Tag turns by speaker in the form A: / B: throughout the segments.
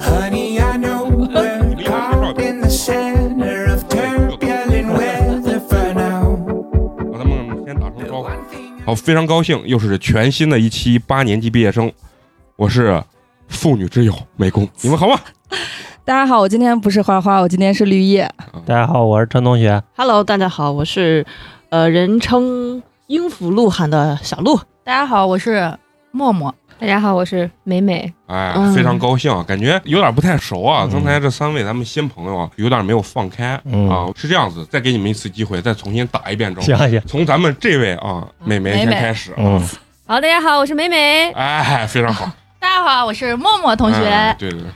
A: Honey, I know we're caught in the center of turbulent weather for now.
B: 老咱们先打声招呼。好，非常高兴，又是全新的一期八年级毕业生。我是妇女之友美工，你们好啊吗？
C: 大家好，我今天不是花花，我今天是绿叶。
D: 大家好，我是陈同学。
E: Hello，大家好，我是呃人称音符鹿晗的小 鹿。
F: 大家好，我是默默。
G: 大家好，我是美美。
B: 哎，
E: 嗯
B: 非常高兴，啊，感觉有点不太熟啊。
D: 嗯
B: 刚才这三位咱们新朋友啊，有点没有放开、
D: 嗯
B: 啊。是这样子，再给你们一次机会，再重新打一遍招呼。
D: 行行，
B: 从咱们这位啊，美眉先
F: 美美
B: 开始。
D: 嗯，
G: 好，大家好，我是美美。
B: 哎，非常好，
F: 大家好，我是默默同
B: 哎
F: 学。
B: 对对对，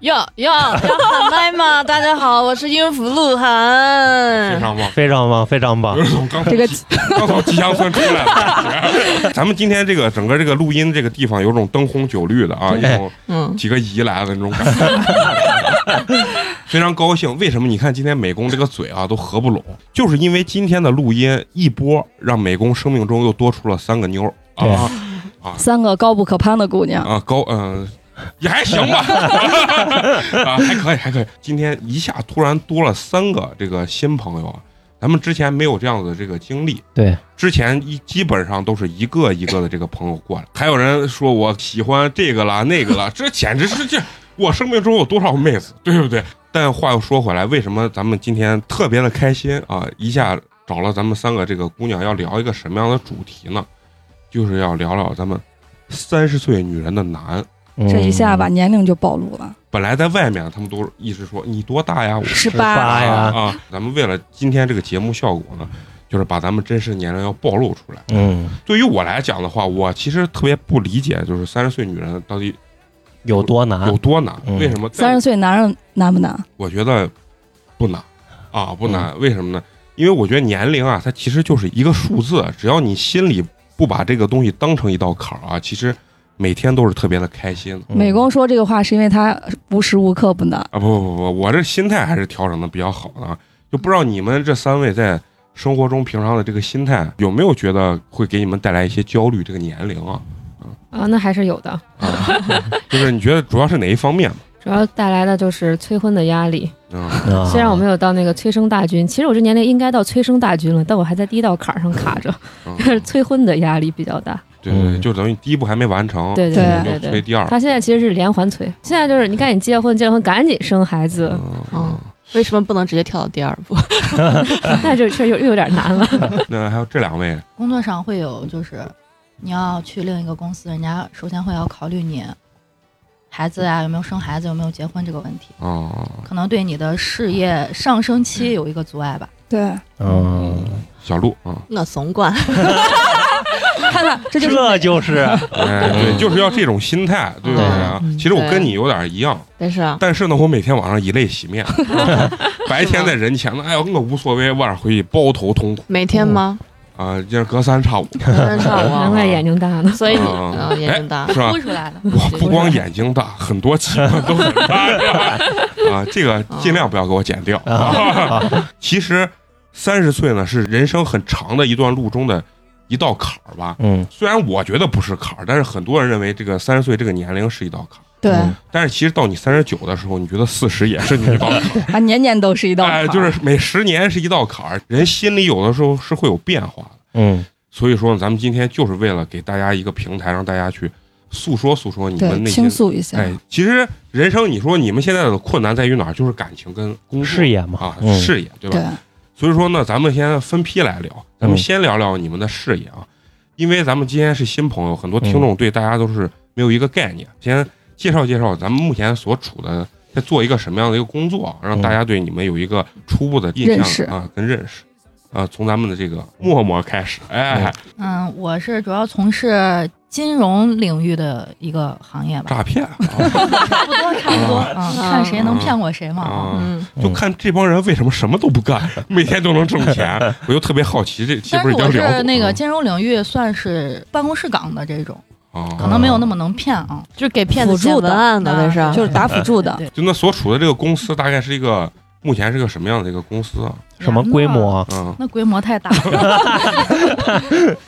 E: 哟哦哟，要喊麦 吗？大家好，我是音符鹿
B: 非
E: 晗。
B: 常棒。
D: 非常棒，非 常棒
B: 有。种刚
C: 这个
B: 刚从吉祥村出来的感觉。咱们今天这个整个这个录音这个地方，有种灯红酒绿的啊，
D: 对
B: 有种
E: 嗯，
B: 几个姨来的那种感觉，非常高兴。为什么？你看今天美工这个嘴啊都合不拢，就是因为今天的录音一波，让美工生命中又多出了三个妞儿啊
C: 三个高不可攀的姑娘，
B: 啊高嗯。也还行吧，啊，还可以，还可以。今天一下突然多了三个这个新朋友啊，咱们之前没有这样子的这个经历，
D: 对，
B: 之前一基本上都是一个一个的这个朋友过来，还有人说我喜欢这个啦那个啦，这简直是这我生命中有多少妹子，对不对？但话又说回来，为什么咱们今天特别的开心啊？一下找了咱们三个这个姑娘，要聊一个什么样的主题呢？就是要聊聊咱们三十岁女人的难。
D: 嗯
C: 这一下把年龄就暴露了，
B: 本来在外面，他们都一直说你多大呀？我
C: 十
D: 八
C: 八。
D: 哎呀
B: 啊！咱们为了今天这个节目效果呢，就是把咱们真实年龄要暴露出来。
D: 嗯，
B: 对于我来讲的话，我其实特别不理解，就是三十岁女人到底
D: 有多难
B: 有？多难？
D: 嗯
B: 为什么？
C: 三十岁男人难不难？
B: 我觉得不难啊，不难。为什么呢？因为我觉得年龄啊，它其实就是一个数字，只要你心里不把这个东西当成一道坎儿啊，其实每天都是特别的开心的。
D: 嗯
C: 美工说这个话是因为他无时无刻不难。
B: 啊，不不不，我这心态还是调整的比较好的，啊，就不知道你们这三位在生活中平常的这个心态有没有觉得会给你们带来一些焦虑？这个年龄啊，
G: 啊，那还是有的，
B: 就是你觉得主要是哪一方面嘛？
G: 主要带来的就是催婚的压力。
B: 嗯，
D: 啊
G: 虽然我没有到那个催生大军，其实我这年龄应该到催生大军了，但我还在第一道坎儿上卡着，
B: 嗯
G: 但是催婚的压力比较大。
B: 对对，对，
D: 嗯
B: 就等于第一步还没完成，
D: 哦
G: 对
C: 对
B: 你
G: 对
B: 就
G: 对
B: 推
G: 对。
B: 第二。
G: 他现在其实是连环催，现在就是你赶紧结婚，结了婚赶紧生孩子，
B: 嗯
F: 哦
E: 嗯，为什么不能直接跳到第二步？
D: 嗯
G: 那就确实又又有点难了。
B: 那还有这两位，
F: 工作上会有，就是你要去另一个公司，人家首先会要考虑你 孩子啊有没有生孩子，有没有结婚这个问题，
B: 哦，
F: 可能对你的事业上升期有一个阻碍吧。
C: 对，
D: 嗯，
B: 小鹿啊，
E: 我 怂惯。
C: 看看这就是
D: 这 就是
B: 哎，对，就是要这种心态，对不对啊？
E: 嗯
B: 其实我跟
E: 对
B: 你有点一样，
E: 但是啊，
B: 但是呢，我每天晚上以泪洗面，白天在人前呢，哎，我根本无所谓，晚上回去抱头痛哭
E: 每天吗？
F: 哦
B: 啊，就是隔三差五，
E: 真是
G: 难
E: 我。
G: 怪眼睛大 呢。
E: 所以你
B: 嗯
F: 哦
E: 啊，
F: 哎
E: 眼睛大。
B: 是吧
F: 哭？出来的，
B: 我不光眼睛大，很多器官都很大 啊，这个尽量不要给我剪掉。
C: 哦
B: 啊、 其实三十岁呢，是人生很长的一段路中的一道坎儿吧。
D: 嗯，
B: 虽然我觉得不是坎儿，但是很多人认为这个三十岁这个年龄是一道坎儿。
C: 对
D: 嗯
B: 但是其实到你三十九的时候，你觉得四十也是你一道 坎儿，
C: 啊，年年都是一道坎
B: 哎，
C: 儿。
B: 就是每十年是一道坎儿。人心里有的时候是会有变化的。
D: 嗯，
B: 所以说呢，咱们今天就是为了给大家一个平台，让大家去诉说诉说你们
C: 对，
B: 内
C: 倾
B: 心。
C: 诉一下。
B: 哎，其实人生，你说你们现在的困难在于哪儿？就是感情跟工作
D: 事业嘛，
B: 啊，
D: 嗯，
B: 事业对吧？
C: 对，
B: 所以说呢，咱们先分批来聊，咱们
D: 嗯
B: 先聊聊你们的事业啊，因为咱们今天是新朋友，很多听众对大家都是没有一个概念，先介绍介绍咱们目前所处的在做一个什么样的一个工作，让
D: 嗯
B: 大家对你们有一个初步的印象
C: 认识
B: 啊跟认识啊。从咱们的这个陌陌开始，哎，
F: 嗯，我是主要从事金融领域的一个行业吧，
B: 诈骗啊
F: 差不多差不多，嗯，看谁能骗过谁嘛。啊
B: 啊！
E: 嗯，
B: 就看这帮人为什么什么都不干，每天都能挣钱，我就特别好奇，这是
F: 但
B: 不
F: 是
B: 已经
F: 我
B: 聊啊
F: 是
B: 过
F: 那个金融领域算是办公室岗的这种，可
B: 啊？
F: 能没有那么能骗啊。
E: 就是给骗子
C: 辅助
E: 写文
C: 的
E: 案的，那
F: 那
E: 是
C: 就是打辅助的
F: 啊
D: 哎
F: 对，
B: 就那所处的这个公司大概是一个目前是个什么样的一个公司啊？
D: 什么规模啊？
B: 嗯，
F: 那规模太大了，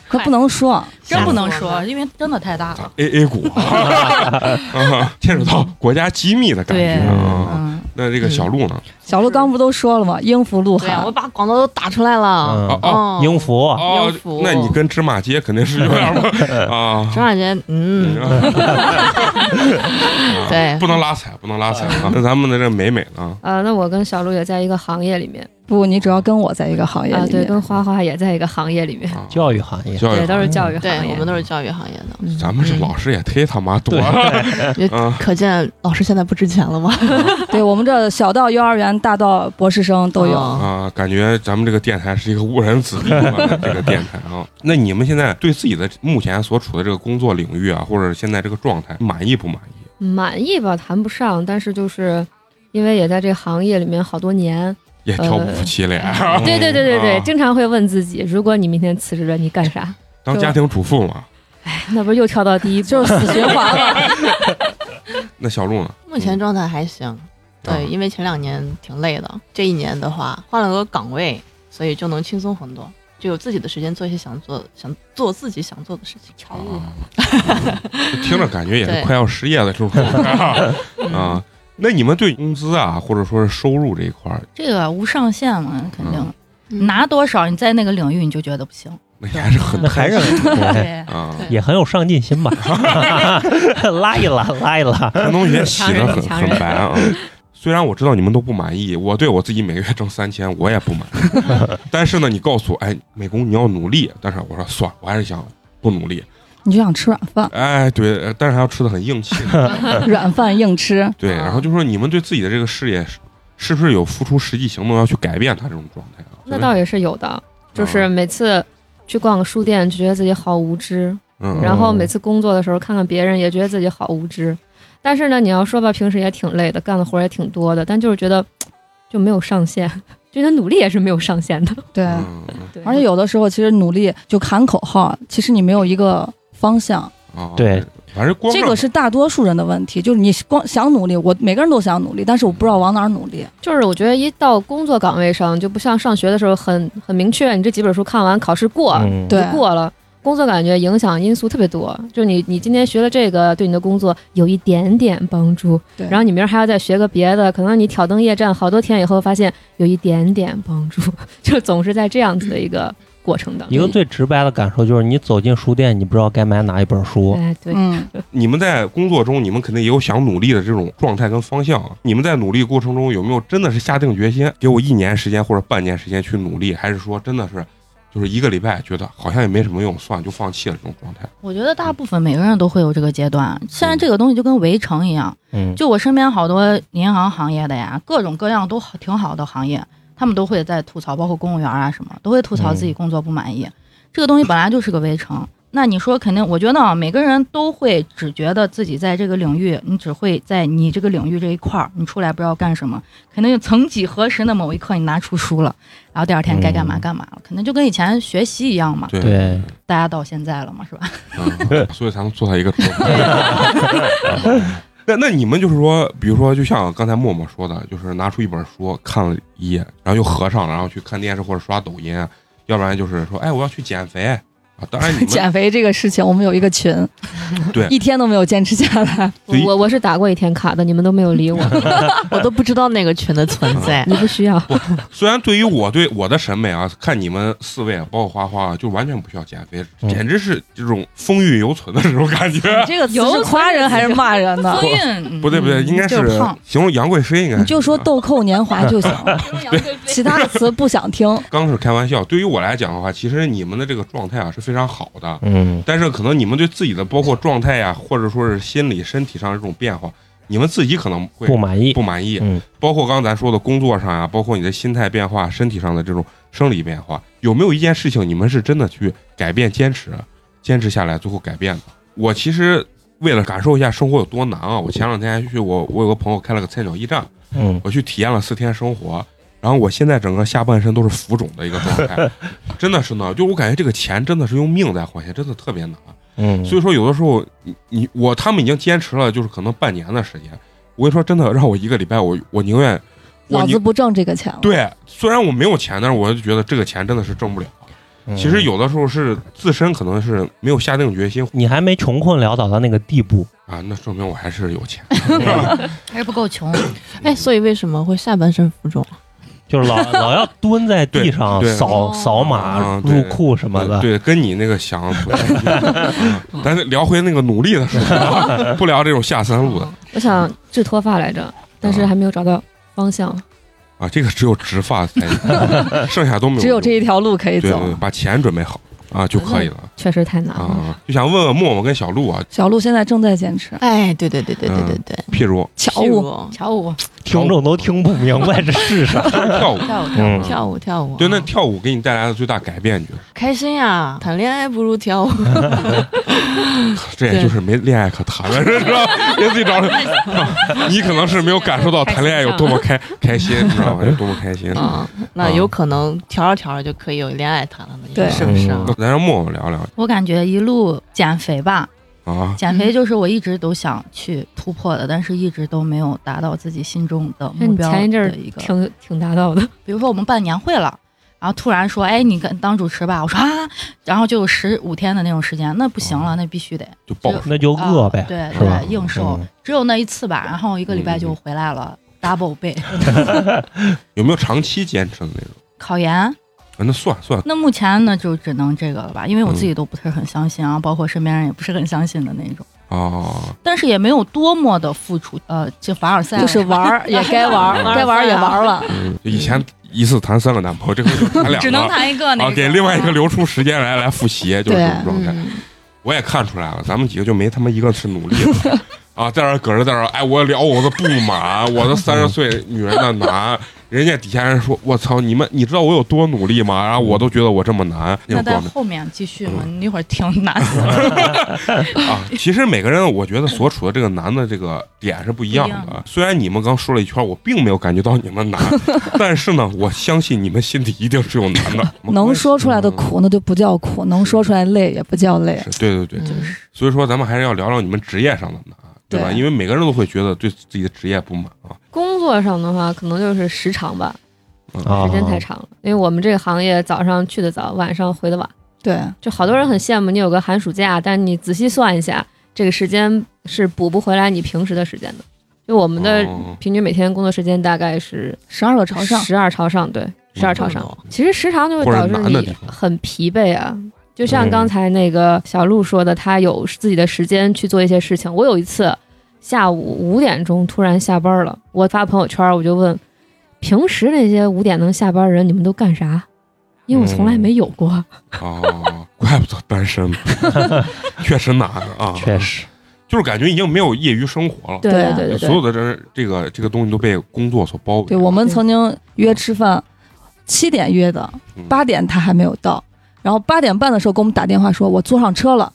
C: 可不能说，
F: 真 不能说，因为真的太大了。
B: A A 股， 啊，牵扯到国家机密的感觉
F: 对
B: 啊。
F: 嗯，
B: 那这个小鹿呢？
C: 小鹿刚不都说了吗？英福鹿
E: 对
F: 啊
E: 呀，我
C: 晗，
E: 把广告都打出来了。
B: 哦
D: 嗯，
B: 哦，
E: 哦，
D: 英孚，
B: 哦
E: 英孚，
B: 那你跟芝麻街肯定是有点儿啊。
E: 张婉杰，嗯，
F: 嗯
E: 对
B: 啊不能拉踩，不能拉踩啊！那咱们的这美美呢？
G: 呃，那我跟小鹿也在一个行业里面
C: 不，你只要跟我在一个行业
G: 啊，
C: 里
G: 对，
C: 面，
G: 跟花花也在一个行业里面，
B: 啊
D: 教育行业，
B: 教育
G: 对，都是教育
E: 对
G: 行，业
E: 我。们都是教育行业的，
G: 嗯
B: 咱们这老师也忒他妈多
D: 对
B: 了啊！
E: 可见老师现在不值钱了吗？
C: 对我们这小到幼儿园，大到博士生都有。
E: 哦
B: 啊，感觉咱们这个电台是一个误人子弟的这个电台啊。那你们现在对自己的目前所处的这个工作领域啊，或者现在这个状态满意不满意？
G: 满意吧，谈不上，但是就是因为也在这个行业里面好多年，
B: 也挑不出气来。
F: 呃
G: 对对对对对，
B: 啊
G: 经常会问自己，如果你明天辞职了，你干啥？
B: 当家庭主妇嘛。
G: 那不是又跳到第一步，
C: 就是死循环了，
B: 那小鹿呢？
E: 目前状态还行，对，
B: 啊
E: 因为前两年挺累的，这一年的话换了个岗位，所以就能轻松很多，就有自己的时间做一些想做想做自己想做的事情。
B: 啊，就听着感觉也是
E: 对
B: 快要失业的这种状态啊啊。那你们对工资啊，或者说是收入这一块儿，啊
F: 这个无上限嘛，肯定
E: 嗯
F: 拿多少，你在那个领域你就觉得不行。
B: 那也还是很
D: 那还 是对
F: 对，
B: 啊，
E: 对
D: 也很有上进心吧， 拉一拉，拉一拉，
B: 陈同 学洗的很
G: 强
B: 很
G: 人
B: 白啊。虽然我知道你们都不满意，我对我自己每个月挣三千，我也不满意。 但是呢，你告诉我，哎，美工你要努力。但是我说算了，我还是想不努力。
C: 你就想吃软 饭，
B: 哎，对，但是还要吃的很硬气。
C: 软饭硬吃。
B: 对，
E: 啊
B: 然后就说你们对自己的这个事业是是不是有付出实际行动要去改变他这种状态啊？
G: 那倒也是有的，就是每次去逛个书店，就觉得自己好无知，
B: 嗯，
G: 然后每次工作的时候看看别人，也觉得自己好无知。但是呢，你要说吧，平时也挺累的，干的活儿也挺多的，但就是觉得就没有上限， 就你的努力也是没有上限的。
C: 对，
B: 嗯
G: 对
C: 而且有的时候其实努力就喊口号，其实你没有一个方向，
B: 啊，
D: 对，
B: 反正光
C: 这
B: 让
C: 个是大多数人的问题。就是你光想努力，我每个人都想努力，但是我不知道往哪儿努力。
G: 就是我觉得一到工作岗位上，就不像上学的时候很很明确，你这几本书看完，考试过，
D: 嗯，
C: 对
G: 就，过了。工作感觉影响因素特别多，就是你你今天学了这个，对你的工作有一点点帮助，
C: 对
G: 然后你明儿还要再学个别的，可能你挑灯夜战好多天以后，发现有一点点帮助， 就总是在这样子的一个过程当中。
D: 一个最直白的感受就是，你走进书店，你不知道该买哪一本书，
G: 哎对，
C: 嗯，
B: 你们在工作中，你们肯定也有想努力的这种状态跟方向啊。你们在努力过程中，有没有真的是下定决心，给我一年时间或者半年时间去努力，还是说真的是就是一个礼拜觉得好像也没什么用，算了就放弃了这种状态？
F: 我觉得大部分每个人都会有这个阶段。现
C: 嗯
F: 在这个东西就跟围城一样，
D: 嗯，
F: 就我身边好多银行行业的呀，各种各样都好挺好的行业，他们都会在吐槽，包括公务员啊什么，都会吐槽
B: 嗯
F: 自己工作不满意。这个东西本来就是个围城。那你说肯定，我觉得啊，每个人都会只觉得自己在这个领域，你只会在你这个领域这一块儿，你出来不知道干什么。肯定曾几何时的某一刻，你拿出书了，然后第二天该干嘛
D: 嗯
F: 干嘛了，可能就跟以前学习一样嘛，
B: 对
D: 对，
F: 大家到现在了嘛，是吧？
B: 嗯，所以才能做到一个状态。那那你们就是说，比如说，就像刚才默默说的，就是拿出一本书看了一页，然后又合上了，然后去看电视或者刷抖音，啊要不然就是说，哎，我要去减肥啊。当然你 们
C: 减肥这个事情，我们有一个群，
B: 对
C: 一天都没有坚持下来。
B: 对
G: 我我是打过一天卡的，你们都没有理我，
E: 我都不知道那个群的存 在。
G: 你不需要。
B: 虽然对于我对我的审美啊，看你们四位啊，包括花花啊，就完全不需要减肥，
D: 嗯
B: 简直是这种风韵犹存的这种感 觉。
C: 这个词是夸人还是骂人呢
F: 风？
C: 嗯
F: 韵
B: 不对不对，应该是
F: 就是胖
B: 形容杨贵妃，应该
C: 你
B: 是
C: 就说豆蔻年华就行， 其他词不想听。
B: 刚是开玩笑。对于我来讲的话，其实你们的这个状态啊是非常好的，
D: 嗯，
B: 但是可能你们对自己的包括状态呀、或者说是心理、身体上的这种变化，你们自己可能会
D: 不满意
B: 不，满意，
D: 嗯
B: 包括刚才说的工作上啊，包括你的心态变化、身体上的这种生理变化，有没有一件事情你们是真的去改变、坚持、坚持下来，最后改变的？我其实为了感受一下生活有多难啊，我前两天还去我我有个朋友开了个菜鸟驿站，
D: 嗯，
B: 我去体验了四天生活，然后我现在整个下半身都是浮肿的一个状态， 真的是呢，就我感觉这个钱真的是用命在换钱，真的特别难。
D: 嗯，
B: 所以说有的时候你你我他们已经坚持了，就是可能半年的时间。我跟你说，真的让我一个礼拜，我我宁愿我
C: 老子
B: 宁
C: 不挣这个钱了。
B: 对，虽然我没有钱，但是我就觉得这个钱真的是挣不了。
D: 嗯
B: 其实有的时候是自身可能是没有下定决心
D: 你还没穷困潦倒到那个 地步，
B: 啊，那说明我还是有钱。
F: 还是不够穷。
E: 哎，所以为什么会下半身浮肿？
D: 就是老老要蹲在地上
B: 对对
D: 扫
F: 哦
D: 扫码
B: 啊
D: 入
B: 对
D: 库什么的，
B: 对，跟你那个想不太一样。咱聊回那个努力的事情啊，不聊这种下三路的
G: 我想治脱发来着，但是还没有找到方向。
B: 啊。这个只有植发才，剩下都没有用。
C: 只有这一条路可以
B: 对
C: 走。嗯
B: 对，把钱准备好啊就可以了
G: 确实太难了。
B: 啊。就想问问默默跟小鹿啊，
C: 小鹿现在正在坚持，
E: 哎，对对对对对对对，
B: 譬如
C: 巧
E: 譬
C: 舞，
E: 如
F: 瞧我，
D: 听众都听不明白这是啥。
B: 跳 舞，
F: 跳舞，
D: 嗯
E: 跳舞跳舞啊，
B: 对，
F: 哦
B: 那跳舞给你带来的最大改变，你觉得？
E: 开心呀，谈恋爱不如跳舞。
F: 嗯
B: 啊这也就是没恋爱可谈了， 是吧？给自己找理由。 你可能是没有感受到谈恋爱有多么开开心，你知道吗？有多么开心。
F: 嗯
E: 啊，那有可能调着调着就可以有恋爱谈了呢，你说
C: 对
E: 是不是啊？
B: 那咱让默默聊聊
F: 我感觉一路减肥吧，
B: 啊，
F: 减肥就是我一直都想去突破的，但是一直都没有达到自己心中的
G: 那
F: 目
G: 你
F: 标
G: 前一阵儿
F: 的一个。
G: 挺挺达到的，
F: 比如说我们办年会了，然后突然说，哎，你跟当主持吧，我说啊，然后就有十五天的那种时间，那不行了，那必须得啊
B: 就爆
D: 那就饿呗，
F: 对
D: 是吧
F: 哦对，硬瘦
D: 嗯，
F: 只有那一次吧，然后一个礼拜
B: 嗯
F: 就
B: 嗯
F: 回来了，double 倍。
B: 有没有长期坚持的那种？
F: 考研，
B: 啊那算算
F: 那目前呢就只能这个了吧，因为我自己都不是很相信啊，包括身边人也不是很相信的那种，
B: 啊，
F: 但是也没有多么的付出，呃，就凡尔赛
C: 就是玩儿也该玩儿，该玩儿也玩儿了。
B: 嗯就以前一次谈三个男朋友，这回就谈两个，
F: 只能谈一个那
B: 啊，
F: 个，
B: 给另外一个留出时间来来复习，就是这种状态。
E: 嗯，
B: 我也看出来了，咱们几个就没他妈一个是努力 的啊，在这儿搁着在这儿，哎，我聊我的不满，我的三十岁女人的 难，人家底下人说，我操，你们你知道我有多努力吗？然后我都觉得我这么难，那
F: 嗯
B: 种
F: 那在
B: 状态
F: 后面继续
B: 嗯
F: 嘛，那会儿挺难死的。
B: 啊。其实每个人我觉得所处的这个难的这个点是不一样
F: 不一
B: 的，虽然你们刚说了一圈，我并没有感觉到你们难，但是呢，我相信你们心里一定是有难的，
C: 能说出来的苦那就不叫苦，能说出来累也不叫累。
B: 嗯是，对对对，
E: 就是
B: 所以说咱们还是要聊聊你们职业上的难，对吧？
C: 对
B: 因为每个人都会觉得对自己的职业不满啊。
G: 工作上的话，可能就是时长吧，
D: 啊
G: 时间太长了。因为我们这个行业，早上去的早，晚上回的晚，
C: 对，
G: 就好多人很羡慕你有个寒暑假，但你仔细算一下，这个时间是补不回来你平时的时间的。就我们的
B: 哦
G: 平均每天工作时间大概是
C: 十二个朝上，
G: 十二朝上，对，十二朝上。其实时长就会
B: 哦或者
G: 导致
B: 难的地
G: 你
B: 方嗯
G: 很疲惫啊。就像刚才那个小鹿说的，他有自己的时间去做一些事情。我有一次下午五点钟突然下班了，我发朋友圈，我就问，平时那些五点能下班的人，你们都干啥？因为我从来没有过。
C: 嗯
B: 哦，怪不得单身呢， 确实难啊，
D: 确实，
B: 就是感觉已经没有业余生活了，
G: 对
C: 对啊
G: 对对
B: 所有
G: 对，
B: 的这这个这个东西都被工作所包围。
C: 对我们曾经约吃饭，七点约的
B: 嗯，
C: 八点他还没有到，然后八点半的时候给我们打电话说，我坐上车了。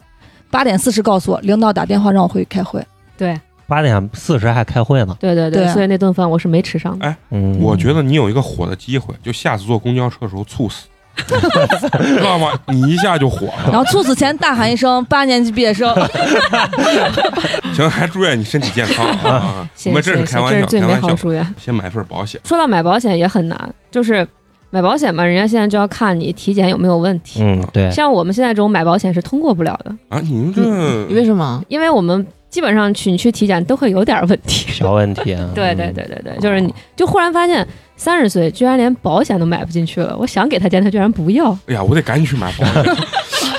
C: 八点四十告诉我，领导打电话让我回去开会。
G: 对
D: 八点四十还开会呢。
G: 对对对，
C: 对啊
G: 所以那顿饭我是没吃
B: 啊
G: 上的。
D: 嗯，
B: 我觉得你有一个火的机会，就下次坐公交车的时候猝死， 知道吗？你一下就火了。
C: 然后猝死前大喊一声“八年级毕业生
B: 行，还祝愿你身体健康 啊！
G: 谢
B: 我
G: 谢
B: 们这是
G: 谢谢
B: 开玩
G: 这
B: 笑，
G: 是最
B: 开
G: 美
B: 玩
G: 好的
B: 笑，
G: 祝愿。
B: 先买份保险。
G: 说到买保险也很难，就是买保险嘛，人家现在就要看你体检有没有问题。
D: 嗯，对，
G: 像我们现在这种买保险是通过不了的，
B: 啊，你们这
E: 嗯你为什么？
G: 因为我们基本上去你去体检都会有点问题。
D: 小问题啊。
G: 对对对对对，就是你就忽然发现三十岁居然连保险都买不进去了，我想给他钱，他居然不要。
B: 哎呀，我得赶紧去买保险。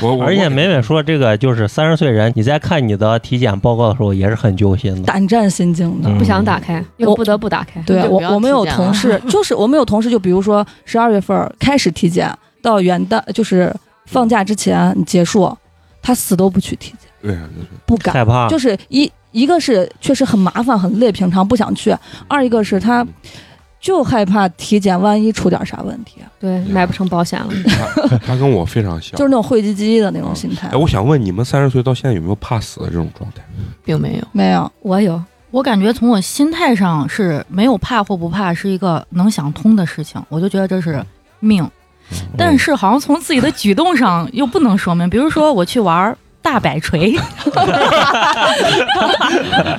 B: 我我
D: 而且
B: 我
D: 美美说这个就是三十岁人，你在看你的体检报告的时候也是很揪心”，的。
C: 胆战心惊的。
D: 嗯
G: 不想打开，又不得不打开。
C: 对
E: 就
C: 我
E: 不要，
C: 我们有
E: 体检
C: 同
E: 了
C: 事，就是我们有同事，就比如说十二月份儿开始体检，到元旦就是放假之前你结束，他死都不去体检，
B: 对呀，对对
C: 不敢，
D: 害怕，
C: 就是一一个是确实很麻烦很累，平常不想去；二一个是他
B: 嗯
C: 就害怕体检，万一出点啥问题，
G: 对，买不成保险了。
B: 他嗯他跟我非常像
C: 就是。那种讳疾忌医的那种心态
B: 哎，。我想问你们三十岁到现在有没有怕死的这种状态？
E: 并没有。
C: 没有，
G: 我有，
F: 我感觉从我心态上是没有怕或不怕，是一个能想通的事情，我就觉得这是命。
D: 嗯
F: 但是好像从自己的举动上又不能说明，比如说我去 玩大摆锤，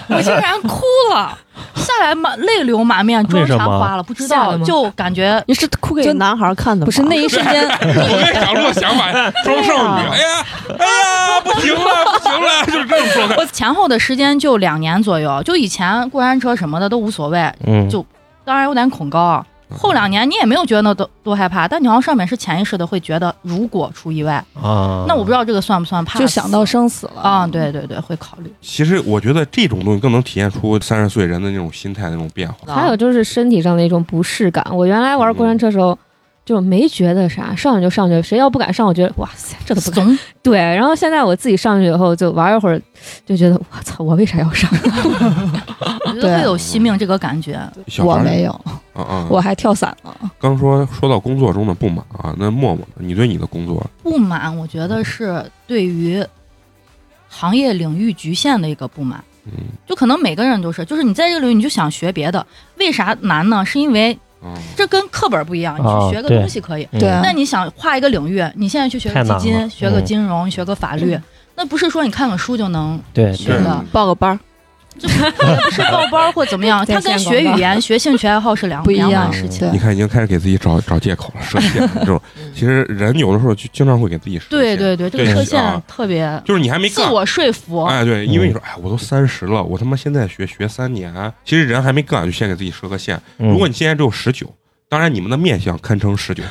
F: 我竟然哭了，下来满泪流满面， 妆
D: 为什
F: 啥
D: 么
F: 花了不知
G: 吓
F: 道
G: 得，吗
F: 就感觉
E: 你是哭
C: 就
E: 给男孩看的吗？
C: 不是那一瞬 间，
B: 我也想这想法， 装少
D: 啊
B: 女，哎呀，哎呀，不行了，不行了，就是这种状态。
F: 我前后的时间就两年左右，就以前过山车什么的都无所谓，
D: 嗯，
F: 就当然有点恐高啊。
B: 嗯
F: 后两年你也没有觉得那多多害怕，但你好像上面是潜意识的会觉得，如果出意外，
D: 啊，
F: 那我不知道这个算不算怕死，
C: 就想到生死了
F: 啊，对对对，会考虑。
B: 其实我觉得这种东西更能体现出三十岁人的那种心态那种变
E: 啊
B: 化。
G: 还有就是身体上的一种不适感。我原来玩过山车的时候。就没觉得啥，上去就上去，谁要不敢上，我觉得哇塞，这都不敢。
F: 怂，
G: 对，然后现在我自己上去以后，就玩一会儿，就觉得我操，我为啥要上？
F: 我觉得会有惜命这个感觉。
B: 小
C: 我
B: 孩儿
C: 没有，
B: 啊啊！
C: 我还跳伞呢。
B: 刚说说到工作中的不满啊，那默默，你对你的工作
F: 不满，我觉得是对于行业领域局限的一个不满。
B: 嗯
F: 就可能每个人都是，就是你在这个领域你就想学别的，为啥难呢？是因为
B: 啊，
F: 这跟课本不一样，你
D: 哦
F: 去学个
D: 对
F: 东西可以，
D: 嗯
C: 对啊
F: 那你想跨一个领域，你现在去学
D: 太
F: 个基
D: 难了
F: 金、学个
D: 嗯
F: 金融、学个法
G: 嗯
F: 律，那不是说你看看书就能，
D: 对
F: 是
D: 对
F: 的
E: 报个班儿，
F: 不是报班儿或怎么样，
G: 在
F: 它跟
G: 线
F: 学
G: 广告
F: 语言、学兴趣爱好是两
C: 不一样
F: 两码事
D: 嗯
F: 情。
C: 对
B: 你看已经开始给自己找找借口了，设限了这 种。其实人有的时候就经常会给自己设限，
F: 嗯对对对，这个
B: 对
F: 车
B: 是啊
F: 线特别
B: 就是你还没
F: 自
B: 干。
F: 我说服。
B: 哎，对，因为你说，哎，我都三十了，我他妈现在学学三年，其实人还没干，就先给自己设个限。
D: 嗯
B: 如果你现在只有十九，当然你们的面相堪称十九，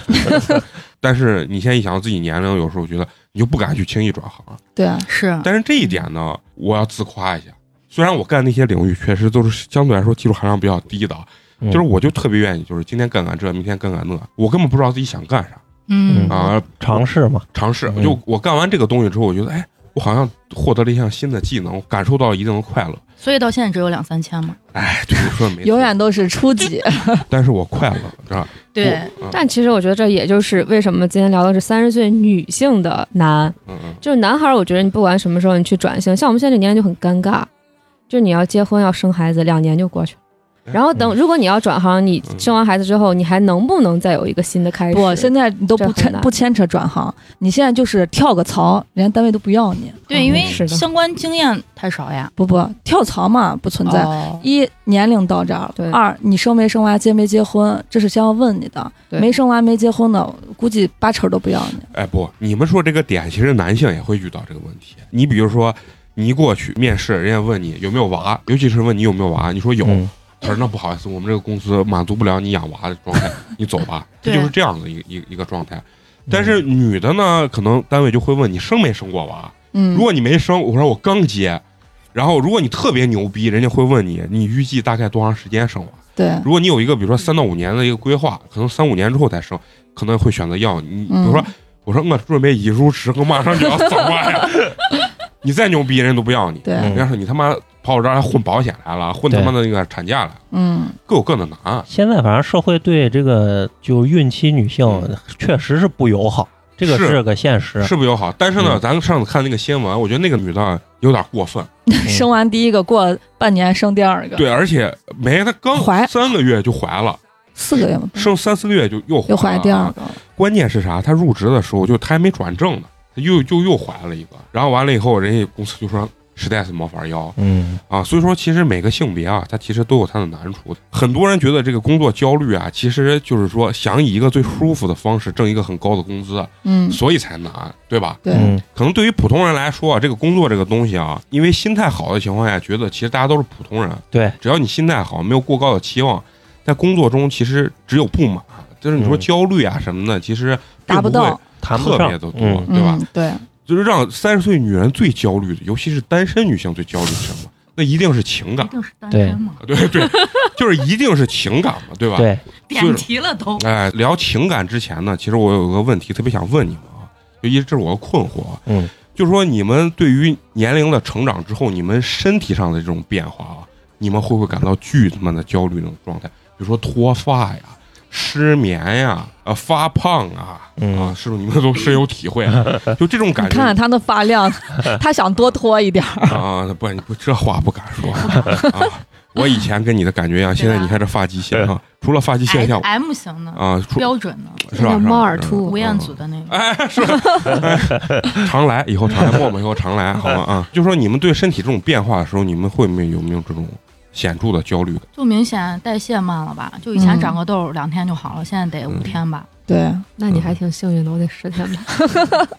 B: 但是你现在一想到自己年龄，有时候觉得你就不敢去轻易转行。
C: 对啊，
F: 是，
B: 但是这一点呢，我要自夸一下。虽然我干那些领域确实都是相对来说技术含量比较低的，啊
D: 嗯
B: 就是我就特别愿意，就是今天干干这，明天干干那，我根本不知道自己想干啥
F: 嗯
D: 嗯
B: 啊，
D: 尝试嘛，
B: 尝试。
D: 嗯
B: 就我干完这个东西之后，我觉得，哎，我好像获得了一项新的技能，感受到了一定的快乐。
F: 所以到现在只有两三千嘛。
B: 哎，对，你说的没错
C: 永远，都是初级。
B: 但是我快乐，知道吧？嗯
F: 对，
B: 我，
G: 但其实我觉得这也就是为什么今天聊的是三十岁女性的难，
B: 嗯嗯
G: 就是男孩，我觉得你不管什么时候你去转型，像我们现在这年龄就很尴尬，就是你要结婚要生孩子，两年就过去
B: 哎
G: 了。然后等，
B: 嗯
G: 如果你要转行，你生完孩子之后，你还能不能再有一个新的开始？
C: 不，现在你都
G: 这
C: 不
G: 很
C: 牵
G: 难
C: 不牵扯转行，你现在就是跳个槽，人家单位都不要你。
F: 对，因为
B: 嗯
G: 是的
F: 相关经验太少呀。
C: 不不，跳槽嘛不存在。
F: 哦
C: 一年龄到这儿
G: 对
C: 了，二你生没生娃，结没结婚，这是先要问你的。
G: 对
C: 没生娃没结婚的，估计八成都不要你。
B: 哎，不，你们说这个点，其实男性也会遇到这个问题。你比如说，你一过去面试，人家问你有没有娃，尤其是问你有没有娃，你说有，
D: 嗯
B: 他说那不好意思，我们这个公司满足不了你养娃的状态，你走吧。这
F: 对
B: 就是这样的一个一个一个状态。但是女的呢，可能单位就会问你生没生过娃。
C: 嗯
B: 如，果你没生，我说我刚接。然后，如果你特别牛逼，人家会问你，你预计大概多长时间生娃？
C: 对，嗯
B: 如果你有一个比如说三到五年的一个规划，可能三五年之后才生，可能会选择要你。比如说，我说我准备已入职，我马上就要走了呀， 你再牛逼，人都不要你。
C: 对，
D: 嗯
B: 人家说你他妈跑我这儿来混保险来了，混他妈的那个产假来了，
C: 嗯，
B: 各有各的难。
D: 现在反正社会对这个就孕期女性
B: 嗯
D: 确实是不友好，这个
B: 是
D: 是个现实。
B: 是不友好，但是呢，
D: 嗯
B: 咱上次看那个新闻，我觉得那个女的啊有点过分，
D: 嗯
C: 生完第一个，过半年生第二个，
B: 对，而且没她刚
C: 怀
B: 三个月就怀了，
C: 四个月嘛，
B: 生三四个月就又
C: 嗯又怀
B: 了
C: 第二个了。
B: 关键是啥？他入职的时候就他还没转正呢，他又就又怀了一个，然后完了以后，人家公司就说实在是没法要
D: 嗯，
B: 啊。所以说，其实每个性别啊，它其实都有它的难处。很多人觉得这个工作焦虑啊，其实就是说想以一个最舒服的方式挣一个很高的工资，啊
C: 嗯，
B: 所以才难，对吧？
C: 对，
D: 嗯
B: 可能对于普通人来说啊，这个工作这个东西啊，因为心态好的情况下，觉得其实大家都是普通人，
D: 对，
B: 只要你心态好，没有过高的期望，在工作中其实只有不满，就是你说
D: 嗯
B: 焦虑啊什么的，其实并
C: 达不
B: 会
C: 到，
D: 谈不上，
B: 特别的多
D: 嗯
B: 对吧
C: 嗯，对，
B: 就是让三十岁女人最焦虑的，尤其是单身女性最焦虑的是什么？那一定是情感
F: 一，定是单
D: 对
F: 身嘛？
B: 对对，就是一定是情感嘛，对吧？
D: 对，
B: 就是
F: 点题了都。
B: 哎，聊情感之前呢，其实我有一个问题特别想问你们啊，就一直这是我的困惑啊，
D: 嗯，
B: 就是说你们对于年龄的成长之后，你们身体上的这种变化啊，你们会不会感到巨他妈的焦虑那种状态？比如说脱发呀、失眠呀、啊发胖啊，啊，
D: 嗯，
B: 是不是你们都深有体会啊？就这种
C: 你
B: 感觉
C: 看看他那发量，他想多脱一点儿。
B: 啊，不，你不这话不敢说啊。我以前跟你的感觉一样，现在你看这发际线啊，除了发际
F: 哎
B: 线以外
F: M 型的
B: 啊，除
F: 标准的
B: 是吧？
G: 那
B: 是吧
G: 猫耳
B: 是吧
G: 兔
F: 吴彦祖的那个，
B: 哎，是，哎 常来，以后常来，默默以后常来，好吗？啊，就说你们对身体这种变化的时候，你们会没有有没有这种显著的焦虑感？
F: 就明显代谢慢了吧？就以前
C: 嗯
F: 长个痘儿两天就好了，现在得五天吧。
C: 对，
G: 那你还挺幸运的，我得十天吧。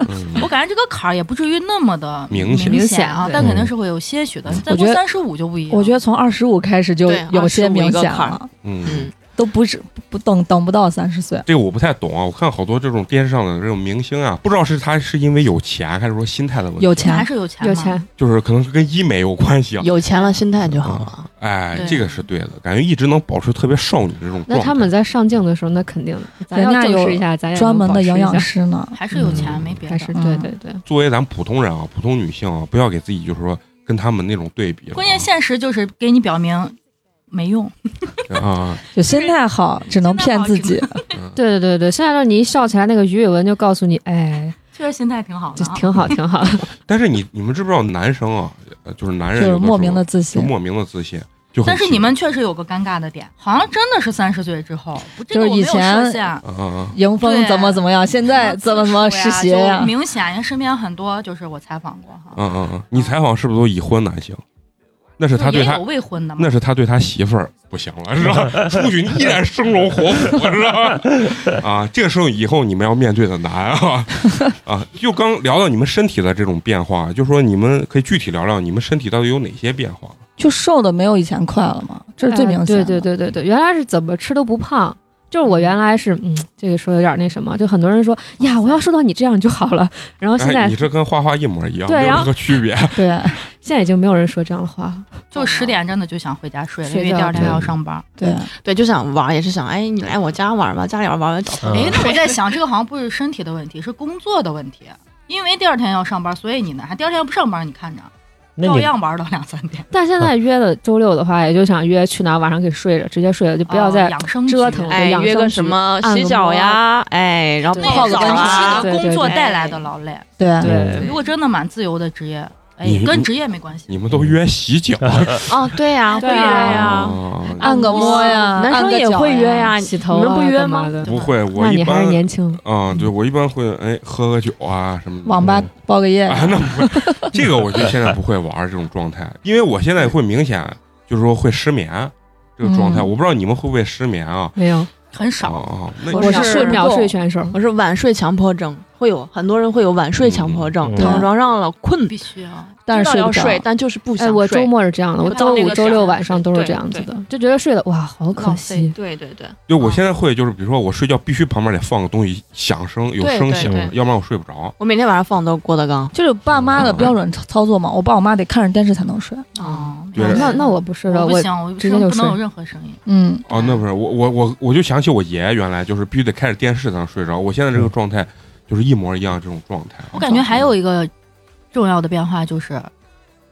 B: 嗯
F: 我感觉这个槛儿也不至于那么的
B: 明显
F: 明
G: 显
F: 啊，
E: 对
F: 但肯定是会有些许的。再
C: 我觉
F: 过
C: 得
F: 三十五就不一样。
C: 我觉得从二十五开始就
E: 对
C: 有些
E: 25
C: 明
E: 一个
C: 显
E: 坎儿
C: 了，
B: 嗯
E: 嗯，
C: 都不是不等等不到三十岁。
B: 这个我不太懂啊，我看好多这种电视上的这种明星啊，不知道是他是因为有钱还是说心态的问题，
C: 有
F: 你还
C: 钱，
F: 是有钱，
G: 有，钱，
B: 就是可能是跟医美有关系啊。
E: 有钱了，心态就好了。
B: 哎，
F: 对
B: 这个是对的，感觉一直能保持特别少女这种状
G: 那
B: 态。
G: 他们在上镜的时候，那肯定的，咱
C: 人
G: 要
C: 家
G: 正视
C: 有
G: 一下，咱也
C: 专门的营养
G: 师，
C: 师呢。
F: 还是有钱，没别
G: 还
F: 的。
G: 是
C: 嗯
G: 对对对，
B: 作为咱普通人啊，普通女性啊，不要给自己就是说跟他们那种对比了啊。
F: 关键现实就是给你表明没用，
B: 啊，
C: 就心态好，只能骗自己。
G: 对对对对，现在就是你一笑起来，那个鱼尾纹就告诉你，哎，
F: 确实心态挺好
G: 这
F: 的啊。
G: 挺好挺好。
B: 但是你你们知不知道男生啊，呃就是男
C: 就
B: 人有
C: 是
B: 的时候
C: 莫名的自
B: 就
C: 信，
B: 莫名的自信，就很
F: 但是
B: 奇
F: 你们确实有个尴尬的点，好像真的是三十岁之后，不这
C: 就是
F: 个我没有
C: 以前
F: 设限。
B: 怪啊啊啊，
C: 迎风
F: 对
C: 怎么怎么样，现在怎么怎么
F: 自
C: 湿
F: 处呀
C: 鞋呀
F: 就？明显，人身边很多就是我采访过哈，
B: 嗯嗯嗯，你采访是不是都已婚男性？那是他
F: 就
B: 对
F: 也
B: 他
F: 有，未婚的嘛
B: 那。是他对他媳妇儿不行了，是 吧？出去依然生龙活虎，是吧？ 啊，这个时候以后你们要面对的难啊 啊！就刚聊到你们身体的这种变化，就说你们可以具体聊聊你们身体到底有哪些变化。
C: 就瘦的没有以前快了嘛，这是最明显
G: 嗯对
C: 的。
G: 对对对对，原来是怎么吃都不胖。就是我原来是，嗯，这个说有点那什么，就很多人说呀，我要瘦到你这样就好了。然后现在、
B: 哎，你这跟花花一模一样，
G: 对
B: 没有
G: 然
B: 任
G: 后
B: 何区别。
C: 对
G: 现在已经没有人说这样的话了。
F: 就十点真的就想回家睡了，因
G: 睡
F: 为第
G: 觉
F: 二天还要
B: 对
F: 上班。
C: 对，
E: 对，就想玩，也是想，哎，你来我家玩吧，家里玩玩找
B: 嗯
D: 嗯
E: 朋
F: 哎，
E: 友。
F: 那我在想，这个好像不是身体的问题，是工作的问题。因为第二天要上班，所以你呢，还第二天不上班，你看着
D: 那
F: 照
D: 你
F: 样玩到两三点，
G: 但现
B: 啊
G: 在约的周六的话，也就想约去哪儿晚上给睡了，直接睡了，就不要
F: 哦
G: 再、
F: 养生
G: 折
F: 局
G: 腾了
F: 哎
E: 哎，
G: 养
E: 约
G: 生
E: 个
G: 局
E: 什么
G: 按
E: 洗
G: 个
E: 脚
G: 摩
E: 呀，哎，然后
G: 对
E: 泡
F: 那个
E: 个
C: 澡
E: 温
F: 早
E: 泉
F: 期
C: 啊
F: 的
G: 对
F: 工
G: 对
F: 作
E: 对
F: 带来的劳累。
C: 对
G: 对
F: 如果真的蛮自由的职业，哎
B: 你，
F: 跟职业没关系。
B: 你们都约洗脚
E: 哦，对呀，
G: 对
E: 会约
G: 呀
E: 呀，
B: 啊？
C: 按个摩呀，
G: 嗯
E: 男生也会约呀，
G: 洗头
E: 你们
G: 啊
E: 不约
G: 干嘛
E: 吗？
G: 的
B: 不会，我
G: 那
B: 一
G: 你还
B: 般
G: 是年轻，
B: 啊，对我一般会哎喝个酒啊什么的。
C: 网吧包个夜
B: 啊，那不会，这个我就现在不会玩这种状态，因为我现在会明显就是说会失眠这个状态，
C: 嗯
B: 我不知道你们会不会失眠啊？
G: 没有，
F: 很
B: 啊
F: 少，
B: 啊，那
C: 我
G: 我
C: 是
G: 睡秒
C: 够
G: 睡选手。
E: 我是晚睡强迫症，会有很多人会有晚睡强迫症
D: 嗯，
E: 躺床上了困，
F: 必须啊。
C: 但是
E: 知
C: 睡
E: 道
C: 不
E: 要
C: 着。
E: 睡，但就是不想
G: 哎，
E: 睡。
G: 我周末是这样的，我
E: 不到
G: 周
E: 那
G: 五
E: 个、
G: 周
E: 点
G: 六
E: 儿
G: 晚上都是
E: 对
G: 这样子
E: 对
G: 的，就觉得睡的哇，好可
F: 浪费
G: 惜。
E: 对对对，
B: 对我现在会就是比如说我睡觉必须旁边得放个东西响声，有
E: 对
B: 声
E: 对
B: 响
E: 对，
B: 要不然我睡不着。
E: 我每天晚上放的都是郭德纲。
C: 就是爸妈
B: 嗯
C: 的标准操操作嘛，我爸我妈得看着电视才能睡。
F: 哦，
B: 对
G: 啊
B: 是
G: 那那我不是的，
F: 我
G: 我
F: 不行，我
G: 直接就
F: 不能有
G: 睡
F: 任何声音。
C: 嗯，
B: 哦，那不是我我我我就想起我爷爷原来就是必须得开着电视才能睡着，我现在这个状态就是一模一样这种状态。
F: 我感觉还有一个重要的变化就是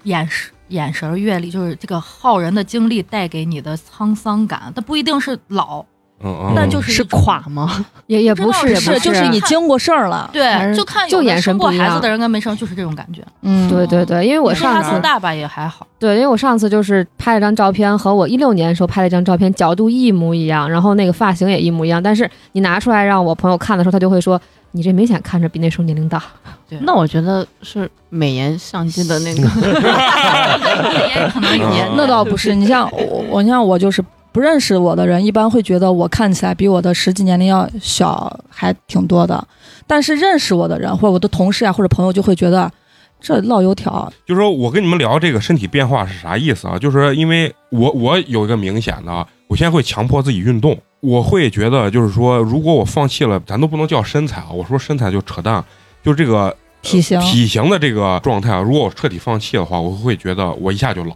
F: 眼神、眼神儿阅历，就是这个耗人的经历带给你的沧桑感，它不一定是老，
B: 嗯嗯，
F: 但
B: 嗯
F: 就是
E: 是
F: 一种
E: 垮吗？
G: 也也
F: 知
G: 不
F: 道
G: 是，也不
F: 是
C: 就是你经过事儿了。还
F: 对，
C: 是
F: 就看
G: 就
F: 有的
G: 眼神
F: 生过
G: 不一样
F: 孩子的人跟没生就是这种感觉。
C: 嗯，
G: 对对对，因为我
F: 说他
G: 上
F: 多
G: 次
F: 大吧也还好，
G: 对，因为我上次就是拍了张照片，和我一六年的时候拍了一张照片，角度一模一样，然后那个发型也一模一样，但是你拿出来让我朋友看的时候，他就会说你这明显看着比那时候年龄大。
F: 对，
E: 那我觉得是美颜相机的 那个
F: 也可能有
B: 嗯
C: 那倒不是。你像我，我像我就是不认识我的人，一般会觉得我看起来比我的实际年龄要小，还挺多的。但是认识我的人，或者我的同事啊，或者朋友，就会觉得这老油条。
B: 就是说我跟你们聊这个身体变化是啥意思啊？就是因为我我有一个明显的，啊，我现在会强迫自己运动，我会觉得就是说，如果我放弃了，咱都不能叫身材啊，我说身材就扯淡，就是这个
C: 体型
B: 体型的这个状态啊，如果我彻底放弃的话，我会觉得我一下就老，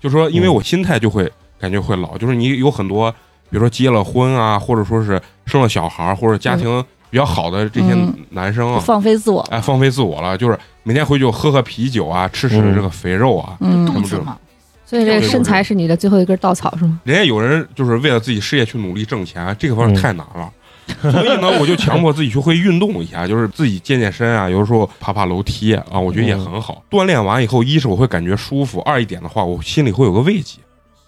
B: 就是说因为我心态就会感觉会老，就是你有很多，比如说结了婚啊，或者说是生了小孩儿，或者家庭比较好的这些
C: 嗯
B: 男生啊，
C: 放飞自我，
B: 哎哎，放飞自我了，就是每天回去我喝喝啤酒啊，吃吃
D: 嗯
B: 这个肥肉啊。
C: 嗯
F: 动词嘛，
G: 所以这身材是你的最后一根稻草是吗？
B: 人家有人就是为了自己事业去努力挣钱，啊这个方
D: 嗯
B: 式太难了。所以呢，我就强迫自己去会运动一下，就是自己健健身啊，有时候爬爬楼梯啊，我觉得也很好。锻炼完以后，一是我会感觉舒服，二一点的话，我心里会有个慰藉，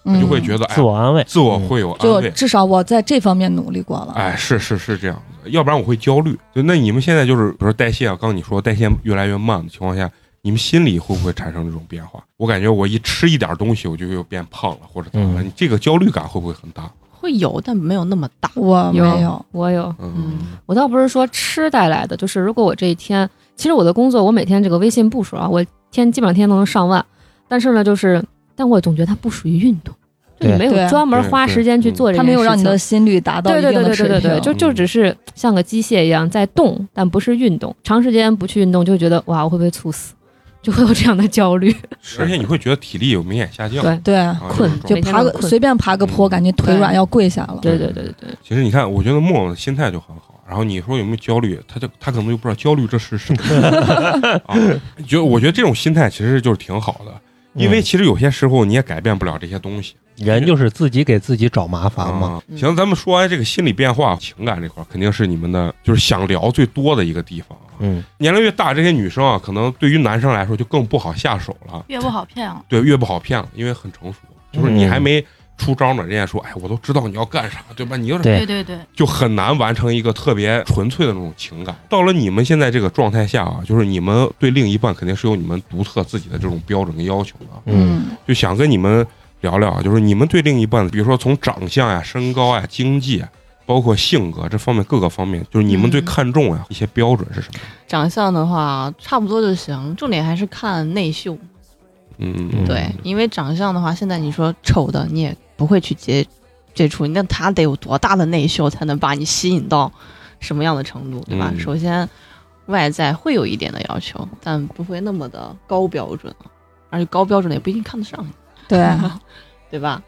B: 我就会觉得哎
D: 自，我安慰，嗯
B: 自我会有安
C: 嗯就
B: 慰。
C: 至少我在这方面努力过了。
B: 哎，是是是这样的，要不然我会焦虑。就那你们现在就是，比如说代谢啊，刚刚你说代谢越来越慢的情况下，你们心里会不会产生这种变化？我感觉我一吃一点东西，我就又变胖了，或者怎么了？
D: 嗯
B: 你这个焦虑感会不会很大？
E: 会有，但没有那么大。
C: 我没
G: 有
C: 有，
G: 我有，
B: 嗯
G: 我倒不是说吃带来的，就是如果我这一天，其实我的工作，我每天这个微信步数啊，我天基本上天天都能上万，但是呢，就是但我总觉得它不属于运动，就
D: 对
G: 你没有
C: 对嗯
G: 专门花时间去做这
C: 它
G: 件事情，
C: 没有让你的心率达到
G: 对
C: 一
G: 对
C: 定
G: 对
C: 的
G: 对对
C: 水平。
G: 对对，就就
B: 嗯
G: 只是像个机械一样在动，但不是运动。长时间不去运动，就会觉得哇，我会不会猝死？就会有这样的焦虑。
B: 而且你会觉得体力有明显下降。
G: 对
C: 对
B: 啊
G: 困
B: 这种状
C: 就
G: 每天
C: 爬
G: 都
C: 个
G: 很困
C: 随便爬个
B: 嗯
C: 坡，感觉腿软要跪下了。
G: 对对对对对，
B: 其实你看，我觉得默默的心态就很好。然后你说有没有焦虑？他就他可能就不知道焦虑这是什么 啊。就我觉得这种心态其实就是挺好的，因为
D: 嗯
B: 其实有些时候你也改变不了这些东西。
D: 人就是自己给自己找麻烦嘛。
B: 啊行，咱们说完这个心理变化、情感这块儿，肯定是你们的就是想聊最多的一个地方啊。
D: 嗯，
B: 年龄越大，这些女生啊，可能对于男生来说就更不好下手了，
F: 越不好骗啊。
B: 对，越不好骗了，因为很成熟，就是你
D: 嗯
B: 还没出招呢，人家说，哎，我都知道你要干啥，对吧？你要是
D: 对
F: 对对对，
B: 就很难完成一个特别纯粹的那种情感。到了你们现在这个状态下啊，就是你们对另一半肯定是有你们独特自己的这种标准跟要求的，啊
D: 嗯，
B: 就想跟你们聊聊啊，就是你们对另一半，比如说从长相呀、身高呀、经济啊，包括性格这方面各个方面，就是你们最
E: 嗯
B: 看重呀、一些标准是什么？
E: 长相的话，差不多就行，重点还是看内秀。
B: 嗯，
E: 对，因为长相的话，现在你说丑的，你也不会去接接触，那他得有多大的内秀才能把你吸引到什么样的程度，对吧？
B: 嗯
E: 首先，外在会有一点的要求，但不会那么的高标准，而且高标准的也不一定看得上你，
C: 对，
E: 对吧？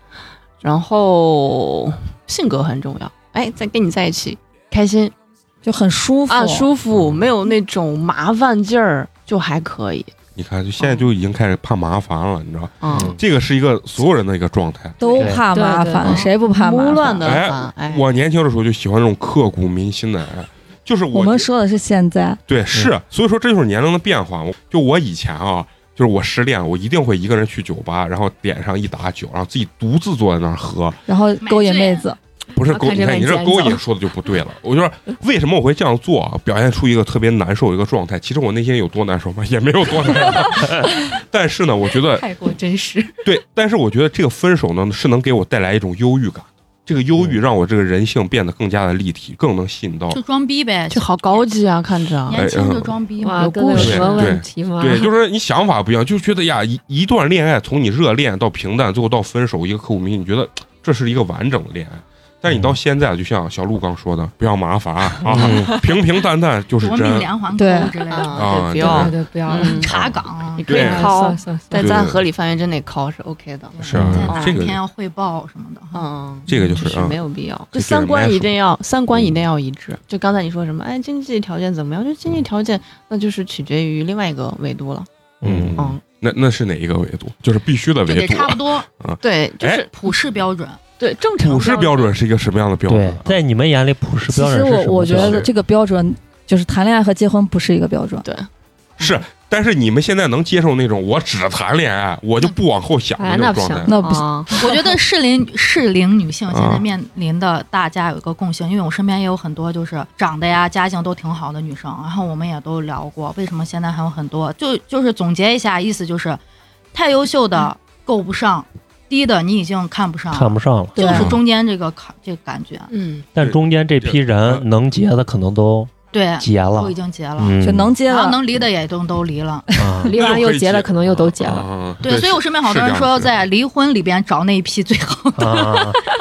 E: 然后性格很重要，哎，在跟你在一起开心
C: 就很舒服
E: 啊，舒服，没有那种麻烦劲儿，就还可以
B: 你看，就现在就已经开始怕麻烦了，你知道，
E: 啊。
D: 嗯
B: 这个是一个所有人的一个状态。
C: 都怕麻
G: 对对
C: 烦，
G: 对
C: 谁不怕麻
E: 胡
C: 烦？
E: 乱的
B: 哎
E: 烦，哎，
B: 我年轻的时候就喜欢这种刻骨铭心的，哎就是
C: 我
B: 我
C: 们说的是现在，
B: 对，是，所以说这就是年龄的变化。我就我以前啊，就是我失恋，我一定会一个人去酒吧，然后点上一打酒，然后自己独自坐在那儿喝，
C: 然后勾引妹子，
B: 不是
G: 然后
B: 勾，
G: 啊看
B: 你
G: 着
B: 看你这
G: 往前
B: 勾引
G: 走
B: 说的就不对了。我就说为什么我会这样做啊？表现出一个特别难受的一个状态。其实我内心有多难受吗？也没有多难受， 但是呢，我觉得
G: 太过真实。
B: 对，但是我觉得这个分手呢，是能给我带来一种忧郁感。这个忧
G: 嗯
B: 郁让我这个人性变得更加的立体，更能吸引到
F: 就装逼呗，
E: 就好高级啊，看着
F: 年轻就装逼嘛，
G: 哇，
F: 有
G: 哥哥
F: 故
G: 有
F: 事。
G: 什么问题吗？
B: 对，就是你想法不一样，就觉得呀，一一段恋爱从你热恋到平淡，最后到分手，一个刻骨铭心，你觉得这是一个完整的恋爱。但是你到
G: 嗯
B: 现在，就像小鹿刚说的，不要麻烦啊，
G: 嗯
B: 啊平平淡淡就是
F: 夺命
B: 真。
F: 连环扣
C: 对
F: 之类的，
E: 啊，
B: 啊
E: 对不
G: 啊
E: 要
G: 对，不要了，
E: 嗯
F: 查岗啊
E: 你，可以
B: 对
E: 敲
G: 算，算算
E: 在
B: 对
E: 咱
B: 对
E: 合理范围之内考是 OK 的。
B: 是啊
F: 在哪
B: 这
F: 一
B: 个
F: 天要汇报什么的哈。
E: 嗯，
B: 这个就是
E: 是
B: 嗯
E: 没有必要，
B: 这就
E: 就
B: 是
E: 三观一定要三观
B: 嗯
E: 一定要一致。就刚才你说什么，哎，经济条件怎么样？就经济条件，那就是取决于另外一个维度了。
D: 嗯
B: 嗯
E: 嗯，
B: 那那是哪一个维度？就是必须的
F: 就
B: 维
F: 得
B: 度
F: 差
B: 啊。
F: 不多，
E: 对，就是
F: 普世标准，
E: 对正常
B: 哎普世标准是一个什么样的标准
D: 对
B: 啊？，
D: 在你们眼里，普世
C: 其
D: 标
C: 实
D: 准是
C: 我
D: 什
B: 标
D: 么？
C: 我觉得
B: 准
C: 这个标准就是谈恋爱和结婚不是一个标准。
B: 是，但是你们现在能接受那种我只谈恋爱，我就不往后想的
G: 哎
B: 那种状
G: 那不
B: 态
G: 行？
C: 那不行，
E: 啊，
F: 我觉得适龄适龄女性现在面临的大家有一个共性，因为我身边也有很多就是长得呀、家境都挺好的女生，然后我们也都聊过，为什么现在还有很多，就就是总结一下，意思就是太优秀的够不上，低的你已经看不上了，
D: 看不上了。
C: 对
F: 就是中间这个坎这个感觉，
E: 嗯，
D: 但中间这批
B: 嗯
D: 人能结的可能都
F: 对，
D: 结
F: 都
D: 了
F: 已，经结了，
D: 嗯，
C: 就能接
F: 然后
C: 了，
F: 啊能离的也都都离了，
D: 啊
G: 离完又结了，可能又都结
B: 啊
G: 了。
B: 啊啊
F: 对，所以我身边好多人
B: 是这
F: 说
B: 样
F: 要
B: 是这样
F: 在离婚里边找那一批最 好的，
D: 啊，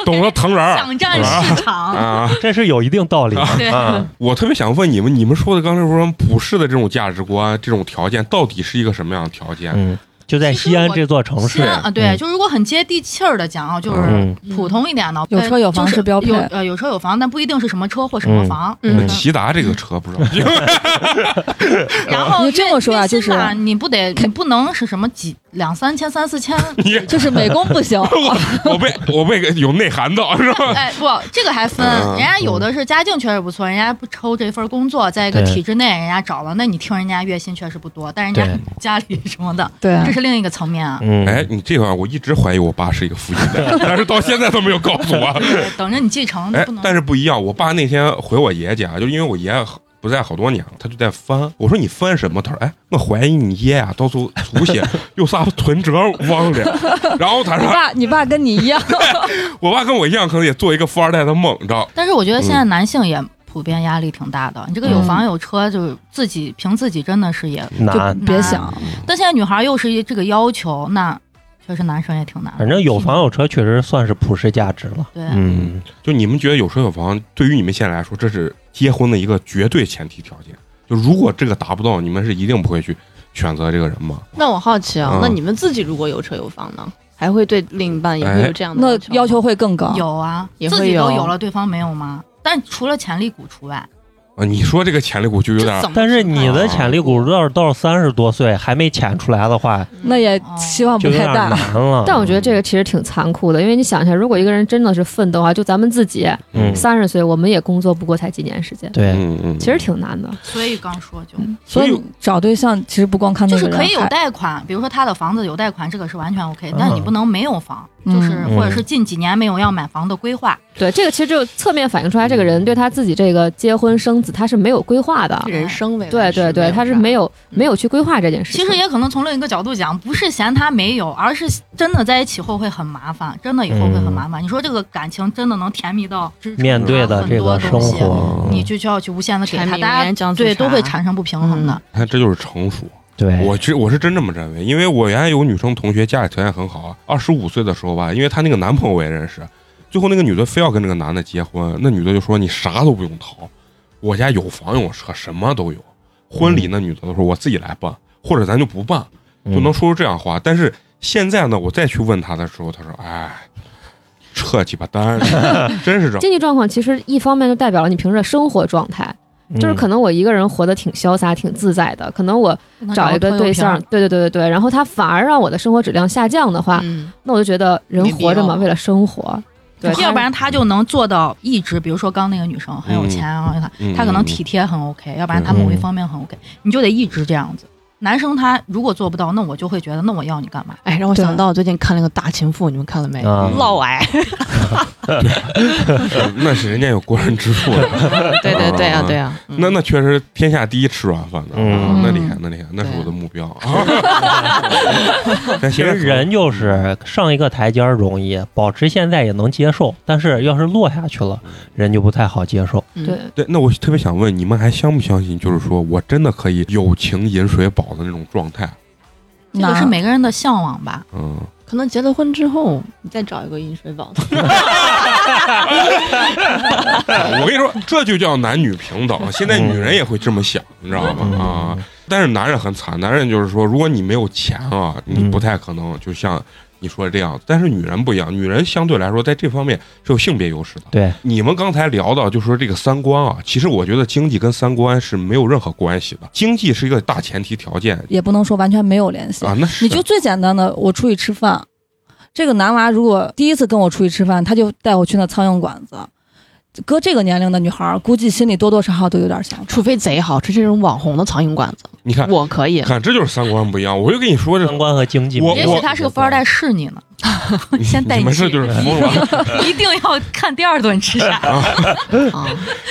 B: 懂得疼人儿
F: 抢占市场，
B: 啊。
D: 这是有一定道理的
F: 对
D: 啊。
B: 我特别想问你们，你们说的刚才说什么普世的这种价值观、这种条件，到底是一个什么样的条件？
D: 嗯，就在
F: 其实
D: 西安
F: 我
D: 这座城市
F: 西安啊，对，
D: 嗯
F: 就如果很接地气儿的讲啊，就是
D: 嗯，
F: 普通一点的，
C: 有
F: 呃
C: 车有房
F: 就是
C: 是标配
F: 有呃有车有房，但不一定是什么车或什么
D: 嗯
F: 房。
G: 嗯
B: 骐达这个车不知
F: 嗯
B: 道，嗯
F: 然后
C: 你这么说啊
F: 内心
C: 就是
F: 吧你不得你不能是什么几两三千三四 千，
B: 你
C: 就是美工 不行，
B: 我我被我被有内涵到是吧？
F: 哎不，这个还分，
B: 嗯
F: 人家有的是家境确实不错，人家不抽这份工作，在一个
D: 对
F: 体制内，人家找了，那你听人家月薪确实不多，但人家
D: 对
F: 家里什么的，
C: 对啊
F: 这，是另一个层面啊。
D: 嗯，
B: 哎，你这玩意儿我一直怀疑我爸是一个富一代，但是到现在都没有告诉我。
F: 对等着你继承，
B: 哎
F: 哦不，能
B: 但是不一样，我爸那天回我爷家，就因为我爷不在好多年了，他就在翻。我说你翻什么？他说哎，我怀疑你爷啊，到时候出 去有啥存折忘了。然后他
C: 你
B: 说，
C: 爸你爸跟你一样，
B: 我爸跟我一样，可能也做一个富二代的梦，你知道？
F: 但是我觉得现在
D: 嗯
F: 男性也普遍压力挺大的，你这个有
C: 嗯
F: 房有车，就是自己凭自己真的是也。
D: 难，
C: 就别想，
F: 但现在女孩又是一这个要求，那确实男生也挺难的。
D: 反正有房有车确实算是普世价值了。
F: 对，
D: 嗯，
B: 就你们觉得有车有房，对于你们现在来说，这是结婚的一个绝对前提条件。就如果这个达不到，你们是一定不会去选择这个人吗？
E: 那我好奇啊
B: 嗯，
E: 那你们自己如果有车有房呢，还会对另一半也会
B: 哎
E: 有这样
C: 那
E: 的
C: 要
E: 要
C: 求会更高。
F: 有啊，
E: 也
F: 自
E: 会
F: 己
E: 有
F: 都有了，对方没有吗？但除了潜力股除外，
B: 啊，你说这个潜力股就有
E: 这
B: 点
E: 怎么
D: 但是你的
B: 啊
D: 潜力股要是到三十多岁还没潜出来的话，
F: 哦嗯
C: 那也希望
D: 就
C: 不
D: 有
C: 太
D: 点
C: 大
D: 难。了。
G: 但我觉得这个其实挺残酷的，因为你想一下，如果一个人真的是奋斗啊，就咱们自己
D: 嗯
G: 三十岁，我们也工作不过才几年时间，
D: 对，
B: 嗯嗯，
G: 其实挺难的。
F: 所以刚说就
C: 所
B: 所以
C: 以找对象其实不光看
F: 就
C: 嗯那
F: 是
C: 个人，
F: 可以有
C: 还
F: 贷款，比如说他的房子有贷款，这个是完全 OK，
D: 嗯
F: 但是你不能没有房，
C: 嗯
F: 就是
D: 嗯
F: 或者是近几年没有要买房的规划，
G: 对，这个其实就侧面反映出来，这个人对他自己这个结婚生子，他是没有规划的。
E: 人生未来
G: 对对对，他是没
E: 有
G: 有没有去规划这件事
F: 其
G: 情。
F: 实也可能从另一个角度讲，不是嫌他没有，而是真的在一起后会很麻烦，真的以后会很麻烦。你说这个感情真的能甜蜜到支撑
D: 面对的
F: 他很
D: 这
F: 多
D: 个生
F: 东西，啊
D: 活，嗯
F: 你就需要去无限的给
E: 柴
F: 他，
E: 米油
F: 大家
E: 盐酱醋
F: 对
E: 茶
F: 都会产生不平衡的。
B: 你看这就是成熟。
E: 哎
D: 对，
B: 我其实我是真这么认为，因为我原来有女生同学家里条件很好啊，二十五岁的时候吧，因为她那个男朋友我也认识，最后那个女的非要跟那个男的结婚，那女的就说你啥都不用掏，我家有房有车什么都有，婚
E: 嗯
B: 礼那女的都说我自己来办，或者咱就不办，
D: 嗯
B: 就能说出这样话。但是现在呢，我再去问她的时候，她说哎，扯鸡巴蛋， 真是这
G: 经济状况其实一方面就代表了你平时的生活状态，
D: 嗯
G: 就是可能我一个人活得挺潇洒、挺自在的，可能我找一个对象，对对对对对，然后他反而让我的生活质量下降的话，
E: 嗯
G: 那我就觉得人
E: 没必
G: 活着
E: 要
G: 嘛，为了生活，对，
F: 要不然他就能做到一直，比如说刚那个女生很有钱啊，
B: 嗯
F: 她可能体贴很 OK，要不然她某一方面很 OK，你就得一直这样子。男生他如果做不到，那我就会觉得，那我要你干嘛？
E: 哎，让我想到我最近看那个《大情妇》，你们看了没？
D: 啊
E: 嫪毐，
B: 呃那是人家有过人之处的。
E: 对对对啊
B: 嗯
E: 对啊，
B: 那那确实天下第一吃软饭的，
D: 嗯
B: 啊那厉害，那厉害，那是我的目标啊。但
D: 其实人就是上一个台阶儿容易，保持现在也能接受，但是要是落下去了，人就不太好接受。
E: 嗯
G: 对，
B: 对，那我特别想问，你们还相不相信，就是说我真的可以友情饮水饱的那种状态？
F: 这个
C: 那
F: 是每个人的向往吧。
B: 嗯，
E: 可能结了婚之后，你再找一个饮水饱的，
B: 我跟你说，这就叫男女平等。啊现在女人也会这么想，你知道
D: 嗯
B: 吗？啊，但是男人很惨，男人就是说，如果你没有钱啊，你
D: 嗯
B: 不太可能就像你说的这样。但是女人不一样，女人相对来说在这方面是有性别优势的。
D: 对，
B: 你们刚才聊到，就说这个三观啊，其实我觉得经济跟三观是没有任何关系的，经济是一个大前提条件
C: 也不能说完全没有联系。
B: 啊。那是
C: 你就最简单的，我出去吃饭，这个男娃如果第一次跟我出去吃饭，他就带我去那苍蝇馆子，搁这个年龄的女孩儿，估计心里多多少少都有点想法。
E: 除非贼好吃这种网红的苍蝇馆子，
B: 你看，
E: 我可以。
B: 看这就是三观不一样。我就跟你说这
D: 三，观和经济没有
B: 我
D: 关
F: 也
D: 系，
F: 许他是个富二代是你呢，先带
B: 你们
F: 去
B: 这就是服了。
F: 一定要看第二顿吃啥，
E: 啊，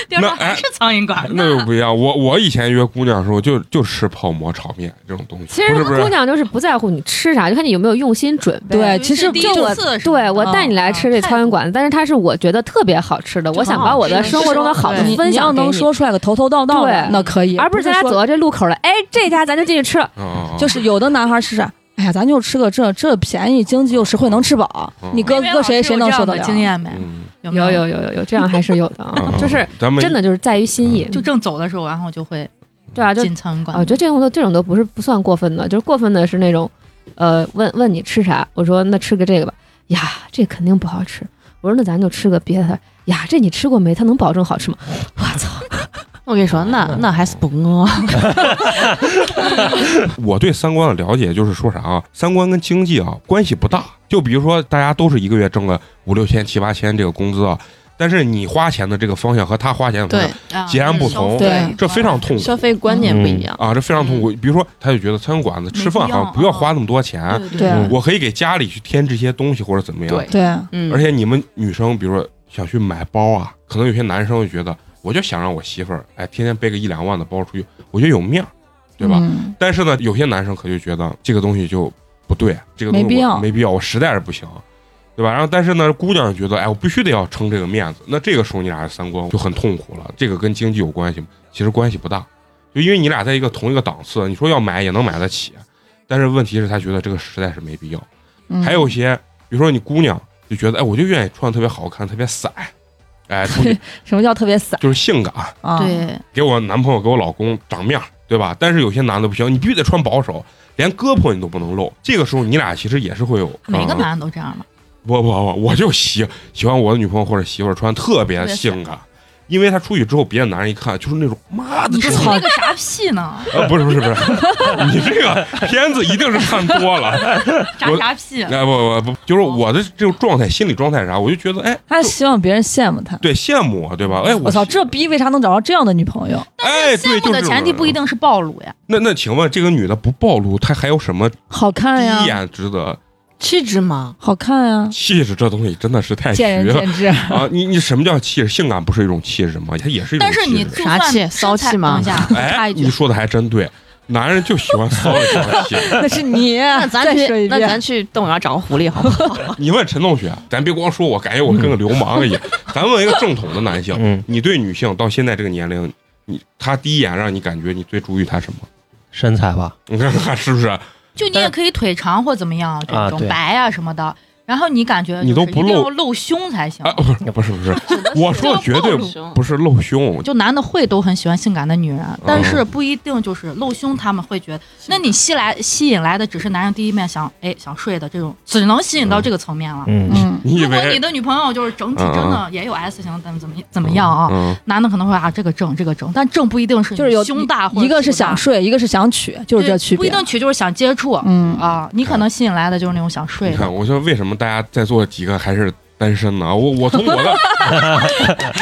F: 第二顿
B: 哎
F: 还是苍蝇馆。
B: 那就不一样。我我以前约姑娘的时候，就就吃泡馍、炒面这种东西。
G: 其实
B: 不是不是
G: 姑娘就是不在乎你吃啥，就看你有没有用心准备。
C: 对，
F: 对
C: 其实
F: 第一
C: 就
G: 我
C: 我
F: 次是吧
G: 对我带你来吃这
F: 嗯
G: 苍蝇馆子，但是它是我觉得特别好吃的，我想把我的生活中的好的
E: 对
C: 你
G: 分
C: 你要
G: 享给
C: 能说出来个头头道道的
G: 对，
C: 那可以，
G: 而不是咱俩
C: 说
G: 走到这路口了，哎，这家咱就进去吃。
B: 啊，
C: 就是有的男孩是啥，哎呀，咱就吃个这这便宜，经济又实惠，能吃饱
B: 嗯。
C: 你搁搁谁谁能受得
F: 的
C: 了？
F: 经验没？
B: 嗯，
F: 有没
G: 有有有有有，这样还是有 的啊，就是
B: 咱们
G: 真的就是在于心意，
F: 就正走的时候，然后就会
G: 对啊，就
F: 进苍蝇
G: 啊我
F: 馆
G: 觉。得这种都这种都不是不算过分的，就是过分的是那种呃，问问你吃啥，我说那吃个这个吧，呀，这肯定不好吃。我说那咱就吃个别的，他说呀，这你吃过没？它能保证好吃吗？我操，
E: 我跟你说，那
B: 嗯
E: 那还是不饿。
B: 我对三观的了解就是说啥啊，三观跟经济啊关系不大。就比如说，大家都是一个月挣个五六千、七八千这个工资啊，但是你花钱的这个方向和他花钱的方向
E: 对，
B: 嗯截然不同
C: 对
B: 这非常痛苦
E: 消费观念不一样。
B: 啊，这非常痛苦。比如说，他就觉得餐馆子吃饭好像
F: 没必要
B: 不要花那么多钱，嗯
E: 对
C: 对
B: 我可以给家里去添置一些东西或者怎么样。
E: 对，
C: 对啊
E: 嗯，
B: 而且你们女生，比如说想去买包啊，可能有些男生就觉得，我就想让我媳妇儿，哎，天天背个一两万的包出去，我觉得有面儿，对吧？
C: 嗯
B: 但是呢，有些男生可就觉得这个东西就不对，这个东西我
C: 没必要
B: 没必要，我实在是不行，对吧？然后但是呢，姑娘觉得，哎，我必须得要撑这个面子，那这个时候你俩的三观就很痛苦了。这个跟经济有关系吗？其实关系不大，就因为你俩在一个同一个档次，你说要买也能买得起，但是问题是他觉得这个实在是没必要。
C: 嗯
B: 还有一些，比如说你姑娘就觉得，哎，我就愿意穿得特别好看，特别散，哎，出 去
C: 什么叫特别散
B: 就是性感，
C: 啊？
F: 对，
B: 给我男朋友给我老公长面儿，对吧？但是有些男的不行，你必须得穿保守，连胳膊你都不能露。这个时候你俩其实也是会有
F: 每个
B: 嗯
F: 男的都这样嘛。
B: 不不不，我就喜喜欢我的女朋友或者媳妇儿穿特别性感，因为她出去之后，别的男人一看就是那种妈的
F: 你
B: 这
F: 说
B: 种
F: 你那个啥屁呢？
B: 啊，不是不是不是， 你这个片子一定是看多了。
F: 啥啥屁？
B: 哎不不不，就是我的这种状态、心理状态是啥，我就觉得哎，
C: 他希望别人羡慕他。
B: 对羡慕我对吧？哎
C: 我操，这逼为啥能找到这样的女朋友？
B: 哎对，
F: 羡
B: 就
F: 慕
B: 是这
F: 的
B: 种
F: 前提
B: 人
F: 不一。定是暴露呀。
B: 那那请问这个女的不暴露，她还有什么
C: 好看
F: 哎
B: 第一
C: 呀，
B: 眼值得？
E: 气质嘛，
C: 好看呀，
B: 气质这东西真的是太
C: 见
B: 虚
C: 仁
B: 了
C: 见智。
B: 啊！你你什么叫气质？性感不是一种气质吗？它也是一种
F: 但
B: 气质。
F: 是你就
E: 啥
F: 算
E: 气
F: 身
E: 骚
F: 材
E: 气
F: 等
E: 吗
F: 一下，插
B: 哎，
F: 一
B: 你
F: 句，
B: 说的还真对，男人就喜欢骚的这种气 质。
C: 那是你，
E: 那咱
C: 再说
E: 去，
C: 一
E: 那
C: 遍
E: 咱去动物园找个狐狸好不 好？
B: 你问陈同学，咱别光说我，感觉我跟个流氓一 样。咱问一个正统的男性，
D: 嗯，
B: 你对女性到现在这个年龄，你她第一眼让你感觉你最注意她什么？
D: 身材吧，
B: 你看看是不是？
F: 就你也可以腿长或怎么样
D: 啊
F: 这种
D: 对
F: 白啊什么的，然后你感觉
B: 你都
F: 就是
B: 不
F: 一定
B: 露
F: 要露胸才行
B: 啊，。不是不是不是，我说的绝对不是露胸，
F: 就男的会都很喜欢性感的女
B: 嗯
F: 人，但是不一定就是露胸，他们会觉得，那你吸来吸引来的只是男人第一面想哎想睡的这种，只能吸引到这个层面了。
D: 嗯，
C: 嗯，
B: 你以
F: 如果你
B: 为
F: 的女朋友就是整体
B: 嗯嗯
F: 真的也有 S 型，怎么怎么怎么样啊？
B: 嗯，
F: 男的可能会啊这个正这个正，但正不一定是
C: 就是有
F: 胸大或者腹大，
C: 一个是想睡，一个是想娶，就是这区
F: 不一
C: 别。
F: 定娶就是想接触
C: 嗯，
F: 啊，你可能吸引来的就是那种想睡
B: 你
F: 的
B: 看，。我说为什么大家在座几个还是单身呢？我我从我的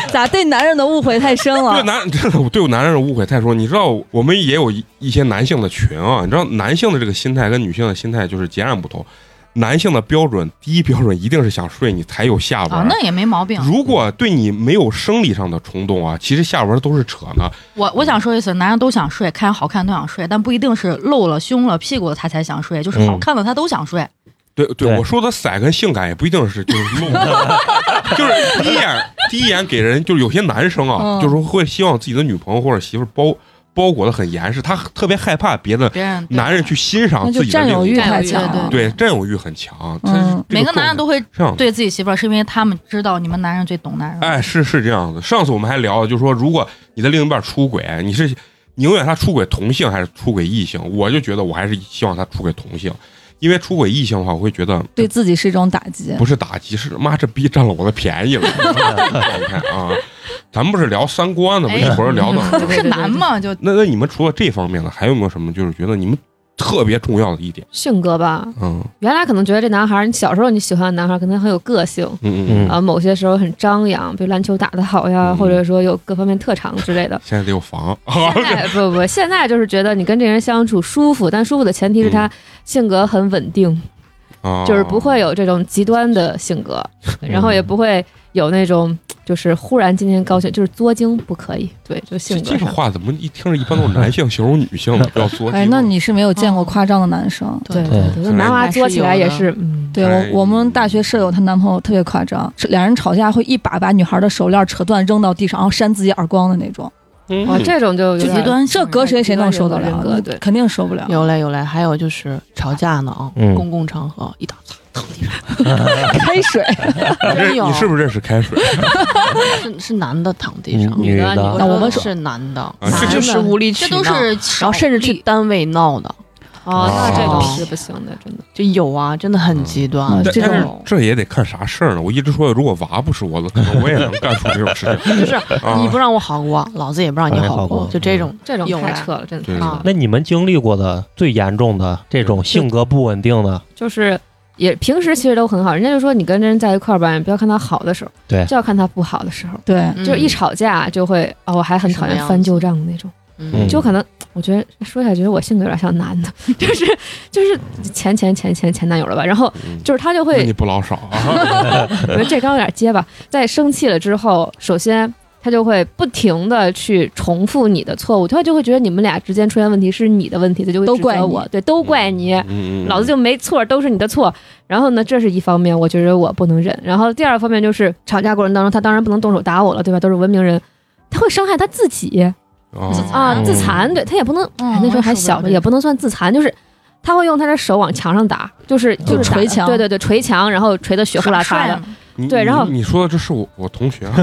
C: 咋对男人的误会太深
B: 对
C: 了？
B: 男真的我对我男人的误解太说，你知道我们也有一一些男性的群啊，你知道男性的这个心态跟女性的心态就是截然不同。男性的标准，第一标准一定是想睡你才有下文。
F: 啊，那也没毛病。
B: 如果对你没有生理上的冲动啊，其实下文都是扯呢。
F: 我我想说一次，男人都想睡，看人好看都想睡，但不一定是露了胸了屁股了他才想睡，就是
B: 嗯
F: 好看了他都想睡。
B: 对对，
D: 对
B: 我说的散跟性感也不一定是就是弄
D: 嗯
B: 的，就是第一眼第一眼给人就是有些男生啊，
C: 嗯
B: 就是会希望自己的女朋友或者媳妇儿包包裹的很严实，他特别害怕别的
F: 别人对
B: 男人去欣赏
C: 那就
B: 自己的
C: 占有
B: 另一
C: 欲
B: 半
C: 太强了。
B: 对，占有欲很强。他
C: 嗯
B: 是这个
F: 每个男人
B: 状
F: 都会
B: 态这样的。
F: 对自己媳妇儿，是因为他们知道你们男人最懂男人。
B: 哎，是是这样子。上次我们还聊，就说如果你的另一半出轨，你是宁愿他出轨同性还是出轨异性？我就觉得我还是希望他出轨同性，因为出轨异性的话，我会觉得
C: 对自己是一种打击。
B: 不是打击，是妈这逼占了我的便 宜了。你看啊，咱们不是聊三观的吗？
F: 哎
B: 一会儿聊到哪儿
F: 这
B: 了
F: 不是男嘛，就
B: 那那你们除了这方面的，还有没有什么就是觉得你们特别重要的一点？
G: 性格吧，
B: 嗯
G: 原来可能觉得这男孩儿，你小时候你喜欢的男孩儿可能很有个性。
B: 嗯
D: 嗯
B: 嗯，
G: 啊，某些时候很张扬，比如篮球打得好呀，
B: 嗯。
G: 或者说有各方面特长之类的
B: 现在得有房。
G: 现在不不，现在就是觉得你跟这个人相处舒服，但舒服的前提是
B: 嗯
G: 他性格很稳定，
B: 啊，
G: 就是不会有这种极端的性格，
B: 嗯
G: 然后也不会有那种就是忽然今天高兴，就是作精不可以。对，就
B: 这
G: 性格
B: 这个
G: 上。
B: 话怎么一听着一般都是男性形容女性的，不要作精。
C: 哎，那你是没有见过夸张的男生。
G: 对
D: 对
G: 对，男娃作起来也
E: 还是有
G: 是，嗯，
C: 对
B: 哎
C: 我，我们大学舍友她男朋友特别夸张，是两人吵架会一把把女孩的手链扯断扔到地上，然后扇自己耳光的那种。
B: 嗯
G: 哇，这种就有
F: 就
G: 点
F: 极端性
C: 这搁谁谁能受得
G: 人
C: 了？
G: 格对
C: 肯定受不了。
E: 有嘞有嘞，还有就是吵架呢啊，
D: 嗯
E: 公共场合一打擦躺地上，
C: 开水，
B: 你这
E: 真有啊
B: 你是不是认识开水？
E: 是是男的躺
F: 嗯
E: 地上，
D: 女的
E: 的你
C: 那我们
E: 说是男的，
B: 嗯啊
E: 这就是无理取
F: 这都
E: 闹
F: 是
E: 然后甚至去单位闹的，
G: 哦，那这
E: 哦
G: 个是不行的，真的。
E: 就有啊，真的很极端
C: 嗯。
B: 但
C: 这
B: 啊但是
C: 种
B: 这也得看啥事儿呢。我一直说，如果娃不是我的，可能我也能干出这种事 情。
E: 就是
B: 啊
E: 你不让我好过，老子也不让
C: 哎
E: 你
D: 好
E: 好
D: 过
E: 就这种
G: 这种
E: 有
G: 太
E: 呀
G: 扯了，真的
B: 对
G: 太扯
E: 啊
G: 了。
D: 那你们经历过的最严重的这种性格不稳定的，
G: 就是也平时其实都很好，人家就说你跟人在一块儿吧，你不要看他好的时候，
D: 对
G: 就要看他不好的时候。
C: 对，
E: 嗯
G: 就是一吵架就会哦，我还很讨
E: 什么
G: 厌
E: 样
G: 翻
E: 子
G: 旧账那种，
E: 嗯
G: 就可能我觉得说起来觉得我性格有点像男的， 就是就是前前前前前男友了吧，然后就是他就
B: 那你
G: 会，
B: 不老少啊？
G: 我觉得这刚有点结巴，在生气了之后，首先。他就会不停的去重复你的错误，他就会觉得你们俩之间出现问题是你的问题，他就会
C: 都
G: 指
C: 怪
G: 责
C: 你
G: 我，对，都怪你，
B: 嗯嗯，
G: 老子就没错，都是你的错。然后呢，这是一方面，我觉得我不能忍。然后第二方面就是吵架过程当中，他当然不能动手打我了，对吧？都是文明人，他会伤害他自己
B: 啊
E: 自己
G: 啊，
D: 嗯
G: 自残。对他也不能，哎
F: 嗯
G: 那时
F: 我
G: 候
F: 也
G: 还
F: 受不
G: 小
F: 了
G: 吧，
F: 这
G: 也不能算自残，就是。他会用他的手往墙上打，就是
C: 就是
G: 打
C: 捶墙
G: 对对对，捶墙，然后捶的血呼啦
F: 耍
G: 嚓
F: 帅
G: 的
F: 嘛。
B: 你
G: 对
B: 你
G: 然后
B: 你说的这是我我同学啊，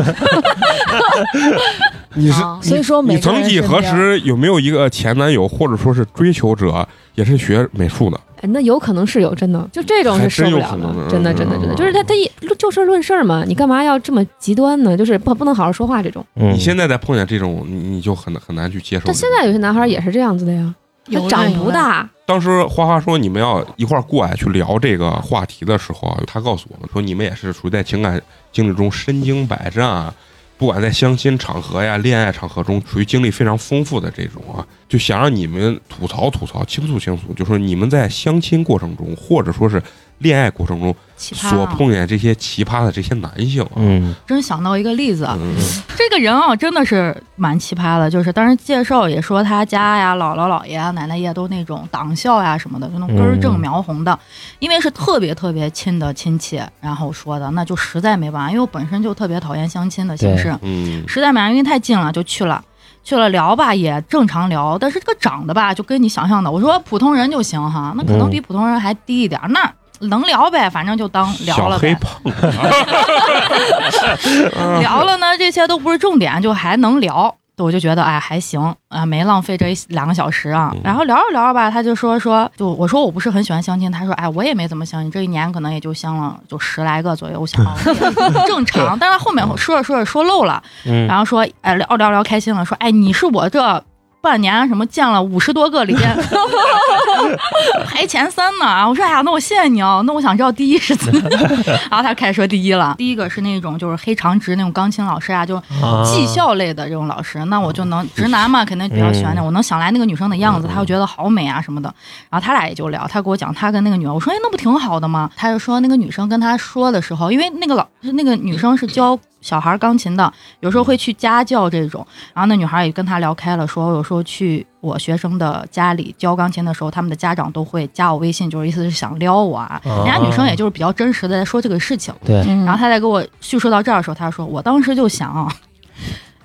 B: 你是
E: 啊
C: 所以说每
B: 你
C: 个人
B: 曾几
C: 身
B: 何
C: 边
B: 时有没有一个前男友或者说是追求者也是学美术的？
G: 哎那有可能是有，真的，就这种
B: 还
G: 是受
B: 真
G: 不
B: 有
G: 了
B: 可能
G: 的，
B: 嗯
G: 真的真的真的，
B: 嗯
G: 就是他他一就事论事儿嘛，你干嘛要这么极端呢？就是不不能好好说话这种。
D: 嗯
B: 你现在再碰见这种，你你就很很难去接受。
G: 但现在有些男孩也是这样子的呀，他
E: 有的
G: 长
E: 有
G: 不
E: 的
G: 大，
B: 当时花花说你们要一块儿过来去聊这个话题的时候啊，她告诉我们说你们也是属于在情感经历中身经百战啊，不管在相亲场合呀、恋爱场合中，属于经历非常丰富的这种啊，就想让你们吐槽吐槽、倾诉倾诉，就说你们在相亲过程中或者说是恋爱过程中
F: 奇葩
B: 所
F: 啊！
B: 碰见这些奇葩的这些男性啊，
D: 嗯
F: 真想到一个例子啊，
B: 嗯，
F: 这个人啊，真的是蛮奇葩的。就是当时介绍也说他家呀、姥姥姥爷啊、奶奶爷都那种党校呀什么的，就那种根儿
B: 嗯
F: 正苗红的。因为是特别特别亲的亲戚，然后说的，那就实在没办法，因为我本身就特别讨厌相亲的形式，
B: 嗯
F: 实在没办法，因为太近了就去了。去了聊吧，也正常聊，但是这个长得吧，就跟你想象的，我说普通人就行哈，那可
B: 嗯
F: 能比普通人还低一点，那能聊呗，反正就当聊
B: 小
F: 了
B: 黑
F: 呗。
B: 胖
F: 聊了呢，这些都不是重点，就还能聊。我就觉得哎还行啊，没浪费这一两个小时啊
B: 嗯。
F: 然后聊着聊着吧，他就说说，就我说我不是很喜欢相亲，他说哎我也没怎么相亲，这一年可能也就相了就十来个左右，我想 啊正常。但是他后面说着说着说漏了，
D: 嗯
F: 然后说哎聊聊聊开心了，说哎你是我这半年什么见了五十多个里边排前三呢啊！我说哎呀，那我谢谢你哦，那我想知道第一是怎么。 然后他开始说第一了，第一个是那种就是黑长直那种钢琴老师啊，就
D: 啊
F: 技校类的这种老师，那我就能直男嘛，肯定比较喜欢那，我能想来那个女生的样子，他会觉得好美啊什么的。然后他俩也就聊，他给我讲他跟那个女，我说哎那不挺好的吗？他就说那个女生跟他说的时候，因为那个老那个女生是教小孩钢琴的，有时候会去家教这种。然后那女孩也跟他聊开了，说有时候去我学生的家里教钢琴的时候，他们的家长都会加我微信，就是意思是想撩我啊。人家女生也就是比较真实的在说这个事情。
D: 对，
C: 嗯
F: 然后他在给我叙述到这儿的时候，他说：“我当时就想啊，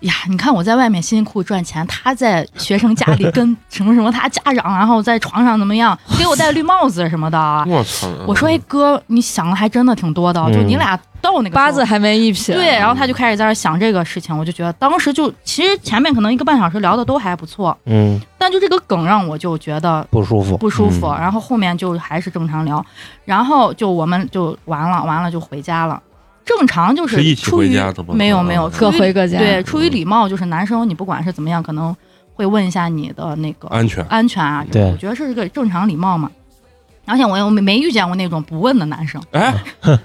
F: 呀，你看我在外面辛辛苦苦赚钱，他在学生家里 跟什么什么他家长，啊然后在床上怎么样，给我戴绿帽子什么的啊。
B: 我操！
C: 嗯
F: 我说：“哎哥，你想的还真的挺多的哦，就你
D: 嗯
F: 俩到那个时候
C: 八字还没一撇，
F: 对，然后他就开始在那儿想这个事情，我就觉得当时就其实前面可能一个半小时聊的都还不错，
D: 嗯，
F: 但就这个梗让我就觉得
D: 不舒服，
F: 不舒服，
D: 嗯
F: 然后后面就还是正常聊，然后就我们就完了，完了就回家了。正常就是
B: 是一起
F: 出
B: 回
F: 于
B: 家的吗
F: 没有没
B: 啊
F: 有，出
C: 各
F: 于
C: 回各家。
F: 对，出于礼貌，就是男生你不管是怎么样，可能会问一下你的那个
B: 安全，
F: 安全啊，
D: 对
F: 我觉得这是个正常礼貌嘛。而且我又没没遇见过那种不问的男生，
B: 哎，哎，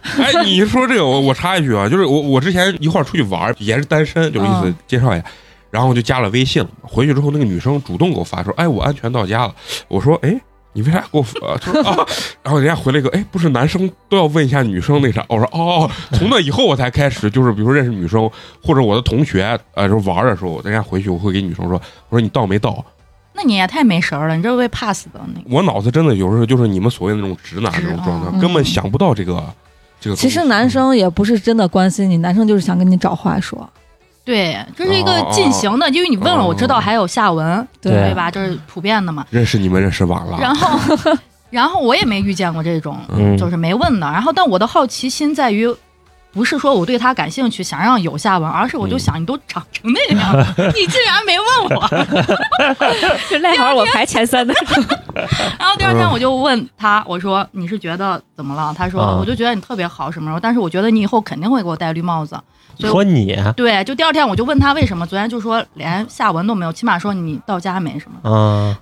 B: 你说这个，我我插一句啊，就是我我之前一块儿出去玩儿，也是单身，就是意思
F: 嗯
B: 介绍一下，然后我就加了微信了。回去之后，那个女生主动给我发说：“哎，我安全到家了。”我说：“哎，你为啥给我发？”她说：“啊。”然后人家回了一个：“哎，不是男生都要问一下女生那啥？”我说：“哦。”从那以后我才开始，就是比如说认识女生或者我的同学，呃，就玩儿的时候，人家回去我会给女生说：“我说你到没到
F: 那你也太没神儿了，你这被 pass 的那？”
B: 我脑子真的有时候就是你们所谓的那种直男
F: 直
B: 那种状态，
F: 嗯
B: 根本想不到这个这个东西。嗯
C: 其实男生也不是真的关心你，男生就是想跟你找话说。
F: 对，这是一个进行的，因为你问了，我知道还有下文，
C: 对
F: 对吧？这是普遍的嘛。
B: 认识你们认识晚了。
F: 然后， 然后我也没遇见过这种，
D: 嗯
F: 就是没问的。然后，但我的好奇心在于。不是说我对他感兴趣，想让有下文，而是我就
D: 嗯
F: 想你都长 成那个样子，你竟然没问我，
G: 就赖好我排前三的，
F: 然后第二天
D: 嗯
F: 我就问他，我说你是觉得怎么了？他说
D: 啊
F: 我就觉得你特别好什么什么，但是我觉得你以后肯定会给我戴绿帽子。所以
D: 说
F: 我
D: 你啊，
F: 对，就第二天我就问他为什么，昨天就说连下文都没有，起码说你到家没什么。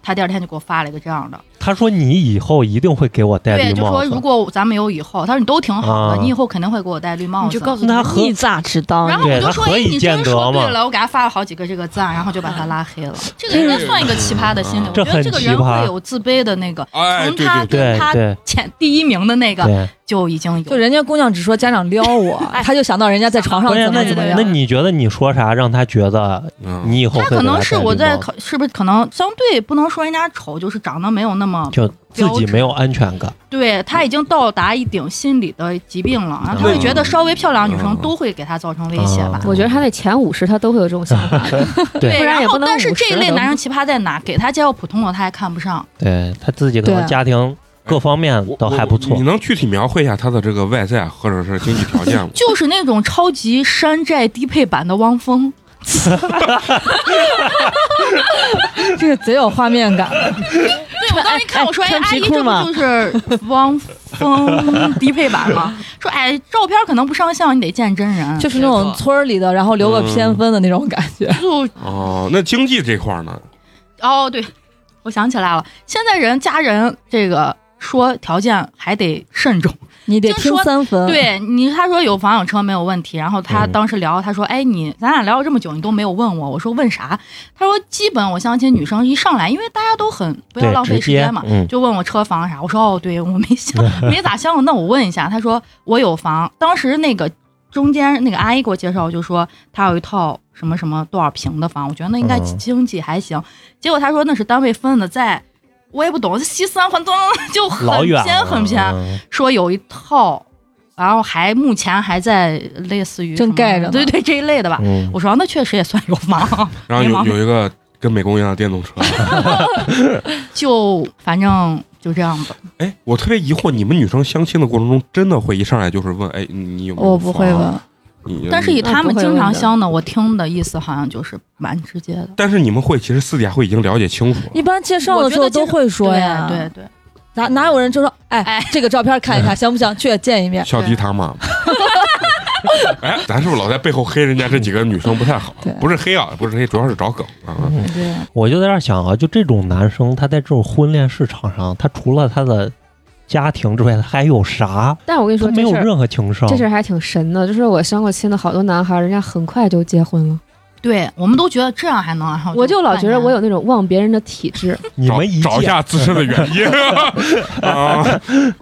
F: 他第二天就给我发了一个这样的，
D: 啊他说你以后一定会给我戴
F: 对，
D: 绿
F: 就
D: 帽
F: 说
D: 子
F: 如。果咱们有以后，他说你都挺好的，
D: 啊
F: 你以后肯定会给我戴绿帽
C: 嗯
E: 你
F: 子。
E: 就告诉
D: 那
E: 他
D: 和
E: 你咋知道呢？
F: 然后我
D: 哦对
F: 就
D: 他
F: 说，
D: 何
F: 哎，
D: 以
F: 你
D: 见
F: 真
D: 得
F: 说对
D: 嘛
F: 了，我给他发了好几个这个赞，然后就把他拉黑了。这个应该算一个奇葩的心理，我
D: 这
F: 觉得这
D: 很
F: 个
D: 奇
F: 人
D: 葩
F: 会有自卑的那个，
B: 哎，
F: 从
B: 对
F: 他
B: 对对，
D: 对
F: 他
D: 对
F: 前第一名的那个
D: 对，
F: 就已经有，
C: 就人家姑娘只说家长撩我，他就想到人家在床上
D: 关键
C: 怎么
D: 那
C: 怎么
D: 那
C: 样。
D: 你觉得你说啥让他觉得
B: 嗯，
D: 你以后
F: 他
D: 会
F: 可
D: 给
F: 能
D: 戴
F: 是
D: 绿
F: 我在
D: 帽子
F: 考，是不是可能相对不能说人家丑，就是长得没有那么，
D: 就自
F: 标
D: 己
F: 志
D: 没有安全感，
F: 对他已经到达一顶心理的疾病了，然
B: 那
F: 后他
D: 嗯
F: 会
B: 你
F: 觉得稍微漂亮的女生
B: 嗯
F: 都会给他造成威胁吧
D: 啊。
G: 我觉得他那前五十他都会有这种想法，
F: 对，
G: 不然也
F: 然后
G: 不能
F: 但是
G: 50
F: 这一类
G: 了
F: 男生奇葩在哪？给他介绍普通的他还看不上，？
D: 对他自己可能
C: 对
D: 家庭各方面倒还不
B: 我
D: 错
B: 你，能具体描绘一下他的这个外在或者是经济条件吗
F: 就是那种超级山寨低配版的汪峰。
C: 这个贼有画面感，
F: 对，我当时一看，我说：“哎，
E: 穿
F: 阿
E: 皮
F: 姨，
E: 裤
F: 这
E: 吗
F: 不就是汪峰低配版吗？”说：“哎，照片可能不上相，你得见真人。”
C: 就是那种村儿里的，然后留个偏分的那种感觉。
F: 就
B: 哦，那经济这块儿呢？
F: 哦，对，我想起来了，现在人家人这个说条件还得慎重。
C: 你得听三分，，
F: 对你，他说有房有车没有问题，然后他
D: 嗯
F: 当时聊，他说：“哎，你咱俩聊了这么久，你都没有问我。”我说：“问啥？”他说：“基本我相亲女生一上来，因为大家都很不要
D: 对，
F: 浪
D: 直
F: 费时
D: 接
F: 间嘛，
D: 嗯，
F: 就问我车房啥，我说哦，对我没 想没咋想过，那我问一下。他说我有房，当时那个中间那个阿姨给我介绍，就说她有一套什么什么多少平的房，我觉得那应该
D: 嗯
F: 经济还行。结果他说那是单位分的，在我也不懂，西三环东就很
D: 老远
F: 偏
D: 了
F: 很偏，
D: 嗯
G: 啊
F: 说有一套，然后还目前还在类似于
C: 正
F: 什么
C: 盖着呢
F: 对对这一类的吧。
D: 嗯，
F: 我说啊那确实也算有房，
B: 然后
F: 没毛
B: 有
F: 病哎
B: 有一个跟美工一样的电动车。
F: 就反正就这样吧。
B: 哎，我特别疑惑，你们女生相亲的过程中，真的会一上来就是问，哎，你你有没有
C: 我不会
B: 房
C: 问，
B: 你
F: 但是以
B: 你
F: 他
C: 不
F: 们
C: 会
F: 经
C: 问
F: 常
C: 的
F: 相的，我听的意思好像就是蛮直接的。
B: 但是你们会其实私底下会已经了解清楚了。
C: 一般介绍的时候都会说呀，
F: 对对对，
C: 哪哪有人就说，哎
F: 哎，
C: 这个照片看一下，行不行？去见一面。
B: 小迪他 妈。哎，咱是不是老在背后黑人家这几个女生不太好
C: 对？
B: 不是黑啊，不是黑，主要是找梗啊。
C: 对，
D: 嗯我就在这儿想啊，就这种男生，他在这种婚恋市场上，他除了他的家庭之外，他还有啥？
G: 但是我跟你
D: 他
G: 说，
D: 没
G: 这
D: 有
G: 事儿
D: 任何情商
G: 这。事儿还挺神的，就是我相过亲的好多男孩儿，人家很快就结婚了，
F: 对我们都觉得这样还能，
D: 哦
F: 然后
G: 我就老觉得我
F: 有
G: 有那种忘别人的体 质，
D: 你们一
B: 找找一
D: 见
B: 下自身的原 因啊，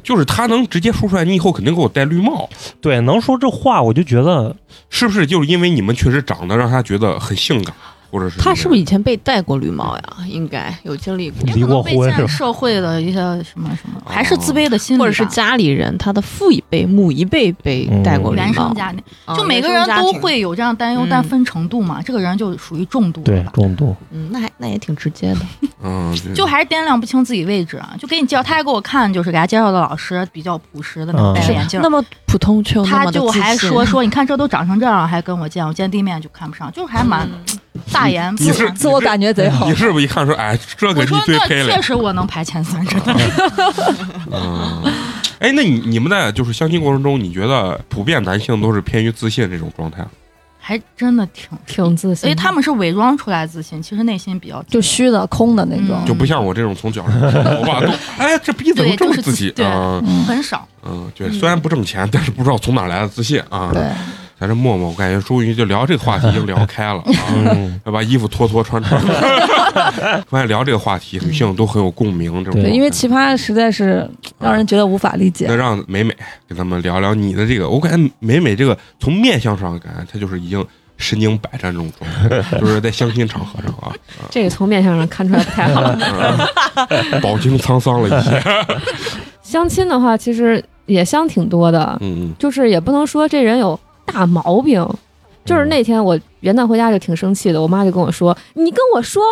B: 就是他能直接说出来，你以后肯定给我戴绿帽，
D: 对能说这话，我就觉得
B: 是不是？就是因为你们确实长得让他觉得很性感，或者是
E: 他是不是以前被戴过绿帽呀？应该有经历过，
D: 离过婚是吧？
F: 社会的一些什么什么，还是自卑的心理吧，
E: 或者是家里人，他的父一辈、母一辈被
C: 嗯
E: 戴过绿
F: 原
E: 帽
F: 生，家庭，
E: 啊
F: 就每个
E: 原
F: 人
E: 生家
F: 都
E: 庭
F: 会有这样担忧
E: 嗯，
F: 但分程度嘛，这个人就属于重度
D: 对
F: 了吧。
D: 中毒，
E: 嗯，那还那也挺直接的。
B: 嗯，对
F: 就还是掂量不清自己位置啊！就给你介绍，他还给我看，就是给他介绍的老师比较朴实的
D: 嗯
F: 那种戴着眼镜儿，
E: 那么普通却又那
F: 他
E: 么的
F: 就
E: 自
F: 还
E: 信
F: 说说，你看这都长成这样了，还跟我见，我见第一面就看不上，就是还 蛮
E: 嗯
F: 大言不
B: 你是
F: 惭。
C: 自我感觉贼好
B: 你。是不是一看说，哎，这个
F: 我
B: 你
F: 说
B: 最
F: 那
B: 配了
F: 确？实我能排前三，真的。
B: 嗯，哎，那你你们在就是相亲过程中，你觉得普遍男性都是偏于自信这种状态？
F: 还真的挺，
G: 挺自信
F: 所
G: 的。
F: 以他们是伪装出来自信，其实内心比较自
C: 就
F: 信
C: 虚的、空的那种，
B: 就不像我这种从脚上我吧 都，哎，这逼怎么这么自己
F: 嗯对就是
B: 啊？
C: 嗯，
F: 很少。
B: 嗯，对，虽然不挣钱，但是不知道从哪来的自信啊。
C: 对，
B: 咱这默默，我感觉终于就聊这个话题已经聊开了啊，
D: 嗯，
B: 要把衣服脱脱穿穿。 发现聊这个话题，女性都很有共鸣，这种
D: 对
C: 对，因为奇葩实在是让人觉得无法理解
B: 那。让美美给咱们聊聊你的这个，我感觉美美这个从面相上感觉她就是已经身经百战这种状态，就是在相亲场合上啊，
G: 这个从面相上看出来不太 好。
B: 嗯 饱经沧桑了一些。
G: 相亲的话，其实也相挺多的，
B: 嗯
G: 就是也不能说这人有大毛病。就是那天我元旦回家就挺生气的，我妈就跟我说：“你跟我说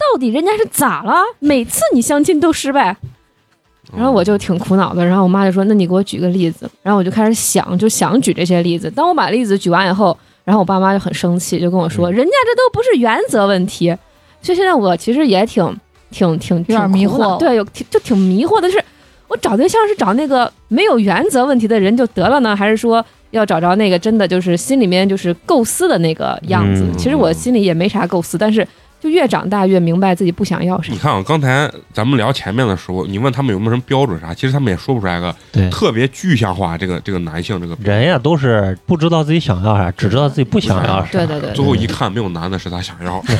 G: 到底人家是咋了？每次你相亲都失败。”
B: 嗯，
G: 然后我就挺苦恼的，然后我妈就说：“那你给我举个例子。”然后我就开始想，就想举这些例子。当我把例子举完以后，然后我爸妈就很生气，就跟我说：“
B: 嗯
G: 人家这都不是原则问题。”所以现在我其实也挺挺挺
C: 有点
G: 挺
C: 迷
G: 苦恼
C: 惑
G: 对，有挺就挺迷惑的。就是我找对象是找那个没有原则问题的人就得了呢，还是说要找着那个真的就是心里面就是构思的那个样子？
D: 嗯
G: 其实我心里也没啥构思，但是就越长大越明白自己不想要啥
B: 你。看啊，刚才咱们聊前面的时候，你问他们有没有什么标准啥，其实他们也说不出来个
D: 对
B: 特别具象化这个这个男性这个标准。
D: 人呀都是不知道自己想要啥，只知道自己不想要啥。
G: 对对对，
B: 最后一看，没有男的是他想要的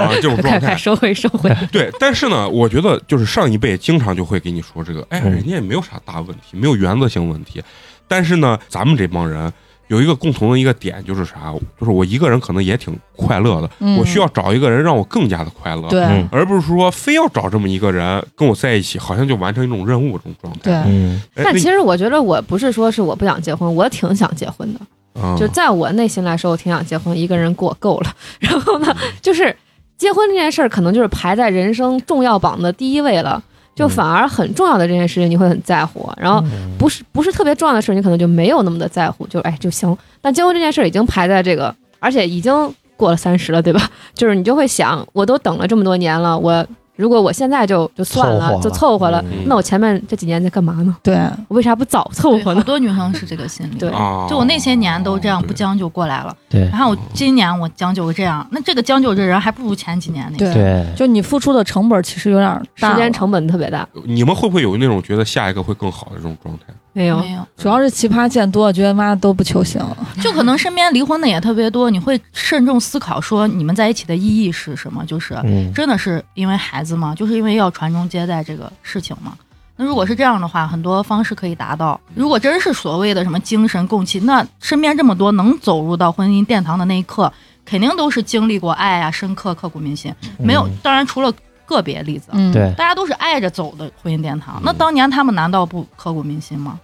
B: 啊，这 种状
G: 快快
B: 态。
G: 收回收回。
B: 对，但是呢，我觉得就是上一辈经常就会给你说这个，哎，
D: 嗯
B: 人家也没有啥大问题，没有原则性问题。但是呢，咱们这帮人有一个共同的一个点就是啥，就是我一个人可能也挺快乐的，
C: 嗯
B: 我需要找一个人让我更加的快乐。
C: 对
D: 嗯
B: 而不是说非要找这么一个人跟我在一起，好像就完成一种任务这种状态。
C: 对，
D: 嗯，
B: 哎，
G: 但其实我觉得我不是说是我不想结婚，我挺想结婚的。
D: 哦
B: 那
G: 就在我内心来说，我挺想结婚，一个人过够了。 然后呢，
D: 嗯
G: 就是结婚这件事儿，可能就是排在人生重要榜的第一位了。就
D: 嗯
G: 反而很重要的这件事情，你会很在乎。然后不是不是特别重要的事儿，你可能就没有那么的在乎，就哎就行。但结婚这件事儿已经排在这个，而且已经过了三十了，对吧？ 就是你就会想，我都等了这么多年了，我如果我现在就就算了，
D: 凑合了
G: 就凑合了，
D: 嗯
G: 那我前面这几年在干嘛呢？
C: 对，
G: 我为啥不早凑
F: 对
G: 合
F: 好
G: 呢？
F: 多女生是这个心理。
G: 对
B: 啊，
F: 就我那些年都这样不
B: 对
F: 将就过来了，
D: 对
G: 哎
F: 然后我今年我将就个这样，那这个将就这人还不如前几年那个。
C: 对
D: 对，
C: 就你付出的成本其实有点大了，
G: 时间成本特别大，
B: 你们会不会有那种觉得下一个会更好的这种状态？
G: 没有。
F: 没有，
C: 主要是奇葩见多了，觉得妈都不求行。
F: 就可能身边离婚的也特别多，你会慎重思考说你们在一起的意义是什么？就是
D: 嗯，
F: 真的是因为孩子吗？就是因为要传宗接代这个事情吗？那如果是这样的话，很多方式可以达到。如果真是所谓的什么精神共契，那身边这么多能走入到婚姻殿堂的那一刻，肯定都是经历过爱啊，深刻刻骨铭心。没有
D: 嗯，
F: 当然除了个别例子，啊
C: 嗯，
D: 对，
F: 大家都是爱着走的婚姻殿堂。那当年他们难道不刻骨铭心吗？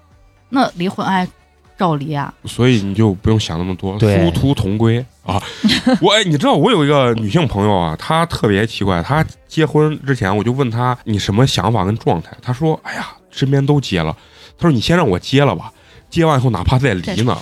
F: 那离婚爱照离啊，
B: 所以你就不用想那么多，
D: 对
B: 殊途同归啊！ 我哎，你知道我有一个女性朋友啊，她特别奇怪，她结婚之前我就问她你什么想法跟状态，她说哎呀，身边都结了，她说你先让我结了吧，结完以后哪怕再离呢，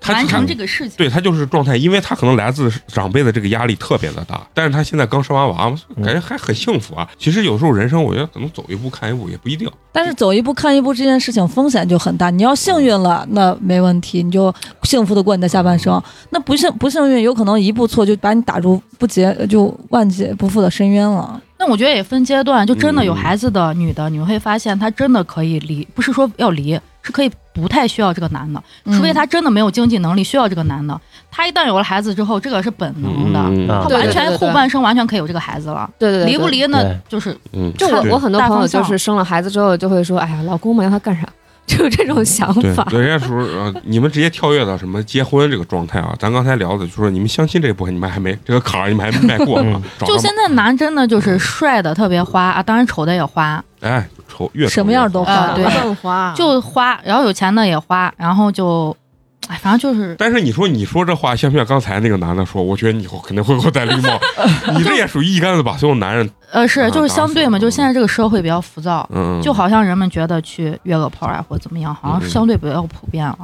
B: 她
F: 完
B: 她
F: 成这个事情。
B: 对他就是状态，因为他可能来自长辈的这个压力特别的大，但是他现在刚生完娃嘛，感觉还很幸福啊。其实有时候人生，我觉得可能走一步看一步也不一定。
C: 但是走一步看一步这件事情风险就很大。你要幸运了，那没问题，你就幸福的过你的下半生。那不幸不幸运，有可能一步错就把你打入不劫就万劫不复的深渊了。
F: 那我觉得也分阶段，就真
B: 嗯
F: 的有孩子的女的，你会发现她真的可以离，不是说要离，是可以不太需要这个男的，除非
C: 嗯
F: 她真的没有经济能力需要这个男的。她一旦有了孩子之后，这个是本能的，
B: 嗯
D: 啊
F: 她
G: 对
F: 完
G: 对
F: 全
G: 对
F: 后
G: 对
F: 半生完全可以有这个孩子了。
G: 对对对，
F: 离不
G: 对
F: 离呢
D: 对？
F: 就是
B: 嗯，
G: 就我
B: 对
G: 我很多
F: 大
G: 朋友
F: 方
G: 就
F: 向
G: 是生了孩子之后就会说，哎呀，老公嘛，让他干啥， 就有这种想
B: 对
G: 法。
B: 对，人家说呃，你们直接跳跃到什么结婚这个状态啊？咱刚才聊的就说你们相亲这一部分，你们还没这个坎儿，你们还没迈过啊
D: 嗯。
B: 找
F: 就
B: 到
F: 现在男真的就是帅的特别花啊，当然丑的也花，
B: 哎，丑越丑
C: 什么样都
B: 越好
C: 花
F: 啊对
E: 乱花
G: 嗯
F: 就花，然后有钱的也花，然后就，哎，反正就是
B: 但是你说你说这话像不像刚才那个男的说？我觉得你以后肯定会给我戴绿帽，你这也属于一竿子把所有男人
F: 呃是
B: 啊
F: 就是
B: 打
F: 相
B: 死
F: 对嘛，
B: 了
F: 就是现在这个社会比较浮躁，
B: 嗯
F: 就好像人们觉得去约个炮啊或者怎么样，好像
B: 嗯
F: 是相对比较普遍了，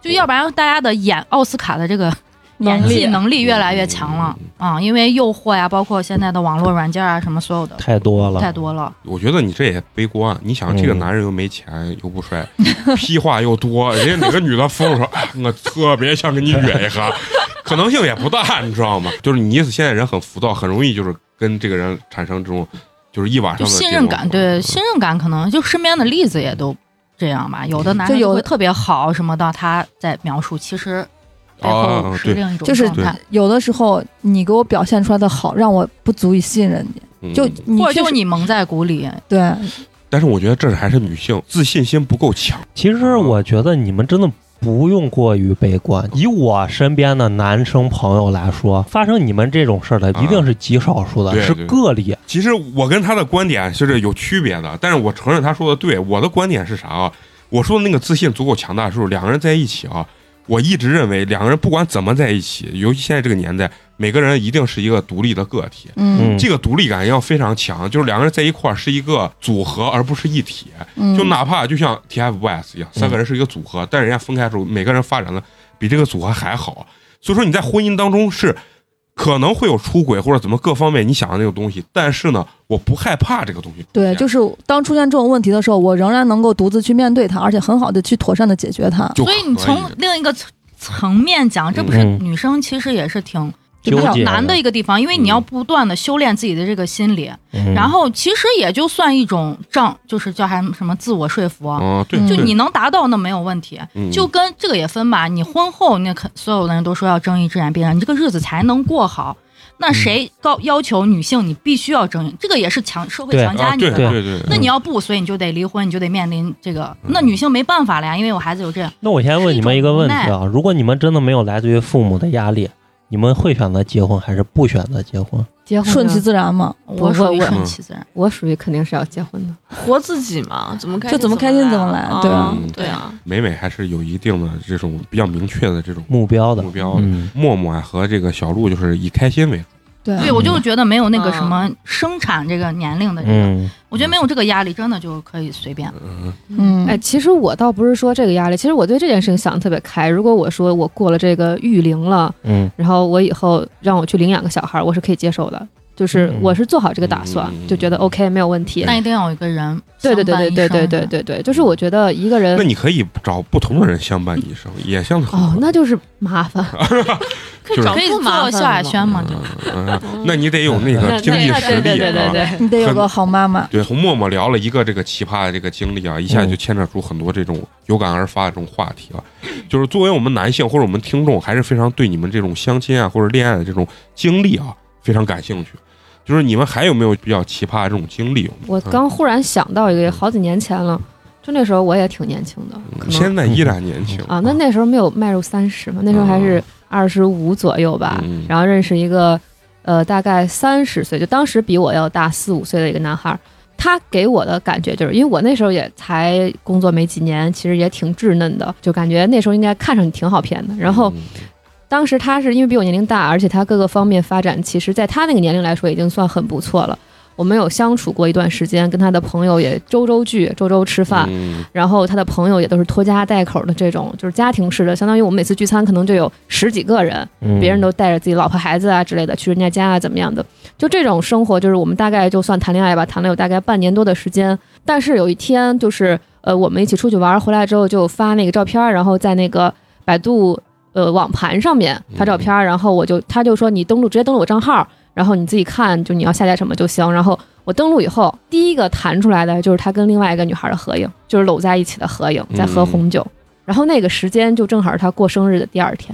F: 就要不然大家的演奥斯卡的这个演
C: 能力啊
F: 技能力越来越强
B: 嗯
F: 了啊、因为诱惑呀，包括现在的网络软件啊什么所有的
D: 太多了，
F: 太多了，
B: 我觉得你这也背锅啊！你想，这个
D: 嗯
B: 男人又没钱又不帅， 屁话又多，人家哪个女的疯了说， 哎我特别想跟你约一下， 可能性也不大，你知道吗？就是你意思，现在人很浮躁，很容易就是跟这个人产生这种，就是一晚
F: 就
B: 上的
F: 信
B: 这
F: 任
B: 种
F: 感，对信任感可能就身边的例子也都这样吧，有
B: 嗯
F: 的男
C: 就
F: 人
C: 有
F: 会特别好什么的，他在描述其实背
B: 啊
F: 后是
B: 对
F: 另一种
C: 就是
F: 状态，
C: 有的时候你给我表现出来的好，让我不足以信任你，
B: 嗯
C: 就你
F: 或者
C: 确
F: 就
C: 实
F: 是你蒙在鼓里，
C: 对
B: 但是我觉得这还是女性自信心不够强，
D: 其实我觉得你们真的不用过于悲观。以我身边的男生朋友来说，发生你们这种事儿的
B: 啊
D: 一定是极少数的，
B: 对
D: 是
B: 对
D: 个例。
B: 其实我跟他的观点是有区别的，但是我承认他说的对。我的观点是啥啊？我说的那个自信足够强大的时候，两个人在一起啊，我一直认为两个人不管怎么在一起，尤其现在这个年代，每个人一定是一个独立的个体，
C: 嗯
D: 嗯，
B: 这个独立感要非常强，就是两个人在一块儿是一个组合，而不是一体。
C: 嗯，
B: 就哪怕就像 TFBOYS 一样，三个人是一个组合，但是人家分开的时候，每个人发展的比这个组合还好。所以说你在婚姻当中是可能会有出轨或者怎么各方面你想的那种东西，但是呢，我不害怕这个东西出
C: 对，
B: 现
C: 就是当出现这种问题的时候，我仍然能够独自去面对它，而且很好的去妥善的解决它。
B: 就
F: 所以你
B: 可
F: 从另一个层层面讲，这不是
D: 嗯
F: 女生其实也是挺
D: 纠
F: 比较
D: 结
F: 难的一个地方，因为你要
B: 嗯
F: 不断的修炼自己的这个心理，
D: 嗯
F: 然后其实也就算一种障，就是叫还什么自我说服。
B: 啊，对，
C: 嗯
F: 就
B: 对
F: 你能达到那没有问题，
B: 嗯
F: 就跟这个也分吧。你婚后那肯所有的人都说要睁一只眼闭一只眼，你这个日子才能过好。
B: 嗯
F: 那谁高要求女性你必须要睁眼，这个也是强社会
D: 对
F: 强加
B: 啊，
F: 你
B: 对
F: 的
B: 对
F: 吧。
B: 对对，
F: 那你要不，所以你就得离婚，你就得面临这个。那
B: 嗯
F: 女性没办法了呀，因为我孩子有这样。
D: 那我先问你们一个问题
F: 是一
D: 啊，如果你们真的没有来自于父母的压力，你们会选择结婚还是不选择结婚？
G: 结婚
C: 顺
G: 呢
C: 其自然嘛，
F: 我属于
G: 我
B: 嗯
F: 顺其自然。
G: 我属于肯定是要结婚的。
E: 活自己嘛，怎么开
C: 就怎么开心怎么来对
B: 啊
E: 啊
B: 嗯，
E: 对啊，
B: 美美还是有一定的这种比较明确的这种
D: 目标的
B: 目，标的。
D: 嗯，
B: 默默啊和这个小鹿就是以开心为主，
C: 对
F: 对，我就是觉得没有那个
E: 嗯
F: 什么生产这个年龄的这个，
D: 嗯，
F: 我觉得没有这个压力，真的就可以随便。
B: 嗯，
C: 嗯，
G: 哎，其实我倒不是说这个压力，其实我对这件事情想的特别开。如果我说我过了这个育龄了，
D: 嗯，
G: 然后我以后让我去领养个小孩儿，我是可以接受的，就是
D: 嗯
G: 我是做好这个打算，
B: 嗯
G: 就觉得 OK 没有问题。
F: 那一定要有一个人
G: 对
F: 相
G: 对对
F: 伴
G: 对
F: 一
G: 对对
F: 生
G: 对
F: 的
G: 对对，就是我觉得一个人
B: 那你可以找不同的人相伴一生，也像
G: 呃哦，那就是麻烦。
E: 啊
B: 就
E: 可
B: 是
E: 找
F: 可以
E: 更麻
F: 做
E: 烦
F: 萧亚
E: 的
F: 轩嘛？就
B: 嗯嗯嗯 那你得有那个经济
G: 那
B: 实
G: 对对
B: 力
G: 对对
B: 啊。
G: 对，
C: 你得有个好妈妈。
B: 对，从默默聊了一个这个奇葩的这个经历啊，一
G: 嗯
B: 下就牵扯出很多这种有感而发的这种话题啊。就是作为我们男性或者我们听众，还是非常对你们这种相亲啊或者恋爱的这种经历啊非常感兴趣。就是你们还有没有比较奇葩的这种经历？
G: 我刚忽然想到一个，好几年前了，就那时候我也挺年轻的，
B: 嗯
G: 可能
B: 现在依然年轻
G: 啊，那那时候没有迈入三十嘛，那时候还是二十五左右吧，
B: 啊嗯
G: 然后认识一个，呃，大概三十岁，就当时比我要大四五岁的一个男孩儿。他给我的感觉就是，因为我那时候也才工作没几年，其实也挺稚嫩的，就感觉那时候应该看上去挺好骗的。然后
B: 嗯
G: 当时他是因为比我年龄大，而且他各个方面发展，其实在他那个年龄来说已经算很不错了。我们有相处过一段时间，跟他的朋友也周周聚，周周吃饭，
B: 嗯
G: 然后他的朋友也都是拖家带口的这种，就是家庭式的，相当于我们每次聚餐可能就有十几个人，
D: 嗯
G: 别人都带着自己老婆孩子啊之类的去人家家啊怎么样的，就这种生活，就是我们大概就算谈恋爱吧，谈了有大概半年多的时间，但是有一天就是呃我们一起出去玩儿回来之后就发那个照片儿，然后在那个百度呃网盘上面发照片儿，然后我就他就说你登录直接登录我账号，然后你自己看就你要下载什么就行，然后。我登录以后，第一个弹出来的就是他跟另外一个女孩的合影，就是搂在一起的合影，在喝红酒。然后那个时间就正好是他过生日的第二天，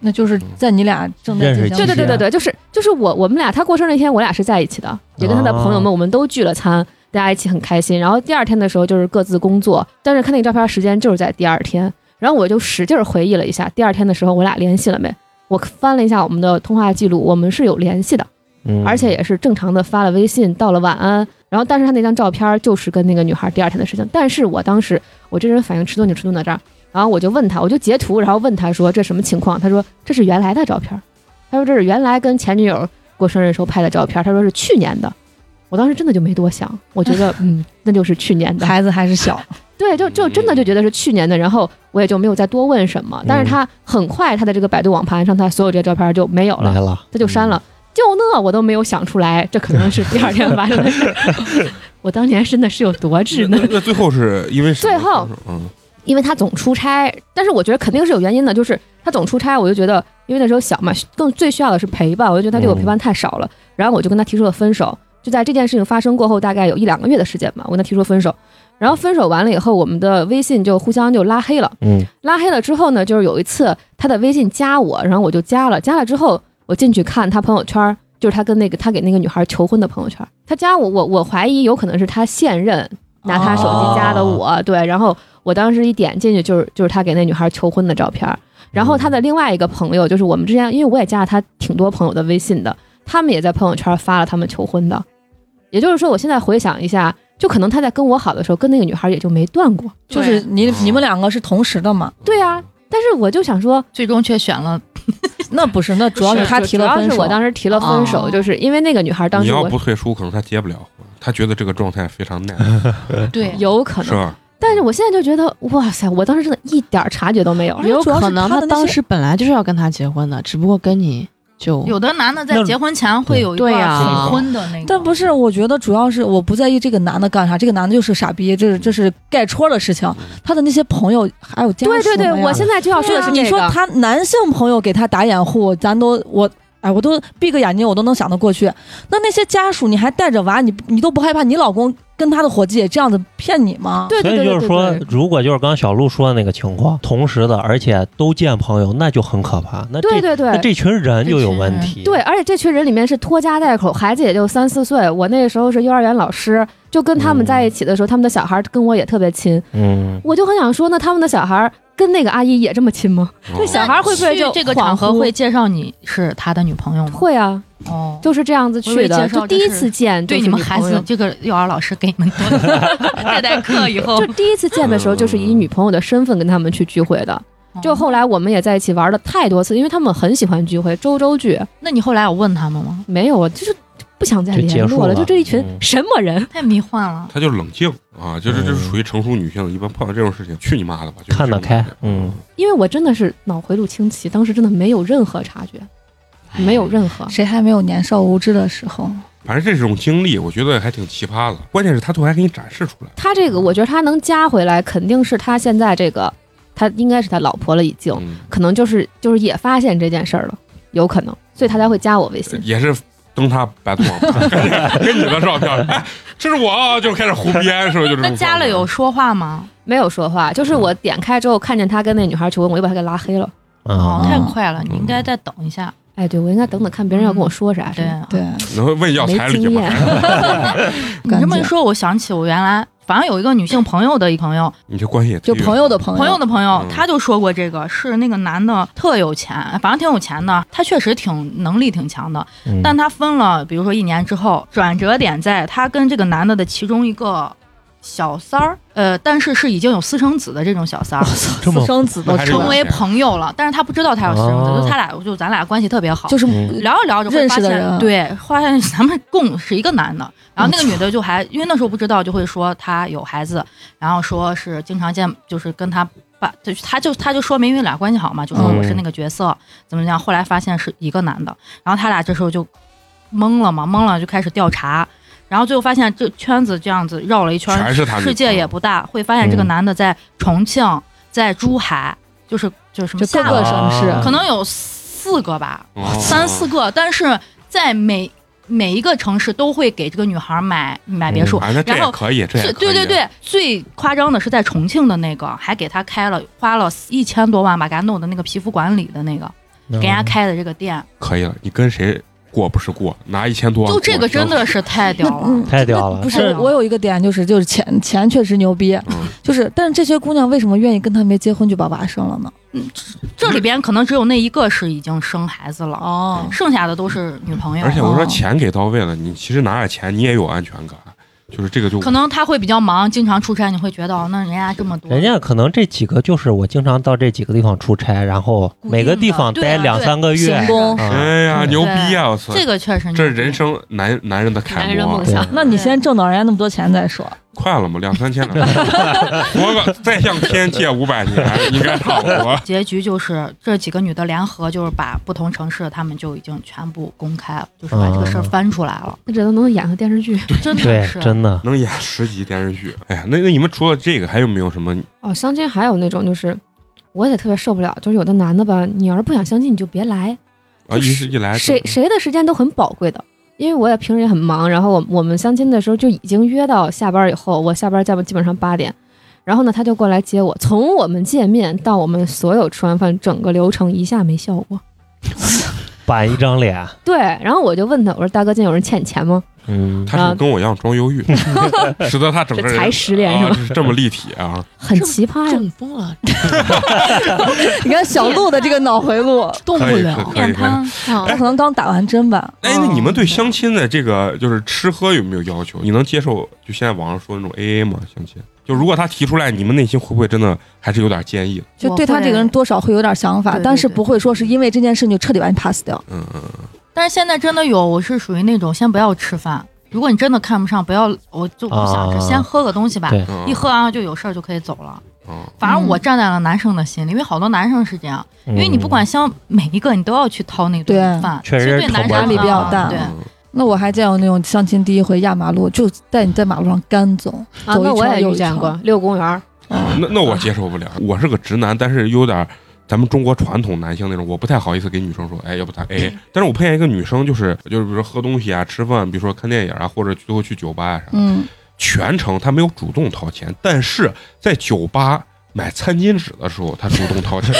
C: 那就是在你俩正在
D: 嗯
C: 进行
D: 认识
G: 对对
D: 期
G: 对
D: 间
G: 对对，就是就是我我们俩他过生日那天，我俩是在一起的，也跟他的朋友们，我们都聚了餐，大家一起很开心。然后第二天的时候就是各自工作，但是看那个照片时间就是在第二天。然后我就使劲儿回忆了一下，第二天的时候我俩联系了没？我翻了一下我们的通话记录，我们是有联系的。
D: 嗯
G: 而且也是正常的发了微信，道了晚安。然后，但是他那张照片就是跟那个女孩第二天的事情。但是我当时我这人反应迟钝就迟钝到这儿，然后我就问他，我就截图，然后问他说这什么情况？他说这是原来的照片，他说这是原来跟前女友过生日时候拍的照片，他说是去年的。我当时真的就没多想，我觉得嗯，那就是去年 的。
C: 孩子还是小，
G: 对，就就真的就觉得是去年的，然后我也就没有再多问什么。但是他很快，他的这个百度网盘上，他所有这些照片就没有了
D: 来。了，
G: 他就删了。
D: 嗯
G: 就那我都没有想出来，这可能是第二天发生的事。 我当年真的是有多稚
B: 那
G: 嫩，
B: 那最后是因为什么
G: 最后
B: 嗯
G: 因为他总出差，但是我觉得肯定是有原因的，就是他总出差，我就觉得因为那时候小嘛，更最需要的是陪伴，我就觉得他对我陪伴太少了，然后我就跟他提出了分手。就在这件事情发生过后，大概有一两个月的时间吧，我跟他提出了分手。然后分手完了以后，我们的微信就互相就拉黑了。
D: 嗯
G: 拉黑了之后呢，就是有一次他的微信加我，然后我就加了，加了之后我进去看他朋友圈儿，就是他跟那个他给那个女孩求婚的朋友圈儿。他加我，我我怀疑有可能是他现任拿他手机加的我，对。然后我当时一点进去就是就是他给那女孩求婚的照片儿，然后他的另外一个朋友就是我们之前，因为我也加了他挺多朋友的微信的，他们也在朋友圈发了他们求婚的。也就是说，我现在回想一下，就可能他在跟我好的时候，跟那个女孩也就没断过。
C: 就是你
B: 对
C: 你们两个是同时的嘛？
G: 对啊，但是我就想说，
F: 最终却选了
C: 那不是，那 主要是他提了分
G: 主要
C: 手。
G: 是我当时提了分手，
F: 哦
G: 就是因为那个女孩当
B: 你
G: 时
B: 要
G: 我
B: 不退出，可能他结不了婚，他觉得这个状态非常难，
F: 对
G: 有可
B: 是
G: 能，
B: 吧？
G: 但是我现在就觉得，哇塞，我当时真的一点察觉都没有。
C: 而且
E: 有
C: 主要是
E: 可能
C: 他的那些
E: 当
C: 嗯
E: 时本来就是要跟他结婚的，只不过跟你就
F: 有的男的在
D: 那
F: 结婚前会有一
E: 对
F: 段
E: 呀
G: 啊
F: 很婚的那个，
C: 但不是，我觉得主要是我不在意这个男的干啥，这个男的就是傻逼，这是这是盖戳的事情。他的那些朋友还有家属
G: 对对对，
C: 们呀
G: 我现在就要说的是这个。
C: 啊你说他男性朋友给他打掩护，咱都我哎，我都闭个眼睛，我都能想得过去。那那些家属，你还带着娃，你你都不害怕你老公跟他的伙计这样子骗你吗？
G: 对
D: 嗯所
G: 对对
D: 以
G: 对
D: 就是
G: 对
D: 说
G: 对，
D: 如果就是刚刚小鹿说的那个情况，同时的，而且都见朋友，那就很可怕。那这
G: 对对对
D: 那这群人就有问题。
G: 哎对，，而且这群人里面是拖家带口，孩子也就三四岁。我那个时候是幼儿园老师，就跟他们在一起的时候，他们的小孩跟我也特别亲。
D: 嗯，
G: 我就很想说，那他们的小孩跟那个阿姨也这么亲吗？这小孩会不会
F: 去
G: 就
F: 这个场合
G: 恍惚
F: 会介绍你是他的女朋友吗？
G: 会啊，
F: 哦，
G: 就是这样子去
F: 嗯我以
G: 的，
F: 为介绍
G: 就第
F: 这
G: 一
F: 是
G: 次见就
F: 对
G: 是
F: 你们
G: 女
F: 孩
G: 朋
F: 子
G: 友，
F: 这个幼儿老师给你们多 带带课以后
G: 就，第一次见的时
D: 嗯
G: 候就是以女朋友的身份跟他们去聚会的。就后来我们也在一起玩了太多次，因为他们很喜欢聚会，周周聚
F: 那你后来有问他们吗？
G: 没有，就是不想再
D: 就结
G: 联
D: 束
G: 络
D: 了
G: 就这一群
D: 嗯
G: 什么人，
F: 太迷幻了，
B: 嗯他就是冷静啊，就是
D: 嗯
B: 这是属于成熟女性，一般碰到这种事情，去你妈的吧，就是
D: 看得开
B: 这种。
D: 嗯，
G: 因为我真的是脑回路清奇，当时真的没有任何察觉，没
D: 哎
G: 有任何。
C: 谁还没有年少无知的时候？
B: 反正这种经历，我觉得还挺奇葩的。关键是他最后还给你展示出来，
G: 他这个，我觉得他能加回来，肯定是他现在这个，他应该是他老婆了，已经
B: 嗯，
G: 可能就是就是也发现这件事儿了，有可能，所以他才会加我微信。
B: 也是登他百度网吧， 跟你的照片，哎，这是我啊，就开始胡编，是不是？就这种
F: 那加了有说话吗？
G: 没有说话，
D: 嗯
G: 就是我点开之后看见他跟那女孩求婚，我就把他给拉黑了。
F: 哦，嗯
D: 啊，
F: 太快了，你应该再等一下。
G: 哎，对，我应该等等看别人要跟我说啥。是
F: 对
G: 吧，，
C: 对，
B: 然后问要彩
G: 没
B: 礼
G: 经
B: 嘛，
G: 验，
F: 你这么一说，我想起我原来反正有一个女性朋友的一朋友，
B: 你这关系也
C: 就朋友的朋友，
F: 朋友的朋友
B: 嗯，
F: 他就说过这个是那个男的特有钱，反正挺有钱的，他确实挺能力挺强的，
D: 嗯
F: 但他分了，比如说一年之后，转折点在他跟这个男的的其中一个小三儿，呃，但是是已经有私生子的这种小三儿，
D: 这么
C: 私生子都
B: 还是有
F: 成为朋友了，但是他不知道他有私生子，
D: 哦
F: 就他俩就咱俩关系特别好，
C: 就是
D: 嗯
F: 聊着聊着会发
C: 认识的人
F: 现
C: 啊，
F: 对，发现咱们共是一个男的，然后那个女的就还因为那时候不知道，就会说她有孩子，然后说是经常见，就是跟她爸，就她就她就说明因为俩关系好嘛，就说
D: 嗯
F: 我是那个角色、怎么样，后来发现是一个男的，然后他俩这时候就懵了嘛，懵了就开始调查。然后最后发现这圈子这样子绕了一圈，
B: 全是他女朋友
F: 世界也不大，会发现这个
D: 嗯
F: 男的在重庆，在珠海，就是就是什么
C: 就各
F: 厦
C: 个
F: 门
C: 省市，
D: 啊
F: 可能有四个吧，
B: 哦
F: 三四个，但是在每每一个城市都会给这个女孩买买别墅。
B: 啊，那这
F: 然
B: 也
F: 后
B: 可以，这也
F: 是
B: 可以啊
F: 对对，对，最夸张的是在重庆的那个，还给她开了花了一千多万吧，给她弄的那个皮肤管理的那个，
D: 嗯
F: 给人家开的这个店，
B: 可以了。你跟谁过不是过，拿一千多万
F: 就
B: 过，
F: 这个真的是太屌了。
C: 嗯
D: 太屌了
C: 不
F: 太屌，
C: 是
F: 了
C: 我有一个点就是就是钱钱确实牛逼，
B: 嗯
C: 就是但是这些姑娘为什么愿意跟他没结婚就把娃生了呢？
F: 这里边可能只有那一个是已经生孩子了，
C: 哦，
F: 剩下的都是女朋友。
B: 而且我说
C: 哦
B: 钱给到位了，你其实拿点钱你也有安全感，就是这个就
F: 可能她会比较忙，经常出差，你会觉得哦，那人家这么多，
D: 人家可能这几个就是我经常到这几个地方出差，然后每个地方
F: 对
D: 待
F: 啊
D: 两三个月，
C: 行宫
D: 啊，
B: 哎呀牛逼啊！我操，
F: 这个确实
B: 这是
F: 牛逼
B: 人生男男人的
E: 男
B: 楷
E: 人的
B: 模啊
E: 梦，
D: 啊
E: 想。
C: 那你先挣到人家那么多钱再说。
B: 快了吗？两三千了，活个再向天 借五百年，应该差不多。
F: 结局就是这几个女的联合，就是把不同城市她们就已经全部公开了，就是把这个事儿翻出来了，
G: 那这都能演个电视 剧
F: 真的
D: 对
F: 是，。啊
D: 真的，
B: 能演十集电视剧，哎呀，那那你们除了这个还有没有什么？
G: 哦。相亲还有那种就是，我也特别受不了，就是有的男的吧，你要是不想相亲，你就别来，
B: 啊，一是一来
G: 谁谁的时间都很宝贵的。因为我也平时也很忙，然后我我们相亲的时候就已经约到下班以后，我下班基本基本上八点，然后呢他就过来接我，从我们见面到我们所有吃完饭整个流程一下没笑过。
D: 板一张脸，
G: 对，然后我就问他，我说大哥，今天有人欠你钱吗？
D: 嗯，
B: 他是不是跟我一样装忧 郁，使得他整个
G: 这
B: 人
G: 才失恋是
B: 啊
G: 吗？
B: 就是这么立体啊！
G: 很奇葩呀，
E: 中风了，
C: 你看小鹿的这个脑回路，
F: 动不
B: 可以
F: 了，
B: 可以可以
F: 面瘫。
C: 他可能刚打完针吧。
B: 哎，那你们对相亲的这个就是吃喝有没有要求？你能接受就现在网上说的那种 AA 吗？相亲就如果他提出来，你们内心会不会真的还是有点坚毅？
C: 就对他这个人多少会有点想法
F: 对，对
C: 但是
F: 对
C: 不会说是因为这件事你就彻底把你 pass 掉。
B: 嗯嗯，嗯
F: 但是现在真的有，我是属于那种先不要吃饭，如果你真的看不上，不要，我就不想吃，
D: 啊
F: 先喝个东西吧啊
D: 对，
B: 嗯
F: 一喝完就有事儿就可以走了。
B: 嗯，
F: 反正我站在了男生的心里，因为好多男生是这样，
D: 嗯
F: 因为你不管像每一个，你都要去掏那
C: 对
F: 顿饭，
D: 确实
F: 其对
D: 成
F: 男
D: 本
F: 生啊
C: 压力比较大
F: 对，
B: 嗯
C: 那我还见过那种相亲第一回压马路，就带你在马路上干走，
G: 啊，
C: 走一
G: 那我
C: 圈
G: 也
C: 又
G: 遇
C: 一
G: 见
C: 圈
G: 过遛公园儿，
B: 嗯那那我接受不了，我是个直男，但是有点儿咱们中国传统男性那种，我不太好意思给女生说，哎，要不咱
F: 嗯
B: A A。但是我碰见一个女生，就是就是比如说喝东西啊、吃饭，比如说看电影啊，或者最后去酒吧啊啥的，
C: 嗯，
B: 全程她没有主动掏钱，但是在酒吧。买餐巾纸的时候，她主动掏钱，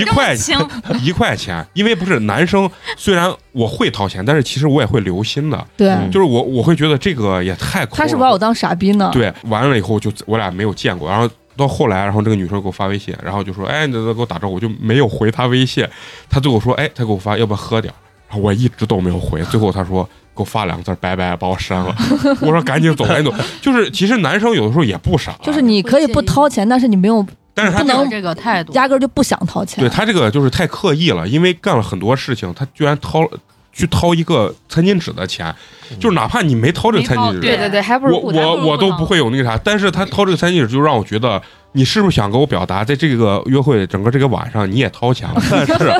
B: 一块
F: 行，
B: 一块钱，因为不是男生，虽然我会掏钱，但是其实我也会留心的，
C: 对，
D: 嗯
B: 就是我我会觉得这个也太抠了。
C: 他是把我当傻逼呢，
B: 对，完了以后就我俩没有见过，然后到后来，然后这个女生给我发微信，然后就说，哎，你怎么给我打招呼？我就没有回她微信，她最后说，哎，她给我发要不要喝点儿，然后我一直都没有回，最后她说给我发两个字儿拜拜，把我删了。我说赶紧走，赶紧走。就是其实男生有的时候也不傻，
C: 就是你可以不掏钱，但是你没有
B: 但是他
C: 不能
F: 有这个态度，
C: 压根儿就不想掏钱，
B: 对他这个就是太刻意了，因为干了很多事情，他居然掏了去掏一个餐巾纸的钱，就是哪怕你没掏这个
F: 没
B: 餐
F: 掏
B: 巾纸，
F: 对
G: 对对对，还不
B: 我
G: 如不打
B: 我我都不会有那个啥，但是他掏这个餐巾纸就让我觉得，你是不是想给我表达，在这个约会整个这个晚上你也掏钱了，但是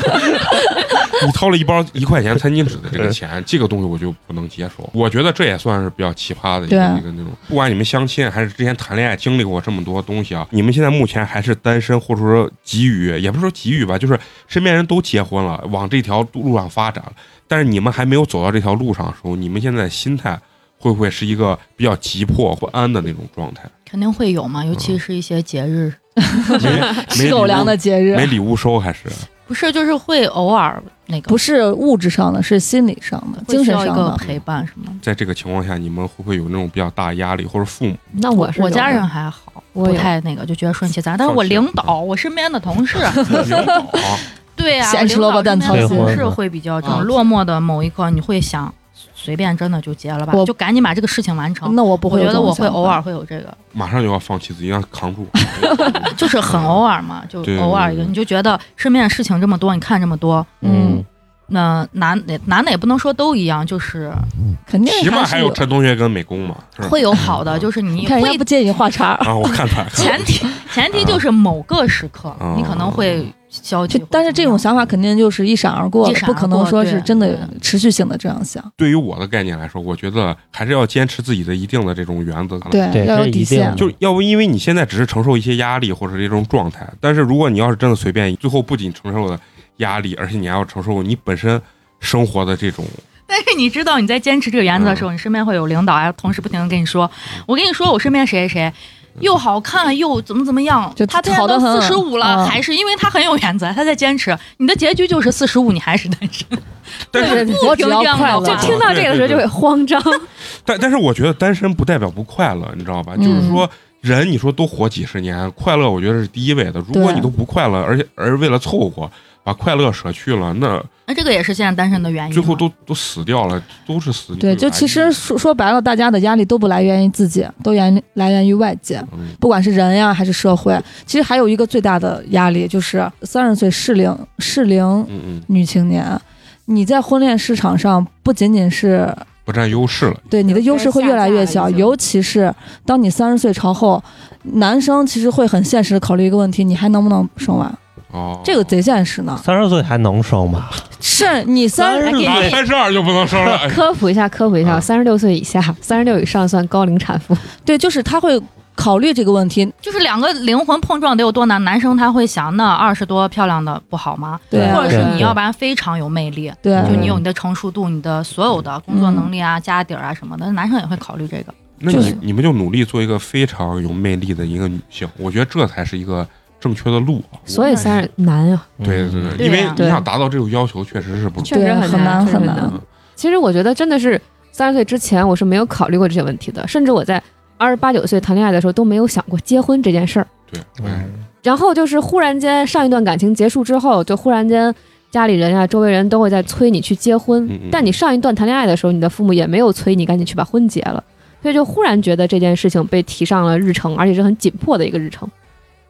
B: 你掏了一包一块钱餐巾纸的这个钱，这个东西我就不能接受。我觉得这也算是比较奇葩的一
C: 对
B: 个
C: 啊
B: 一个那种，不管你们相亲还是之前谈恋爱经历过这么多东西啊，你们现在目前还是单身，或者说急于，也不是说急于吧，就是身边人都结婚了，往这条路上发展了，但是你们还没有走到这条路上的时候，你们现在的心态会不会是一个比较急迫、不安的那种状 态？
F: 肯定会有嘛，
C: 嗯
F: 尤其是一些节日，
B: 没 没
C: 吃狗粮
B: 礼
C: 的节
B: 物
C: 日
B: 没，礼物收还是？
F: 不是就是会偶尔那个，
C: 不是物质上的，是心理上的、嗯
F: 会
C: 精
F: 需
C: 神
F: 要一
C: 上
F: 个
C: 的。
F: 陪伴什么的。
B: 在这个情况下，你们会不会有那种比较大压力，或者父 母？
G: 那我是
F: 我
G: 有
F: 家
G: 的
F: 人还好，
G: 我
F: 不
G: 有
F: 太那个，就觉得顺其自然。但是我
B: 放心
F: 领导，我身边的同 事，
B: 领导啊，
F: 对呀、啊，
C: 咸吃萝卜淡操
D: 心
F: 同事会比较
C: 啊
F: 这种落寞的某一刻，你会想随便真的就结了吧，
C: 我
F: 就赶紧把这个事情完成。
C: 那我不
F: 我
C: 会
F: 觉
C: 有这
F: 得
C: 种想
F: 我
C: 法，
F: 会偶尔会有这个，
B: 马上就要放弃自己，要扛住。
F: 就是很偶尔 嘛，就
B: 对
F: 偶尔一
B: 对
F: 个，
B: 对
F: 你就觉得身边的事情这么多，你看这么多，
C: 嗯，
F: 那男的男的也不能说都一样，就是
C: 肯定
B: 起码还
C: 是
B: 有陈同学跟美工嘛，是吧
F: 会有好的，就是你
C: 你看人家
F: 会
C: 不介意画叉，
B: 啊，我看出来了，
F: 前提前提就是某个时刻
B: 啊
F: 你可能会消
C: 就
F: 极，
C: 但是这种想法肯定就是一闪而过
F: 一
C: 的，
F: 闪而
C: 不可能
F: 过
C: 说
F: 对
C: 是真的持续性的这样想。
B: 对于我的概念来说，我觉得还是要坚持自己的一定的这种原则。，
D: 对
C: 要
D: 这
C: 有
D: 一
C: 底
D: 定
C: 线
D: 的。
B: 就要不因为你现在只是承受一些压力或者这种状态，但是如果你要是真的随便，最后不仅承受了压力，而且你还要承受你本身生活的这种
F: 但是你知道你在坚持这个原则的时
B: 嗯
F: 候，你身边会有领导啊，同事不停的跟你说，我跟你说，我身边谁谁谁。
B: 嗯
F: 又好看又怎么怎么样
C: 就？
F: 他虽然
C: 好
F: 都
C: 得
F: 四
C: 很
F: 十五了，
C: 嗯
F: 还是因为他很有原则，他在坚持。你的结局就是四十五，你还是单身。
B: 但是
F: 对
C: 对
F: 不
C: 我只
F: 平
C: 要
F: 庸
C: 快乐
G: 就
F: 就
G: 听到这个的时候就会慌 张，
B: 但但是我觉得单身不代表不快乐，你知道吧？
C: 嗯
B: 就是说人，你说都活几十年，快乐我觉得是第一位的。如果
C: 对
B: 你都不快乐，而且而为了凑合把快乐舍去了，那
C: 嗯
F: 那这个也是现在单身的原因嘛。
B: 最后都都死掉了，都是死。
C: 对，就其实说说白了，大家的压力都不来源于自己，都源来源于外界，
B: 嗯
C: 不管是人呀还是社会。其实还有一个最大的压力就是三十岁适龄适龄
B: 嗯嗯，
C: 女青年，你在婚恋市场上不仅仅是
B: 不占优势了。
C: 对你的优势会越来越
G: 下
C: 小，
G: 架了已经
C: 尤其是当你三十岁朝后，男生其实会很现实的考虑一个问题：你还能不能生娃？
B: 哦，
C: 这个贼现实呢。
D: 三十岁还能生吗？
C: 是你三
G: 还给
B: 打
G: 你
B: 三十二就不能生了。 哎
G: 科普一下，科普一下，
B: 嗯
G: 三十六岁以下，三十六以上算高龄产 妇。
C: 对，就是他会考虑这个问题。
F: 就是两个灵魂碰撞得有多难？男生他会想，那二十多漂亮的不好吗？
C: 对啊
F: 或者是
D: 对
F: 你要不然非常有魅力，
C: 对，啊
F: 就
D: 嗯
F: 你有你的成熟度，你的所有的工作能力啊、家底儿啊什么的，男生也会考虑这个。
B: 那
C: 就
B: 你
C: 是
B: 你们就努力做一个非常有魅力的一个女性，我觉得这才是一个正确的路啊。
G: 所以三十难啊，
B: 对对
D: 嗯
B: 对，
F: 对
B: 因为
F: 呀
B: 你
C: 对
B: 想达到这种要求，确实是不容易。
G: 确实
C: 对
G: 很
C: 很
G: 难
C: 难
G: 确实
C: 很
G: 难
C: 难。
G: 其实我觉得真的是三十岁之前，我是没有考虑过这些问题的，甚至我在二十八九岁谈恋爱的时候都没有想过结婚这件事儿。
B: 对，哎
D: 嗯，
G: 然后就是忽然间上一段感情结束之后，就忽然间家里人呀、周围人都会在催你去结婚，
B: 嗯嗯
G: 但你上一段谈恋爱的时候，你的父母也没有催你赶紧去把婚结了，所以就忽然觉得这件事情被提上了日程，而且是很紧迫的一个日程，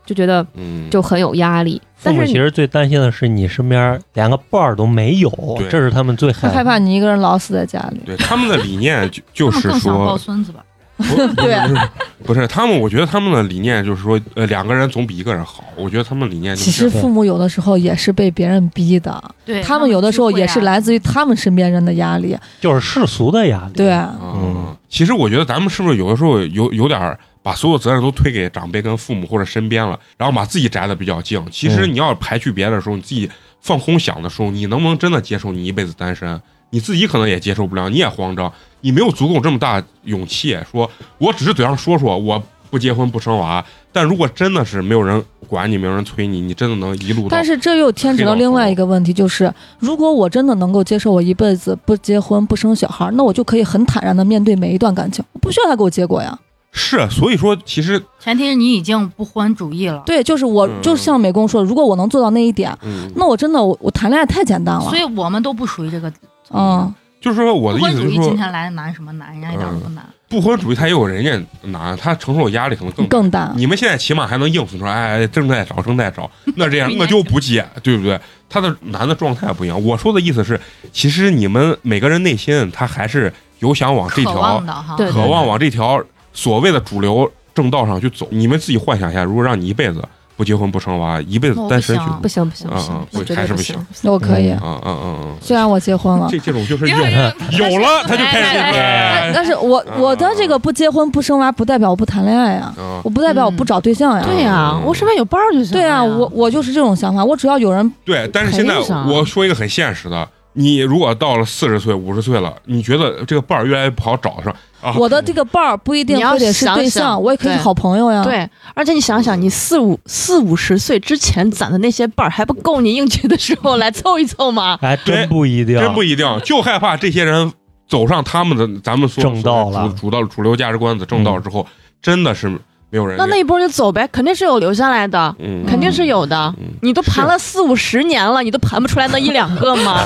G: 就觉得
B: 嗯，
G: 就很有压力。
D: 父
G: 但
D: 母
G: 是
D: 其
G: 你
D: 实最担心的是你身边连个伴儿都没有
B: 对，
D: 这是他们最
C: 他
D: 害
C: 害怕你一个人老死在家里。
B: 对他们的理念就就
F: 他们
B: 是
F: 更想
B: 说
F: 抱孙子吧？
B: 不不
F: 啊
B: 是不是不是他们，我觉得他们的理念就是说，呃，两个人总比一个人好。我觉得他们理念就
C: 其
B: 是
C: 实父母有的时候也是被别人逼的，
F: 对
C: 他们有的时候
F: 啊
C: 也是来自于他们身边人的压力。
D: 就是世俗的压力。
C: 对，啊
B: 嗯，其实我觉得咱们是不是有的时候有有点儿把所有责任都推给长辈跟父母或者身边了，然后把自己宅的比较静。其实
D: 嗯
B: 你要排去别人的时候，你自己放空想的时候，你能不能真的接受你一辈子单身？你自己可能也接受不了，你也慌张，你没有足够这么大勇气，说我只是嘴上说说，我不结婚不生娃。但如果真的是没有人管你，没有人催你，你真的能一路到
C: 但是这又牵扯到另外一个问题，就是如果我真的能够接受我一辈子不结婚不生小孩，那我就可以很坦然的面对每一段感情，我不需要他给我结果呀。
B: 是，所以说其实
F: 前提是你已经不婚主义了。
C: 对，就是我，
B: 嗯
C: 就是像美工说的，如果我能做到那一点，
B: 嗯，
C: 那我真的我我谈恋爱太简单了
F: 所。以我们都不属于这个
C: 嗯，
B: 就是说我
F: 不
B: 的意
F: 婚
B: 思
F: 主
B: 就是
F: 义。今
B: 说，嗯
F: 天来难什么难，人家一点都不难。
B: 不婚主义他也有人家难，他承受压力可能更大。
C: 更
G: 嗯
C: 大。
B: 你们现在起码还能应付出来，哎，正在找，正在 找，那这样那就不接，对不对？他的男的状态不一样。我说的意思是，其实你们每个人内心他还是有想往这
F: 渴
B: 条
F: 望的哈，
G: 对
B: 渴望往这条所谓的主流正道上去走。你们自己幻想一下，如果让你一辈子不结婚不生娃，一辈子单身去，
F: 我啊
G: 不行不行
B: 嗯
G: 不行，
B: 嗯，
G: 我
B: 不
G: 觉
B: 还
G: 得
B: 是
G: 不
B: 不行。
C: 那我可以，
B: 嗯嗯嗯
C: 虽然我结婚了
B: 嗯，，这这种就是有
G: 因为
B: 有了他就开始
G: 来来
B: 对
C: 但
B: 哎
C: 但是我我的这个不结婚不生娃，不代表我不谈恋爱呀，
B: 嗯
C: 我不代表我不找对象呀。
B: 嗯
E: 对呀、我身边有伴儿就行了
C: 对
E: 呀。
C: 啊，我我就是这种想法，我只要有人
B: 对，但是现在
E: 肯定是啊
B: 我说一个很现实的，你如果到了四十岁、五十岁了，你觉得这个伴儿越来越不好找是吧？啊，
C: 我的这个伴儿不一定
E: 你要
C: 非得是对
E: 想
C: 象，
E: 想
C: 我也可以是
E: 对
C: 好朋
F: 嗯
C: 友呀。，
E: 对，而且你想想，你四五四五十岁之前攒的那些伴儿，还不够你应届的时候来凑一凑吗？
D: 还哎真不一定，
B: 真不一定，就害怕这些人走上他们的咱们所
D: 正道了嗯
B: 主主道主流价值观的正道之后，真的是没有人
F: 嗯
E: 那那一波就走呗，肯定是有留下来的，
B: 嗯
E: 肯定是有啊的。
B: 嗯
E: 你都盘了四五十年了，你都盘不出来那一两个吗？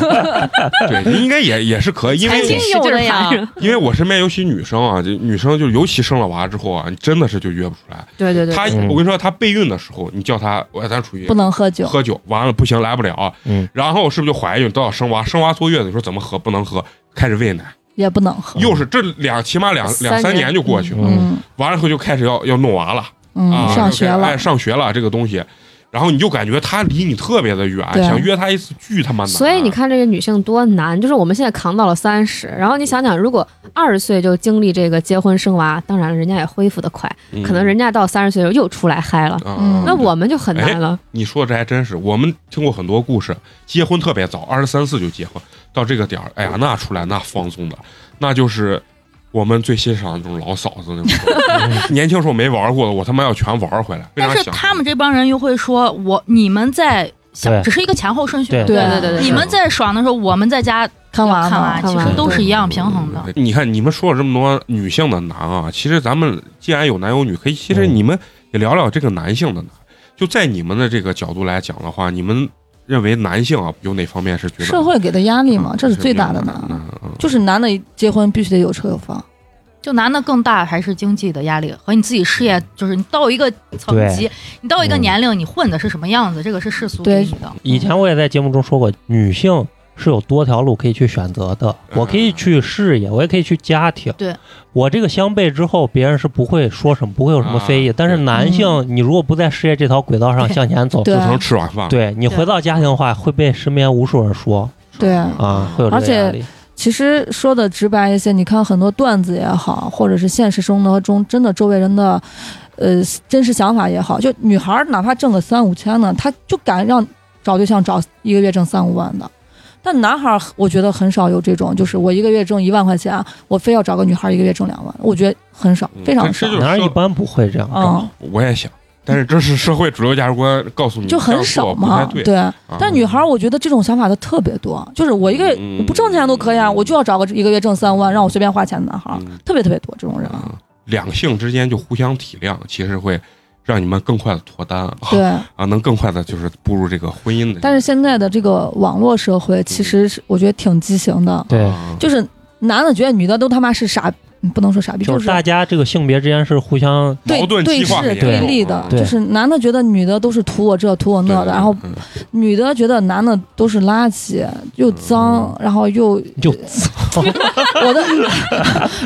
B: 对，应该也也是可以，因为
E: 肯定有的呀。
B: 因为我身边尤其女生啊，就女生就尤其生了娃之后啊，你真的是就约不出来。
G: 对对对，
B: 她
D: 嗯
B: 我跟你说，她备孕的时候，你叫她，我咱出去
C: 不能喝酒。
B: 喝酒，完了不行来不了，
D: 嗯，
B: 然后是不是就怀孕，都要生娃，生娃坐月子，你说怎么喝不能喝，开始喂奶，
C: 也不能喝。
B: 又是这两起码两
E: 三
B: 两三
E: 年
B: 年就过去了，
C: 嗯
B: 完了以后就开始要要弄娃了
C: 嗯，
B: 啊，
C: 上学
B: 就
C: 了
B: 开始哎，，上学了这个东西，然后你就感觉他离你特别的远，
C: 对啊
B: 想约他一次巨他妈难，啊
G: 所以你，看这个女性多难，就是我们现在扛到了三十，然后你想想，如果二十岁就经历这个结婚生娃，当然人家也恢复的快，
B: 嗯
G: 可能人家到三十岁的时候又出来嗨了，
B: 啊
C: 嗯
G: 那我们就很难了。
B: 你说这还真是，我们听过很多故事，结婚特别早，二十三四就结婚，到这个点儿，哎呀，那出来那放纵的，那就是我们最欣赏的那种老嫂子那种。 年轻时候没玩过的，我他妈要全玩回来。非常
F: 但是
B: 享受
F: 他们这帮人又会说，我你们在
D: 对
F: 想，只是一个前后顺序。
D: 对
C: 对
G: 对对对
F: 你们在爽的时候，我们在家
C: 看
F: 要
C: 完
F: 看
C: 了
F: 完，，其
G: 看
F: 实
G: 完
F: 都是一样平衡的。
B: 你看，你们说了这么多女性的难啊，其实咱们既然有男有女，可以其实
D: 嗯
B: 你们也聊聊这个男性的难。就在你们的这个角度来讲的话，你们认为男性啊有哪方面是觉得
C: 社会给的压力
B: 嗯
C: 嘛，这是最大的
B: 难？
C: 难。
B: 嗯嗯
C: 就是男的结婚必须得有车有房，
F: 就男的更大还是经济的压力和你自己事
B: 嗯
F: 业，就是你到一个层级，你到一个年龄，你混的是什么样子，这个是世俗给你的。
D: 以前我也在节目中说过，女性是有多条路可以去选择的，
B: 嗯
D: 我可以去事业，我也可以去家庭。
F: 对，
D: 我这个相悖之后，别人是不会说什么，不会有什么
B: 啊
D: 非议。
B: 嗯
D: 但是男性，你如果不在事业这条轨道上向前走，
C: 对
B: 就成吃软饭了。
D: 对你回到家庭的话，会被身边无数人说
C: 对
B: 嗯
C: 啊。
D: 啊，会有这个压力。
C: 其实说的直白一些，你看很多段子也好，或者是现实生活中真的周围人的，呃，真实想法也好，就女孩儿哪怕挣个三五千呢，她就敢让找对象找一个月挣三五万的。但男孩儿我觉得很少有这种，就是我一个月挣一万块钱，我非要找个女孩儿一个月挣两万，我觉得很少，非常
B: 嗯这。
C: 少
B: 就是
D: 男人
B: 社
D: 一般不会这样
C: 嗯
D: 找，，
B: 我也想，但是这是社会主流价值观告诉你，
C: 就
B: 这
C: 很
B: 样
C: 少
B: 做不
C: 嘛
B: 太，对。
C: 对。
B: 啊
C: 但女孩，儿，我觉得这种想法的特别多，就是我一个月
B: 嗯
C: 我不挣钱都可以啊，我就要找个一个月挣三万，让我随便花钱的男孩儿，
B: 嗯
C: 特别特别多这种人。啊
B: 嗯两性之间就互相体谅，其实会让你们更快的脱单 啊，
C: 对，
B: 啊，能更快的就是步入这个婚姻的。
C: 但是现在的这个网络社会，其实是我觉得挺畸形的，
D: 对。
B: 啊
C: 就是男的觉得女的都他妈是傻，嗯不能说傻逼，
D: 就
C: 就是
D: 大家这个性别之间是互相
C: 对
B: 矛盾
C: 对
B: 激
C: 视
B: 化很严重
C: 对立的
B: 啊，
D: 对
C: 就是男的觉得女的都是图我这图我那的，然后
B: 嗯嗯
C: 女的觉得男的都是垃圾，又脏，然后又
D: 就好，
C: 我 的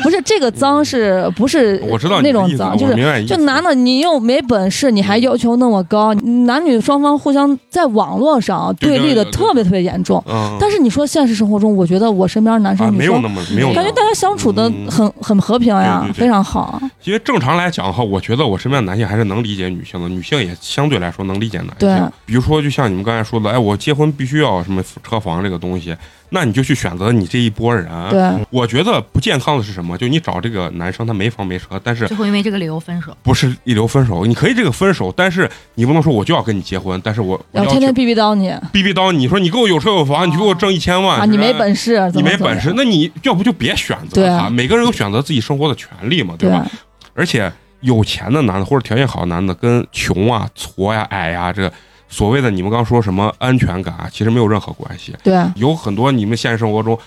C: 不是这个脏是不是
B: 嗯我知道你的
C: 那种
B: 意思
C: 脏，就
B: 我
C: 是
B: 明白你
C: 就
B: 意思嗯
C: 男的你又没本事，你还要求那么高，男女双方互相在网络上对立
B: 对对
C: 的
B: 对
C: 特别特别严重。
B: 嗯，
C: 但是你说现实生活中，我觉得我身边男
B: 啊
C: 生
B: 没
C: 女
B: 有
C: 生
B: 那么没有那么，
C: 感觉大家相处的
B: 嗯
C: 很很和平呀
B: 对，对对
C: 非常好。
B: 因为正常来讲哈，我觉得我身边的男性还是能理解女性的，女性也相对来说能理解男性。
C: 对啊
B: 比如说就像你们刚才说的，哎，我结婚必须要什么车房这个东西，那你就去选择你这一波人。
C: 对，啊
B: 我觉得不健康的是什么？就你找这个男生，他没房没车，但是
F: 最后因为这个理由分手。
B: 不是一流分手，你可以这个分手，但是你不能说我就要跟你结婚，但是我我
C: 然
B: 要
C: 后天
B: 去
C: 天逼逼叨你
B: 逼逼叨你，你说你给我有车有房，你就给我挣一千万
C: 啊，你没
B: 事。
C: 本事，怎
B: 你
C: 么
B: 没
C: 怎么
B: 本事
C: 样，
B: 那你要不就别选择
C: 对
B: 他。
C: 啊
B: 每个人有选择自己生活的权利嘛，
C: 对啊
B: 吧？而且有钱的男的或者条件好的男的，跟穷啊、矬呀、矮呀、这所谓的你们刚说什么安全感啊，其实没有任何关系。
C: 对，
B: 有很多你们现实生活中，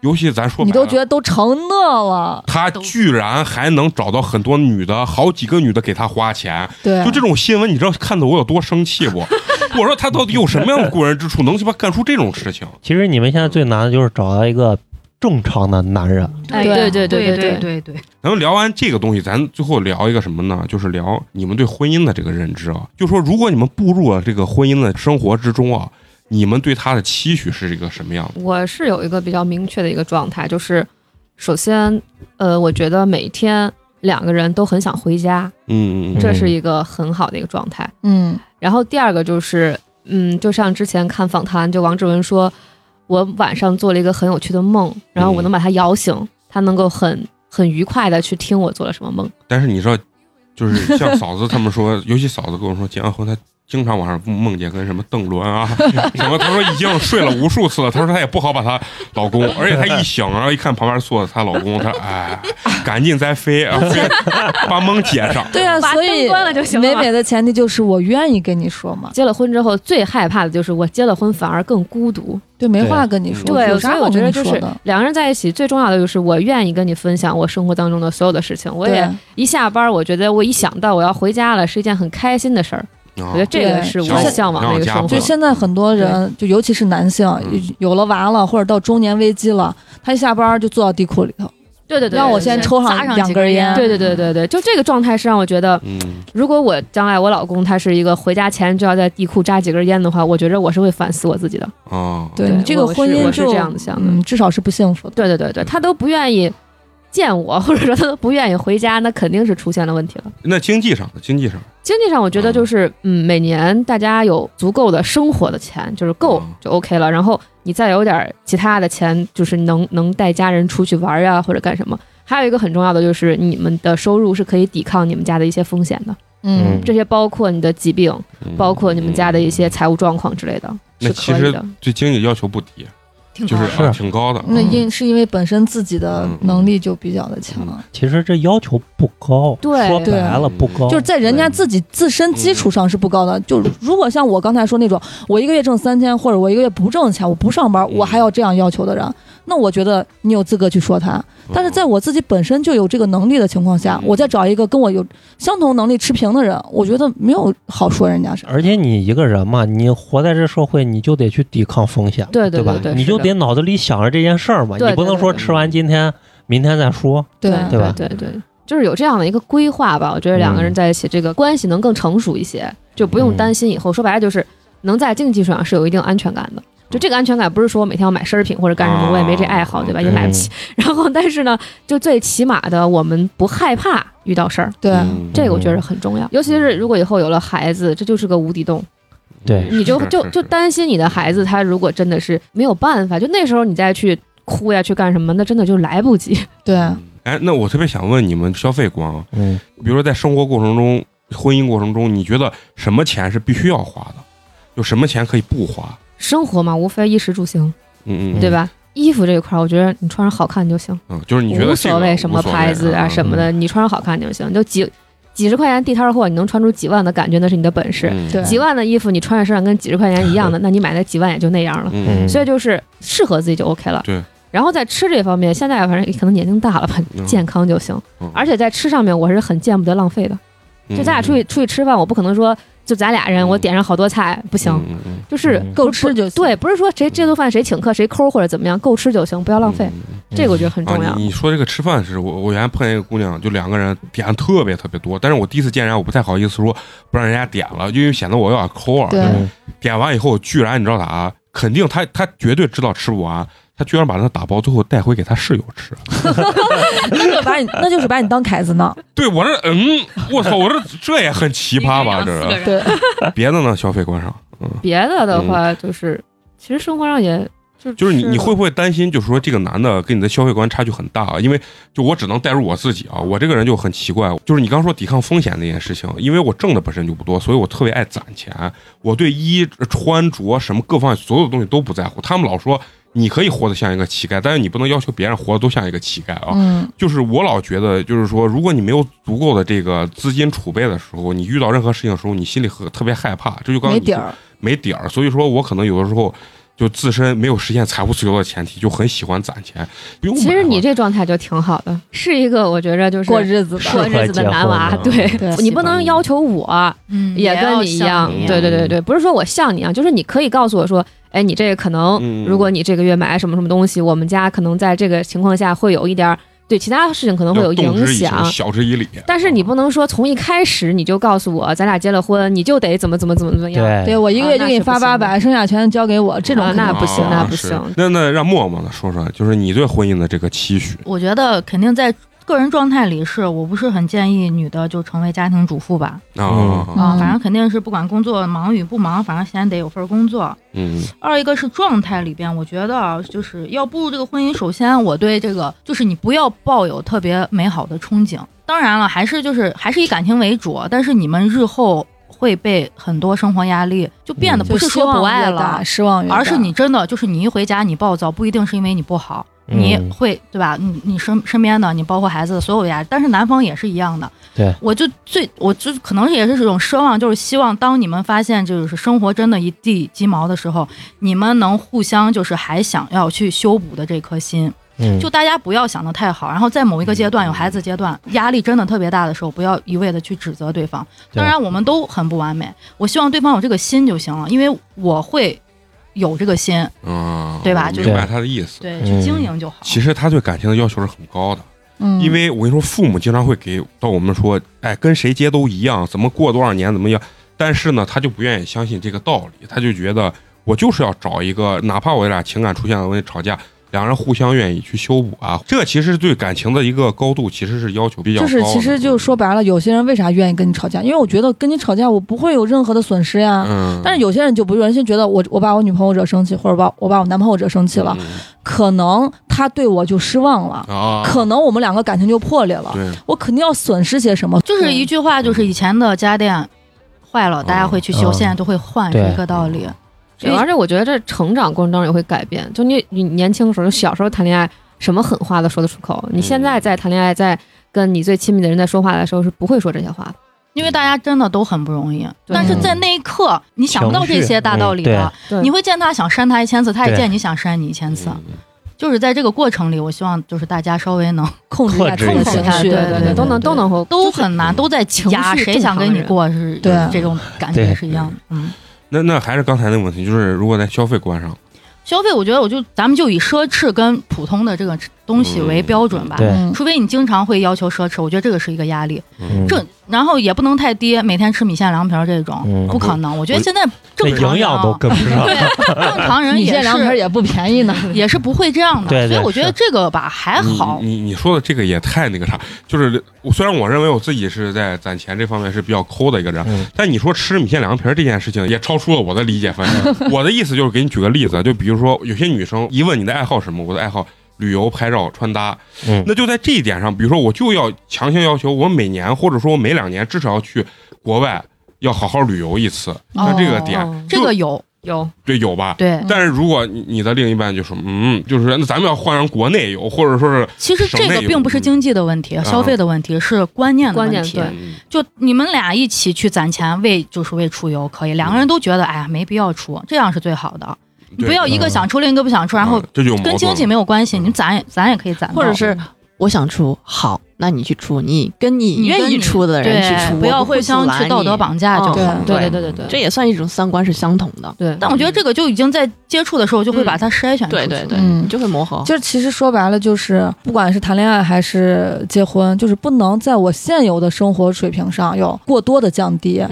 B: 尤其咱说
C: 你
B: 白
C: 都
B: 了
C: 觉得都成那了，
B: 他居然还能找到很多女的，好几个女的给他花钱，
C: 对啊
B: 就，这种新闻，你知道看得我有多生气不？ 我说他到底有什么 样的过人之处，能鸡巴干出这种事情？
D: 其实你们现在最难的就是找到一个正常的男人，
G: 哎，
C: 对
G: 对对对
F: 对
G: 对，
F: 对对，
B: 咱们聊完这个东西，咱最后聊一个什么呢？就是聊你们对婚姻的这个认知啊。就说如果你们步入了这个婚姻的生活之中啊，你们对他的期许是一个什么样的？
G: 我是有一个比较明确的一个状态，就是首先，呃，我觉得每天两个人都很想回家，
B: 嗯嗯嗯
G: 这是一个很好的一个状态。
C: 嗯，
G: 然后第二个就是，嗯，就像之前看访谈，就王志文说，我晚上做了一个很有趣的梦，然后我能把他摇醒，他能够很很愉快的去听我做了什么梦。
B: 但是你知道，就是像嫂子他们说， 尤其嫂子跟我说，结完婚她经常晚上梦见跟什么邓伦啊 什么，她说已经睡了无数次了，她说她也不好把她老公，而且她一醒，然后一看旁边坐着她老公，她哎，赶紧再飞啊，飞把梦接上。
C: 对啊，
G: 把
C: 所
G: 灯
C: 以
G: 关了就行了
C: 美
G: 嘛
C: 美的前提就是我愿意跟你说嘛，
G: 结了婚之后，最害怕的就是我结了婚反而更孤独。
C: 对，没
D: 对
C: 话跟你说，有
G: 对，所以
C: 啥
G: 我
C: 好
G: 觉
C: 跟
G: 得
C: 你
G: 就
C: 说
G: 是
C: 的？
G: 两个人在一起最重要的就是我愿意跟你分享我生活当中的所有的事情。我也
C: 对
G: 一下班，我觉得我一想到我要回家了，是一件很开心的事儿。
B: 啊
G: 我觉得这个
C: 对
G: 是
B: 想
G: 我向往的一个生
B: 想
G: 活。
B: 家
C: 就现在很多人，就尤其是男性，
B: 嗯
C: 有了娃了或者到中年危机了，他一下班儿就坐到地库里头，
G: 对对对，
C: 让我先
G: 对
C: 抽上
F: 砸上
C: 两
F: 几
C: 根
F: 根
C: 烟。
F: 烟
G: 对对对对对，就这个状态是让我觉得，
B: 嗯。
G: 如果我将来我老公他是一个回家前就要在地库扎几根烟的话，我觉着我是会反思我自己的。
B: 啊，
C: 对
G: 对
C: 你这个
G: 我是
C: 婚姻
G: 我是
C: 就
G: 这样子想的
C: 嗯，至少是不幸福的。
G: 对对对对，他都不愿意见我，或者说他都不愿意回家，那肯定是出现了问题了。
B: 那经济上呢？经济上
G: 经济上，我觉得就是，嗯，每年大家有足够的生活的钱，就是够
B: 嗯
G: 就 OK 了。然后你再有点其他的钱，就是能能带家人出去玩啊呀、或者干什么。还有一个很重要的就是，你们的收入是可以抵抗你们家的一些风险的，
C: 嗯
G: 这些包括你的疾病，
B: 嗯
G: 包括你们家的一些财务状况之类的，
B: 那
G: 是
B: 其
G: 可以
B: 实
G: 的。
B: 嗯对经济要求不低，
G: 嗯
F: 挺
B: 就是
F: 高
B: 啊
D: 是
B: 挺高的。
C: 那
B: 嗯
C: 因是因为本身自己的
B: 嗯
C: 能力就比较的强，
B: 嗯
D: 其实这要求不高，
G: 对
D: 说白了不高，
C: 就是在人家自己自身基础上是不高的。就如果像我刚才说那种，我一个月挣三千，或者我一个月不挣钱，我不上班，
B: 嗯
C: 我还要这样要求的人，那我觉得你有资格去说他。但是在我自己本身就有这个能力的情况下，
B: 嗯
C: 我再找一个跟我有相同能力持平的人，我觉得没有好说人家啥。
D: 而且你一个人嘛，你活在这社会，你就得去抵抗风险，
G: 对对
D: 吧
G: 对？对
D: 你
G: 是
D: 就
G: 的
D: 得脑子里想着这件事儿嘛，
G: 对
D: 你不能说
G: 对对
B: 对
D: 吃完今天，明天再说。
C: 对
D: 对吧
G: 对对，就是有这样的一个规划吧。我觉得两个人在一起，这个关系能更成熟一些，就不用担心以后。说白了就是能在经济上是有一定安全感的。就这个安全感不是说我每天要买奢侈品或者干什么，我也没这爱好，对吧？也买不起。 然后，但是呢，就最起码的，我们不害怕遇到事儿，
C: 对，
B: 嗯
G: 这个我觉得很重要。尤其是如果以后有了孩子，这就是个无底洞。
D: 对
G: 你就是就是就是担心你的孩子，他如果真的是没有办法，就那时候你再去哭呀，去干什么，那真的就来不及。
C: 对，
B: 哎，那我特别想问你们消费观啊，
D: 嗯，
B: 比如说在生活过程中、婚姻过程中，你觉得什么钱是必须要花的，有什么钱可以不花？
G: 生活嘛，无非衣食住行，
B: 嗯嗯，
G: 对吧？衣服这一块儿，我觉得你穿上好看就行，
B: 嗯，就是你觉得
G: 无
B: 这
G: 所
B: 个
G: 谓什么
B: 无所谓嗯
G: 牌子啊什么的，你穿上好看就行。就几几十块钱地摊货，你能穿出几万的感觉，那是你的本事。
B: 嗯
C: 对
G: 几万的衣服你穿在身上跟几十块钱一样的，那你买那几万也就那样了。
B: 嗯，
G: 所以就是适合自己就 OK 了。
B: 对。
G: 然后在吃这方面，现在反正可能年龄大了吧
B: 嗯，
G: 健康就行。
B: 嗯
G: 而且在吃上面，我是很见不得浪费的。就咱俩出去
B: 嗯
G: 出去吃饭，我不可能说就咱俩人，我点上好多菜不行，
B: 嗯嗯
G: 就是
D: 嗯
C: 够吃就行
G: 对，不是说谁这顿饭谁请客谁抠或者怎么样，够吃就行，不要浪费。
B: 嗯
G: 这个我觉得很重
B: 啊
G: 要。
B: 你。你说这个吃饭是我我原来碰见一个姑娘，就两个人点特别特别多，但是我第一次见人啊家，我不太好意思说不让人家点了，因为显得我有点抠啊。
C: 对
D: 嗯
B: 点完以后，居然你知道咋？肯定他他绝对知道吃不完，他居然把那打包最后带回给他室友吃。
C: 那就把你那就是把你当凯子呢。
B: 对我这嗯，我操，我这这也很奇葩吧？
E: 一人
B: 这
E: 养四个
B: 是
E: 人
C: 对，
B: 别的呢，消费观上，嗯，
G: 别的的话就是，其实生活上也就是
B: 就是你
G: 吃
B: 你会不会担心，就是说这个男的跟你的消费观差距很大啊？因为就我只能代入我自己啊，我这个人就很奇怪，就是你刚说抵抗风险那件事情，因为我挣的本身就不多，所以我特别爱攒钱，我对衣穿着什么各方面所有的东西都不在乎。他们老说你可以活得像一个乞丐，但是你不能要求别人活得都像一个乞丐啊。
C: 嗯，
B: 就是我老觉得，就是说，如果你没有足够的这个资金储备的时候，你遇到任何事情的时候，你心里很特别害怕，这就刚刚
C: 没
B: 你
C: 底儿。
B: 没底儿，所以说我可能有的时候就自身没有实现财务自由的前提，就很喜欢攒钱。不用
G: 其
B: 买啊
G: 实
B: 了
G: 你这状态就挺好的，是一个我觉着就是
C: 过日子
D: 是
C: 吧，
G: 过日子的男娃
D: 适。合结
G: 对
B: 嗯
D: 婚
C: 的
G: 你不能要求我
F: 嗯
G: 也跟你一
B: 也
G: 样
B: 要像你一，样
G: 对对对对，不是说我像你一样，就是你可以告诉我说，哎，你这个可
B: 嗯
G: 能，如果你这个月买什么什么东西，我们家可能在这个情况下会有一点儿对其他事情可能会有
B: 要动
G: 影
B: 之以情
G: 响，
B: 晓之以理。啊
G: 但是你不能说从一开始你就告诉我，咱俩结了婚，你就得怎么怎么怎么怎
B: 嗯
G: 么样。
C: 对
D: 对，
C: 我一个月就给你
G: 啊
C: 发
G: 那是不
C: 八
G: 行的
C: 百，剩下全交给我，这种
G: 啊
C: 肯定
G: 那不行
B: 啊
G: 那不
B: 是
G: 行
B: 那那让默默呢说说，就是你对婚姻的这个期许。
F: 我觉得肯定在个人状态里是，我不是很建议女的就成为家庭主妇吧。
B: 啊，
F: 啊、
C: 嗯
F: 反正肯定是不管工作忙与不忙，反正先得有份工作。
B: 嗯，
F: 二一个是状态里边，我觉得啊，就是要步入这个婚姻，首先我对这个就是你不要抱有特别美好的憧憬。当然了，还是就是还是以感情为主，但是你们日后会被很多生活压力嗯就变得
C: 就
F: 不是
C: 希
F: 说
C: 望
F: 不爱
C: 越大
F: 了，
C: 失望越大，
F: 而是你真的就是你一回家你暴躁，不一定是因为你不好，你
D: 嗯
F: 会对吧？你你身身边的，你包括孩子的所有压力，但是男方也是一样的。
D: 对，
F: 我就最我就可能也是这种奢望，就是希望当你们发现就是生活真的一地鸡毛的时候，你们能互相就是还想要去修补的这颗心，
D: 嗯
F: 就大家不要想的太好，然后在某一个阶段有孩子阶段压力真的特别大的时候，不要一味的去指责对方。
D: 对
F: 当然我们都很不完美，我希望对方有这个心就行了，因为我会有这个心，
B: 啊，
F: 对吧
B: 我
F: 就是
B: 明白他的意思。
F: 对，
D: 嗯
F: 去经营就好。
B: 其实他对感情的要求是很高的，
C: 嗯
B: 因为我跟你说，父母经常会给到我们说，哎，跟谁结都一样，怎么过多少年怎么样。但是呢，他就不愿意相信这个道理，他就觉得我就是要找一个，哪怕我俩情感出现了问题吵架，两人互相愿意去修补啊。这其实对感情的一个高度，其实是要求比较高
C: 就
B: 的。嗯
C: 是其实就说白了，有些人为啥愿意跟你吵架？因为我觉得跟你吵架我不会有任何的损失呀。
B: 嗯，嗯，
C: 但是有些人就不是，有人就觉得我我把我女朋友惹生气，或者把我把我男朋友惹生气
B: 嗯
C: 了，可能他对我就失望了，
B: 啊，
C: 可能我们两个感情就破裂了，
B: 对，
C: 我肯定要损失些什么。
F: 就是一句话，就是以前的家电坏了，大家会去修，
D: 嗯
F: 现在都会换，是一个道理。
G: 对而且我觉得这成长过程当中也会改变。就你你年轻的时候，小时候谈恋爱，什么狠话都说得出口。你现
B: 嗯
G: 在在谈恋爱，在跟你最亲密的人在说话的时候，是不会说这些话的。
F: 因为大家真的都很不容易，
G: 对嗯
F: 但是在那一刻，你想不到这些大道理
D: 情绪嗯
F: 的，
G: 对
F: 你会见他想扇他一千次，他也
D: 对
F: 见你想扇你一千次。
B: 嗯
F: 就是在这个过程里，我希望就是大家稍微能
C: 控制一下
D: 克
C: 自
D: 制
C: 己
D: 一
C: 的
D: 下
C: 情绪，
G: 对对对，都能都能会
F: 都很难，都在
G: 情
F: 嗯
G: 绪
F: 压，谁想跟你过是
C: 正常人
F: 这种感觉是一样的。嗯，
B: 那那还是刚才那个问题，就是如果在消费观上，
F: 消费我觉得我就咱们就以奢侈跟普通的这个东西为标准吧，
D: 对
C: 嗯，
F: 除非你经常会要求奢侈，我觉得这个是一个压力。
D: 嗯
F: 这然后也不能太低，每天吃米线凉皮儿这种，
D: 嗯
F: 不可能。我觉得现在
D: 这
F: 正常人啊
D: 营养都跟不上，
F: 对啊，正常人
C: 米
F: 也
C: 线凉皮儿
F: 是
C: 也不便宜呢。
F: 也是不会这样的，
D: 对对
F: 所以我觉得
D: 是嗯
F: 这个吧还好。
B: 你你你说的这个也太那个啥，就是我虽然我认为我自己是在攒钱这方面是比较抠的一个人，
D: 嗯
B: 但你说吃米线凉皮儿这件事情也超出了我的理解范围。 我的意思就是给你举个例子，就比如说有些女生一问你的爱好是什么，我的爱好旅游、拍照、穿搭，
D: 嗯
B: 那就在这一点上，比如说我就要强行要求我每年或者说我每两年至少要去国外要好好旅游一次，那这个点、
G: 哦
F: 这个有
D: 嗯
G: 有
B: 对有吧？
F: 对，
B: 但是如果你你的另一半就说，嗯，就是那咱们要换上国内游，或者说是
F: 其实这
B: 省内
F: 个
B: 有嗯啊
F: 并不是经济的问题，消费的问题是观念的问题。
G: 观念
B: 嗯
F: 就你们俩一起去攒钱为就是为出游可以，两个人都觉得哎呀没必要出，这样是最好的。你
B: 对
F: 不要一个想出，另一个不想出，然后
B: 嗯这就有矛
F: 跟
B: 盾
F: 经济
B: 了
F: 没有关系，
B: 嗯
F: 你攒也攒也可以攒到，
E: 或者是我想出好，那你去出，你跟你
F: 你跟
E: 愿意
F: 你
E: 出的人去
F: 对
E: 出，
F: 不要
E: 我
F: 互
E: 会
F: 相
E: 拦
F: 去道
E: 你
F: 德。绑架就好
C: 对
F: 了。
G: 对对对对
E: 这
G: 对
E: 也算一种三观是相同的，
G: 对，
F: 但我觉得这个就已经在接触的时候就会把它筛选出
E: 对
F: 去。
E: 对对，
C: 嗯
E: 你就会磨合。
C: 就是其实说白了，就是不管是谈恋爱还是结婚，就是不能在我现有的生活水平上有过多的降低。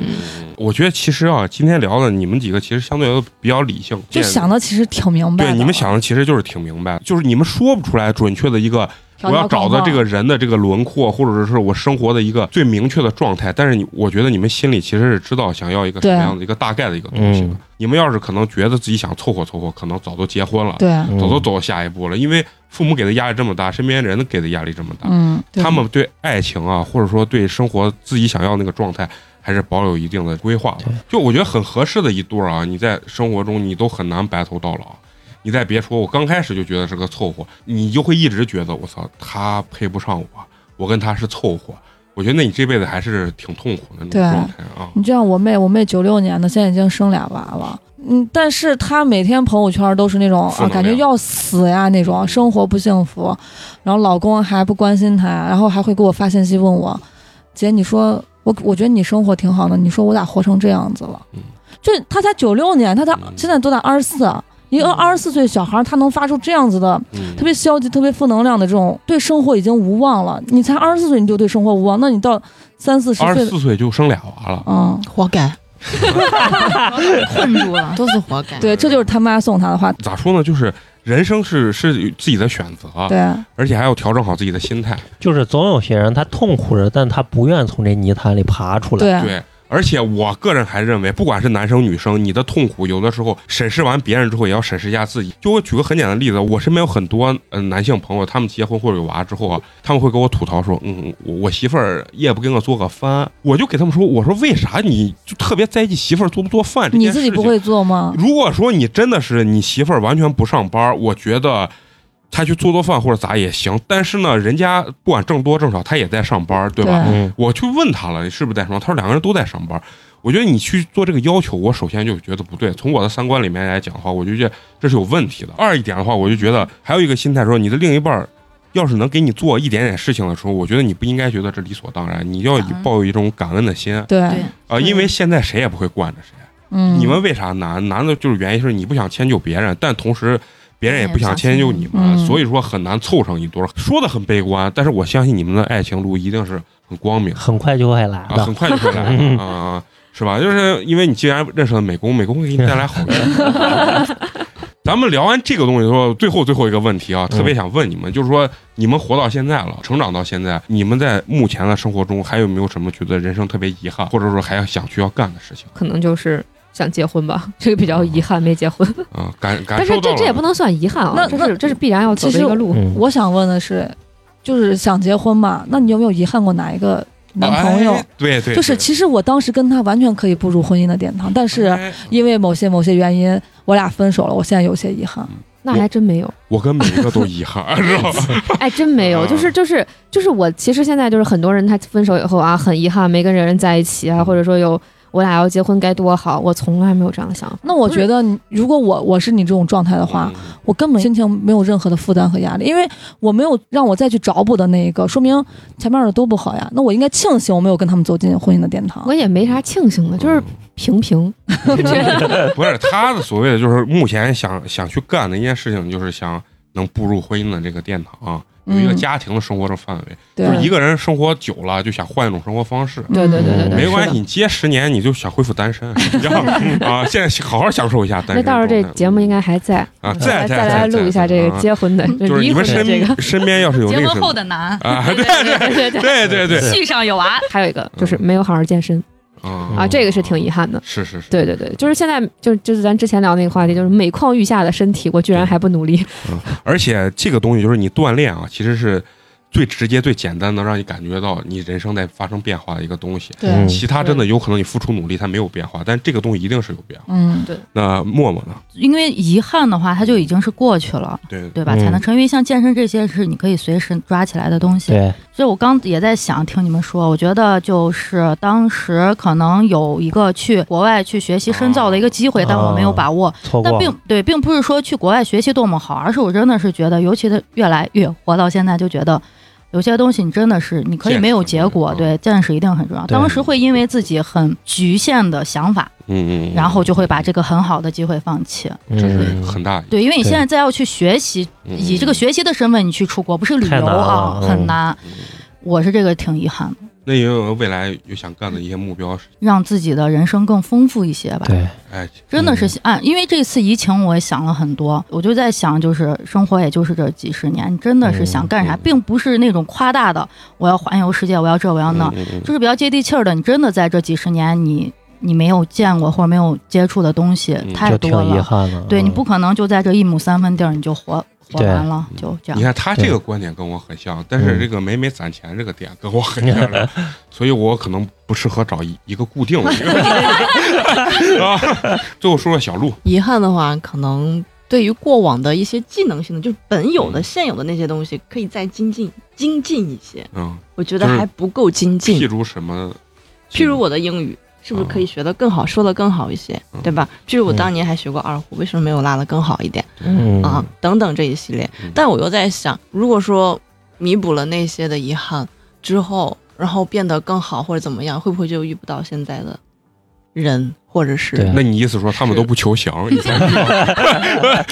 B: 我觉得其实啊，今天聊的你们几个其实相对来说比较理性，
C: 就
B: 这
C: 想的其实挺明白的
B: 对你们想的其实就是挺明白的，就是你们说不出来准确的一个
C: 条
B: 我
C: 条
B: 要找的
C: 框框
B: 这个人的这个轮廓，或者是我生活的一个最明确的状态。但是你，我觉得你们心里其实是知道想要一个什
C: 对
B: 么样的一个大概的一个东西的
D: 嗯。
B: 你们要是可能觉得自己想凑合凑合，可能早都结婚了，
C: 对，
D: 嗯
B: 早都走下一步了，因为父母给的压力这么大，身边人给的压力这么大，
C: 嗯，对
B: 他们对爱情啊，或者说对生活自己想要那个状态，还是保有一定的规划的
D: 对。
B: 就我觉得很合适的一对儿啊，你在生活中你都很难白头到老。你再别说，我刚开始就觉得是个凑合，你就会一直觉得我操，他配不上我，我跟他是凑合。我觉得那你这辈子还是挺痛苦的那种
C: 对
B: 状态啊。
C: 你就像我妹，我妹九六年的，现在已经生俩娃了。嗯，但是她每天朋友圈都是那种
B: 负
C: 啊，
B: 能量
C: 感觉要死呀那种，生活不幸福，然后老公还不关心她，然后还会给我发信息问我，姐，你说我我觉得你生活挺好的，你说我咋活成这样子了
B: 嗯？
C: 就她才九六年，她才
B: 嗯
C: 现在多大？二十四，啊一个二十四岁小孩儿，她能发出这样子的
B: 嗯，
C: 特别消极、特别负能量的这种，对生活已经无望了。你才二十四岁你就对生活无望，那你到三四十
B: 二
C: 岁
B: 十
C: 的，
B: 四岁就生俩娃了，
C: 嗯。
E: 活该，
F: 困住了。
E: 都是活该。
C: 对，这就是他妈送他的话。
B: 咋说呢？就是人生是是自己的选择，
C: 对，
B: 而且还要调整好自己的心态。
D: 就是总有些人他痛苦着，但他不愿从这泥潭里爬出来。
C: 对，啊
B: 对，而且我个人还认为，不管是男生女生，你的痛苦有的时候审视完别人之后，也要审视一下自己。就我举个很简单的例子，我身边有很多呃男性朋友，他们结婚或者有娃之后啊，他们会跟我吐槽说，嗯，我我媳妇儿夜不给我做个饭，我就给他们说，我说为啥你就特别在意媳妇儿做不做饭这
C: 你
B: 件事
C: 自
B: 情？
C: 己不会做吗？
B: 如果说你真的是你媳妇儿完全不上班，我觉得她去做做饭或者咋也行。但是呢，人家不管挣多挣少，她也在上班，对吧？
C: 对
D: 嗯，
B: 我去问他了，你是不是在上班？他说两个人都在上班。我觉得你去做这个要求，我首先就觉得不对。从我的三观里面来讲的话，我就觉得这是有问题的。二一点的话，我就觉得还有一个心态说，你的另一半儿要是能给你做一点点事情的时候，我觉得你不应该觉得这理所当然，你要以
F: 感恩
B: 抱有一种感恩的心啊、
C: 对
F: 对，
B: 呃因为现在谁也不会惯着谁。
C: 嗯，
B: 你们为啥难？难的就是原因是你不想迁就别人，但同时别人也不想迁就你们，
C: 嗯
B: 所以说很难凑成一对儿。说的很悲观，但是我相信你们的爱情路一定是很光明的
D: 很快就会来
B: 啊，
D: 的
B: 很。快就会来的啊啊，是吧？就是因为你既然认识了美工，美工会给你带来好运。咱们聊完这个东西之后，最后最后一个问题啊，
D: 嗯
B: 特别想问你们，就是说你们活到现在了，成长到现在，你们在目前的生活中还有没有什么觉得人生特别遗憾，或者说还要想去要干的事情
G: 可能就是想结婚吧，这个比较遗憾没结婚，
B: 啊？感感
G: 但是
B: 受到
G: 这
B: 了
G: 这也不能算遗憾啊
C: 那，
G: 这
C: 那
G: 是这是必然要走的一个路。
D: 嗯，
C: 我想问的是，就是想结婚嘛？那你有没有遗憾过哪一个男朋友
B: 哎？对对，
C: 就是其实我当时跟他完全可以步入婚姻的殿堂，但
B: 对
C: 是
B: 哎
C: 因为某些某些原因，我俩分手了。我现在有些遗憾。
G: 那还真没有，
B: 我跟每一个都遗 憾，是吧？
G: 哎，真没有，就是
B: 嗯
G: 就是就是我其实现在就是很多人他分手以后啊，很遗憾没跟这人在一起啊，或者说有我俩要结婚该多好，我从来没有这样的想
B: 哦
G: 法。
C: 那我觉得你，如果我我是你这种状态的话，
B: 嗯
C: 我根本心情没有任何的负担和压力，因为我没有让我再去找补的那一个，说明前面的都不好呀。那我应该庆幸我没有跟他们走进婚姻的殿堂
G: 我。也没啥庆幸的，
B: 嗯
G: 就是平 平。
B: 不是他的所谓的就是目前想想去干的一件事情，就是想能步入婚姻的这个殿堂、啊有一个
C: 嗯
B: 家庭的生活的范围。
C: 对
B: 就是一个人生活久了，就想换一种生活方式。
G: 对对对对
B: 嗯
G: 对，
B: 没关
G: 是
B: 系，
G: 的。
B: 你接十年你就想恢复单身，是一 样的啊！现在好好享受一下单
G: 那
B: 身
G: 到时
B: 状态。
G: 候这节目应该还在，
B: 啊，
G: 再
B: 再
G: 再来录一下这个
B: 啊
G: 结婚的、
B: 就是
G: 离
B: 你
G: 婚
B: 们
G: 的这个。
B: 身身边要是有
F: 结
B: 那
F: 婚
B: 什
F: 后
B: 么
F: 的难，
B: 啊， 对
G: 对对对
B: 对
G: 对。
B: 对对
F: 戏上有娃，
G: 还有一个
B: 嗯
G: 就是没有好好健身啊，
B: 啊
D: 嗯
G: 这个是挺遗憾的。
B: 是是是，
G: 对对对，就是现在就就是咱之前聊那个话题，就是每况愈下的身体，我居然还不努力。
B: 而且这个东西就是你锻炼啊，其实是最直接、最简单，能让你感觉到你人生在发生变化的一个东西。
C: 对，
B: 其他真的有可能你付出努力它没有变化，但这个东西一定是有变化。
C: 嗯，
B: 那默默呢？
F: 因为遗憾的话，它就已经是过去了，
B: 对
F: 对吧？
D: 嗯
F: 才能成。因为像健身这些是你可以随时抓起来的东西。
D: 对，
F: 所以我刚也在想，听你们说，我觉得就是当时可能有一个去国外去学习深造的一个机会，
D: 啊
F: 但我没有把握。
D: 错
F: 但
D: 过
F: 并对，并不是说去国外学习多么好，而是我真的是觉得，尤其的越来越活到现在，就觉得有些东西你真的是你可以没有结果，
B: 见识
F: 对，见识一定很重要。
D: 对
F: 当时会因为自己很局限的想法，
B: 嗯嗯，嗯
F: 然后就会把这个很好的机会放弃。
D: 嗯
B: 这是很大，
F: 对，因为你
D: 对
F: 现在再要去学习，
B: 嗯
F: 以这个学习的身份你去出国，不是旅
D: 太
F: 游
D: 难了
F: 啊，很
D: 嗯
F: 难。我是这个挺遗憾的，
B: 那也有未来有想干的一些目标是，
F: 让自己的人生更丰富一些吧。
D: 对，嗯
B: 哎，
F: 真的是啊，因为这次疫情，我也想了很多，我就在想，就是生活也就是这几十年，你真的是想干啥，
B: 嗯
F: 并不是那种夸大的，我要环游世界，我要这，我要那，
B: 嗯嗯
F: 就是比较接地气儿的。你真的在这几十年，你你没有见过或者没有接触的东西
B: 嗯
F: 太
D: 就
F: 多
D: 挺遗
F: 了，
D: 憾的。
F: 对
D: 嗯
F: 你不可能就在这一亩三分地儿你就活活
D: 对
F: 完了，就这
B: 你
F: 样。
B: 看他这个观点跟我很像，但是这个每每攒钱这个点跟我很像，所以我可能不适合找一一个固定的啊。最后说说小鹿，
E: 遗憾的话，可能对于过往的一些技能性的，就是本有
B: 嗯
E: 的、现有的那些东西，可以再精进、精进一些。
B: 嗯，
E: 我觉得
B: 就是
E: 还不够精进
B: 譬。如什么，
E: 譬如我的英语是不是可以学得更好，说得更好一些，
B: 哦嗯
E: 对吧？譬如我当年还学过二胡，为什么没有拉得更好一点
D: 嗯
E: 啊？等等这一系列
B: 嗯。
E: 但我又在想，如果说弥补了那些的遗憾之后，然后变得更好或者怎么样，会不会就遇不到现在的人，或者是
D: 对
B: 那你意思说他们都不求降？你才知道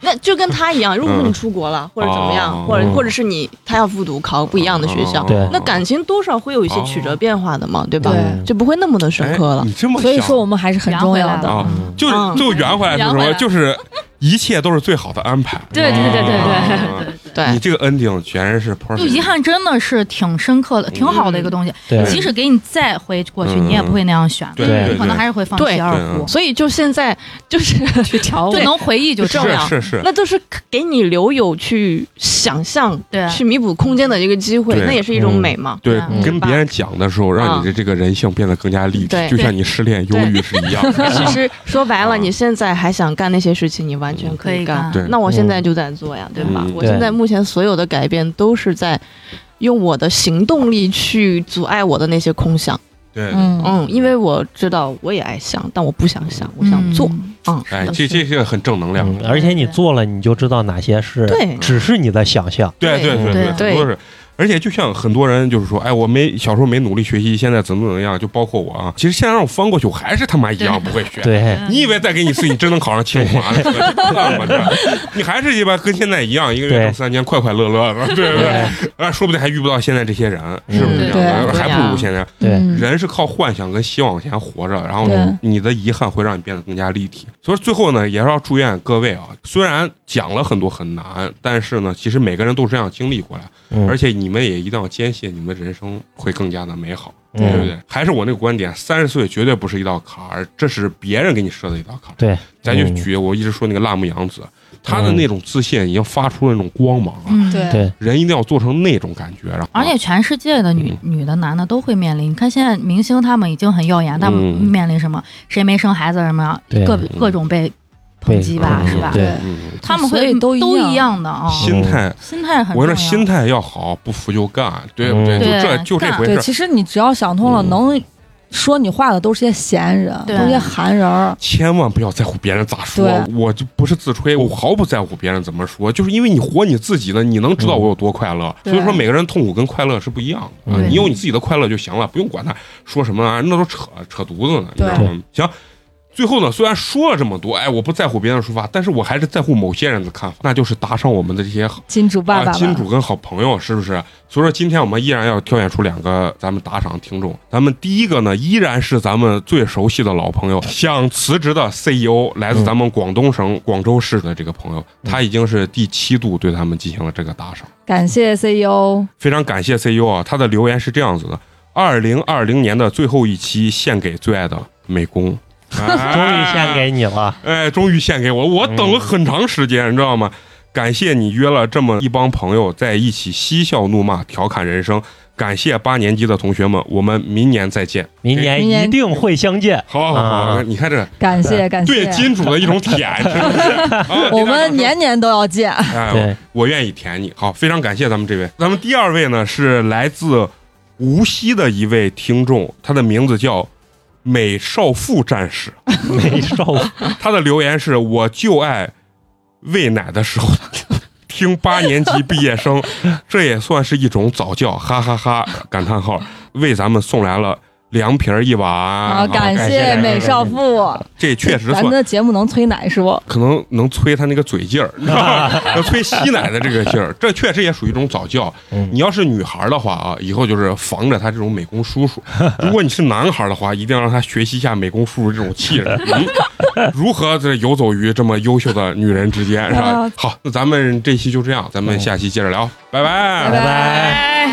E: 那就跟他一样，如果说你出国了，或者怎么样，
B: 嗯哦
E: 或者
D: 嗯
E: 或者是你他要复读考不一样的学校，
B: 哦
D: 对
E: 那感情多少会有一些曲折变化的嘛，对吧？
C: 对
E: 就不会那么的深
B: 哎
E: 刻了。
B: 你这么
C: 所以
B: 想
C: 说我们还是很重要的。
B: 啊
D: 嗯
B: 就
E: 嗯
B: 就圆回来是什
G: 圆回
B: 么？
G: 来
B: 就是一切都是最好的安排。
G: 对对对对
B: 啊
G: 对对对，
E: 对，
B: 你这个 ending 全是 perfect，
F: 就遗憾真的是挺深刻
D: 嗯
F: 的，挺好的一个东西。
D: 对，
F: 即使给你再回过去，
B: 嗯
F: 你也不会那样选，
B: 对
D: 对
F: 你可能还是会放
E: 对
F: 弃二
B: 对
F: 胡
B: 嗯。
E: 所以就现在 就是
C: 去调
F: 不
E: 对
F: 能回忆就是重要，
B: 是是是，
E: 那都是给你留有去想象、
F: 对
E: 去弥补空间的一个机会，
B: 对
E: 那也是一种美嘛。
B: 对，
F: 嗯
B: 跟别人讲的时候，让
E: 啊
B: 你的这个人性变得更加立体，
E: 对
B: 就像你失恋忧郁是一样的。
E: 其实说白了，
B: 嗯
E: 你现在还想干那些事情，你完全
F: 可以
E: 干
F: 干。
B: 对
E: 那我现在就在做呀，对吧
B: 嗯？
E: 我现在目前所有的改变都是在用我的行动力去阻碍我的那些空想。
B: 对，
C: 嗯，
E: 嗯，因为我知道我也爱想，但我不想想，我
F: 嗯
E: 想做。嗯，
B: 哎，
E: 是的
B: 这这些很正能量。
D: 嗯而且你做了，你就知道哪些是
E: 对
D: 只是你的想象。
B: 对
E: 对
B: 对
F: 对
B: 很多是。而且就像很多人就是说，哎，我没小时候没努力学习，现在怎么怎么样，就包括我啊。其实现在让我翻过去，我还是他妈一样不会学。
D: 对，
B: 你以为再给你一次，你真能考上清华呢？浪吧这，你还是一般跟现在一样，一个月
D: 对
B: 挣三千，快快乐乐的，对不对？啊，说不定还遇不到现在这些人，是不是这样的？
E: 对
B: 还
E: 啊
B: 不如现在。
D: 对
C: 嗯
B: 人是靠幻想跟希望前活着，然后
C: 对
B: 你的遗憾会让你变得更加立体。所以最后呢，也是要祝愿各位啊，虽然讲了很多很难，但是呢，其实每个人都是这样经历过来，
D: 嗯
B: 而且你们也一定要坚信你们人生会更加的美好，对不
D: 嗯，
B: 对？还是我那个观点，三十岁绝对不是一道坎儿，这是别人给你设的一道坎儿。
D: 对，
B: 咱就
D: 嗯
B: 举我一直说那个辣目洋子，她的那种自信已经发出了那种光芒了。
F: 嗯，
C: 对。
D: 对，
B: 人一定要做成那种感觉，然后
F: 而且全世界的女、
B: 嗯
F: 女的、男的都会面临。你看现在明星他们已经很耀眼，他们
B: 嗯
F: 面临什么？谁没生孩子什么呀？
D: 对
F: 各
B: 嗯
F: 各种被抨击吧，
B: 嗯
F: 是吧？
D: 对
B: 嗯，
F: 他们
C: 所
F: 会
C: 以都一样
F: 一样的啊、
B: 心态
F: 心态很重
B: 我
F: 要。
B: 说心态要好，不服就干，对不对？
D: 嗯
B: 就
F: 对
B: 这就这
F: 干
B: 回
C: 对，
B: 事儿。
C: 其实你只要想通了，
B: 嗯
C: 能说你话的都是些闲人，都
F: 对
C: 是些寒人儿。
B: 千万不要在乎别人咋说
C: 对，
B: 我就不是自吹，我毫不在乎别人怎么说，就是因为你活你自己的，你能知道我有多快乐。
C: 嗯
B: 所以说，每个人痛苦跟快乐是不一样的，啊
D: 嗯
B: 你有你自己的快乐就行了，不用管他说什么啊，那都扯扯犊子呢，你知道吗？行。最后呢，虽然说了这么多，哎，我不在乎别人的说法，但是我还是在乎某些人的看法，那就是打赏我们的这些
C: 金主爸爸
B: 啊，
C: 吧，
B: 金主跟好朋友是不是？所以说今天我们依然要挑选出两个咱们打赏听众。咱们第一个呢，依然是咱们最熟悉的老朋友，想辞职的 CEO，来自咱们广东省广州市的这个朋友，他已经是第七度对他们进行了这个打赏。
C: 感谢 E CEO，
B: 非常感谢 CEO 啊，他的留言是这样子的：二零二零年的最后一期献给最爱的美工。终
D: 终于献给你了，
B: 哎，终于献给我，我等了很长时间，你知道吗？感谢你约了这么一帮朋友在一起嬉笑怒骂、调侃人生。感谢八年级的同学们，我们明年再见。
D: 明年
C: 明年
D: 一定会相见。
B: 好好好，
D: 啊
B: 你看这
C: 感谢感
B: 对
C: 谢，
B: 金主的一种舔，真的是啊
C: 我们年年都要见。
B: 哎
D: 对，
B: 我愿意舔你。好，非常感谢咱们这位。咱们第二位呢是来自无锡的一位听众，他的名字叫美少妇战士。
D: 美少妇
B: 他的留言是：我就爱喂奶的时候听八年级毕业生，这也算是一种早教，哈哈哈感叹号，为咱们送来了凉皮儿一碗。
C: 啊，
B: 啊
C: 感
D: 感谢
C: 谢美少妇，
B: 这确实
C: 咱
B: 算
C: 们的节目能催奶是不？
B: 可能能催他那个嘴劲儿，你知道吗？能催吸奶的这个劲儿，这确实也属于一种早教。
D: 嗯
B: 你要是女孩儿的话啊，以后就是防着他这种美工叔叔；如果你是男孩儿的话，一定要让他学习一下美工叔叔这种气质，嗯如何这游走于这么优秀的女人之间，是吧
C: 啊？
B: 好，那咱们这期就这样，咱们下期接着聊，拜拜。
D: 拜拜。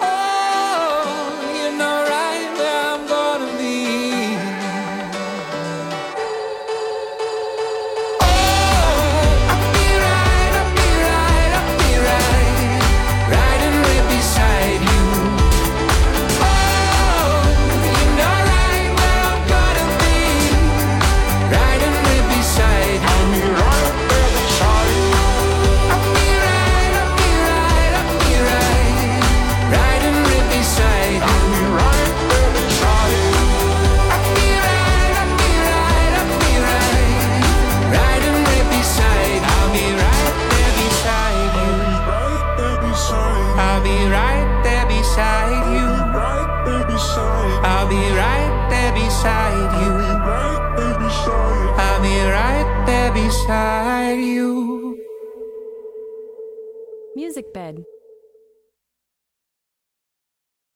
A: Oh, you know right where I'm gonna be. Oh, I'll be right, I'll be right, I'll be right, riding right beside you. Oh, you know right where I'm gonna be, riding right beside you. I'll be right there beside you. I'll be right, I'll be right, I'll be right. Riding right beside you, right there beside you. I'll be right, I'll be right, I'll be right. Riding right beside, I'll be right there beside you. I'll be right there beside you. I'll be right there beside you. I'll be right there beside you.
H: Music bed.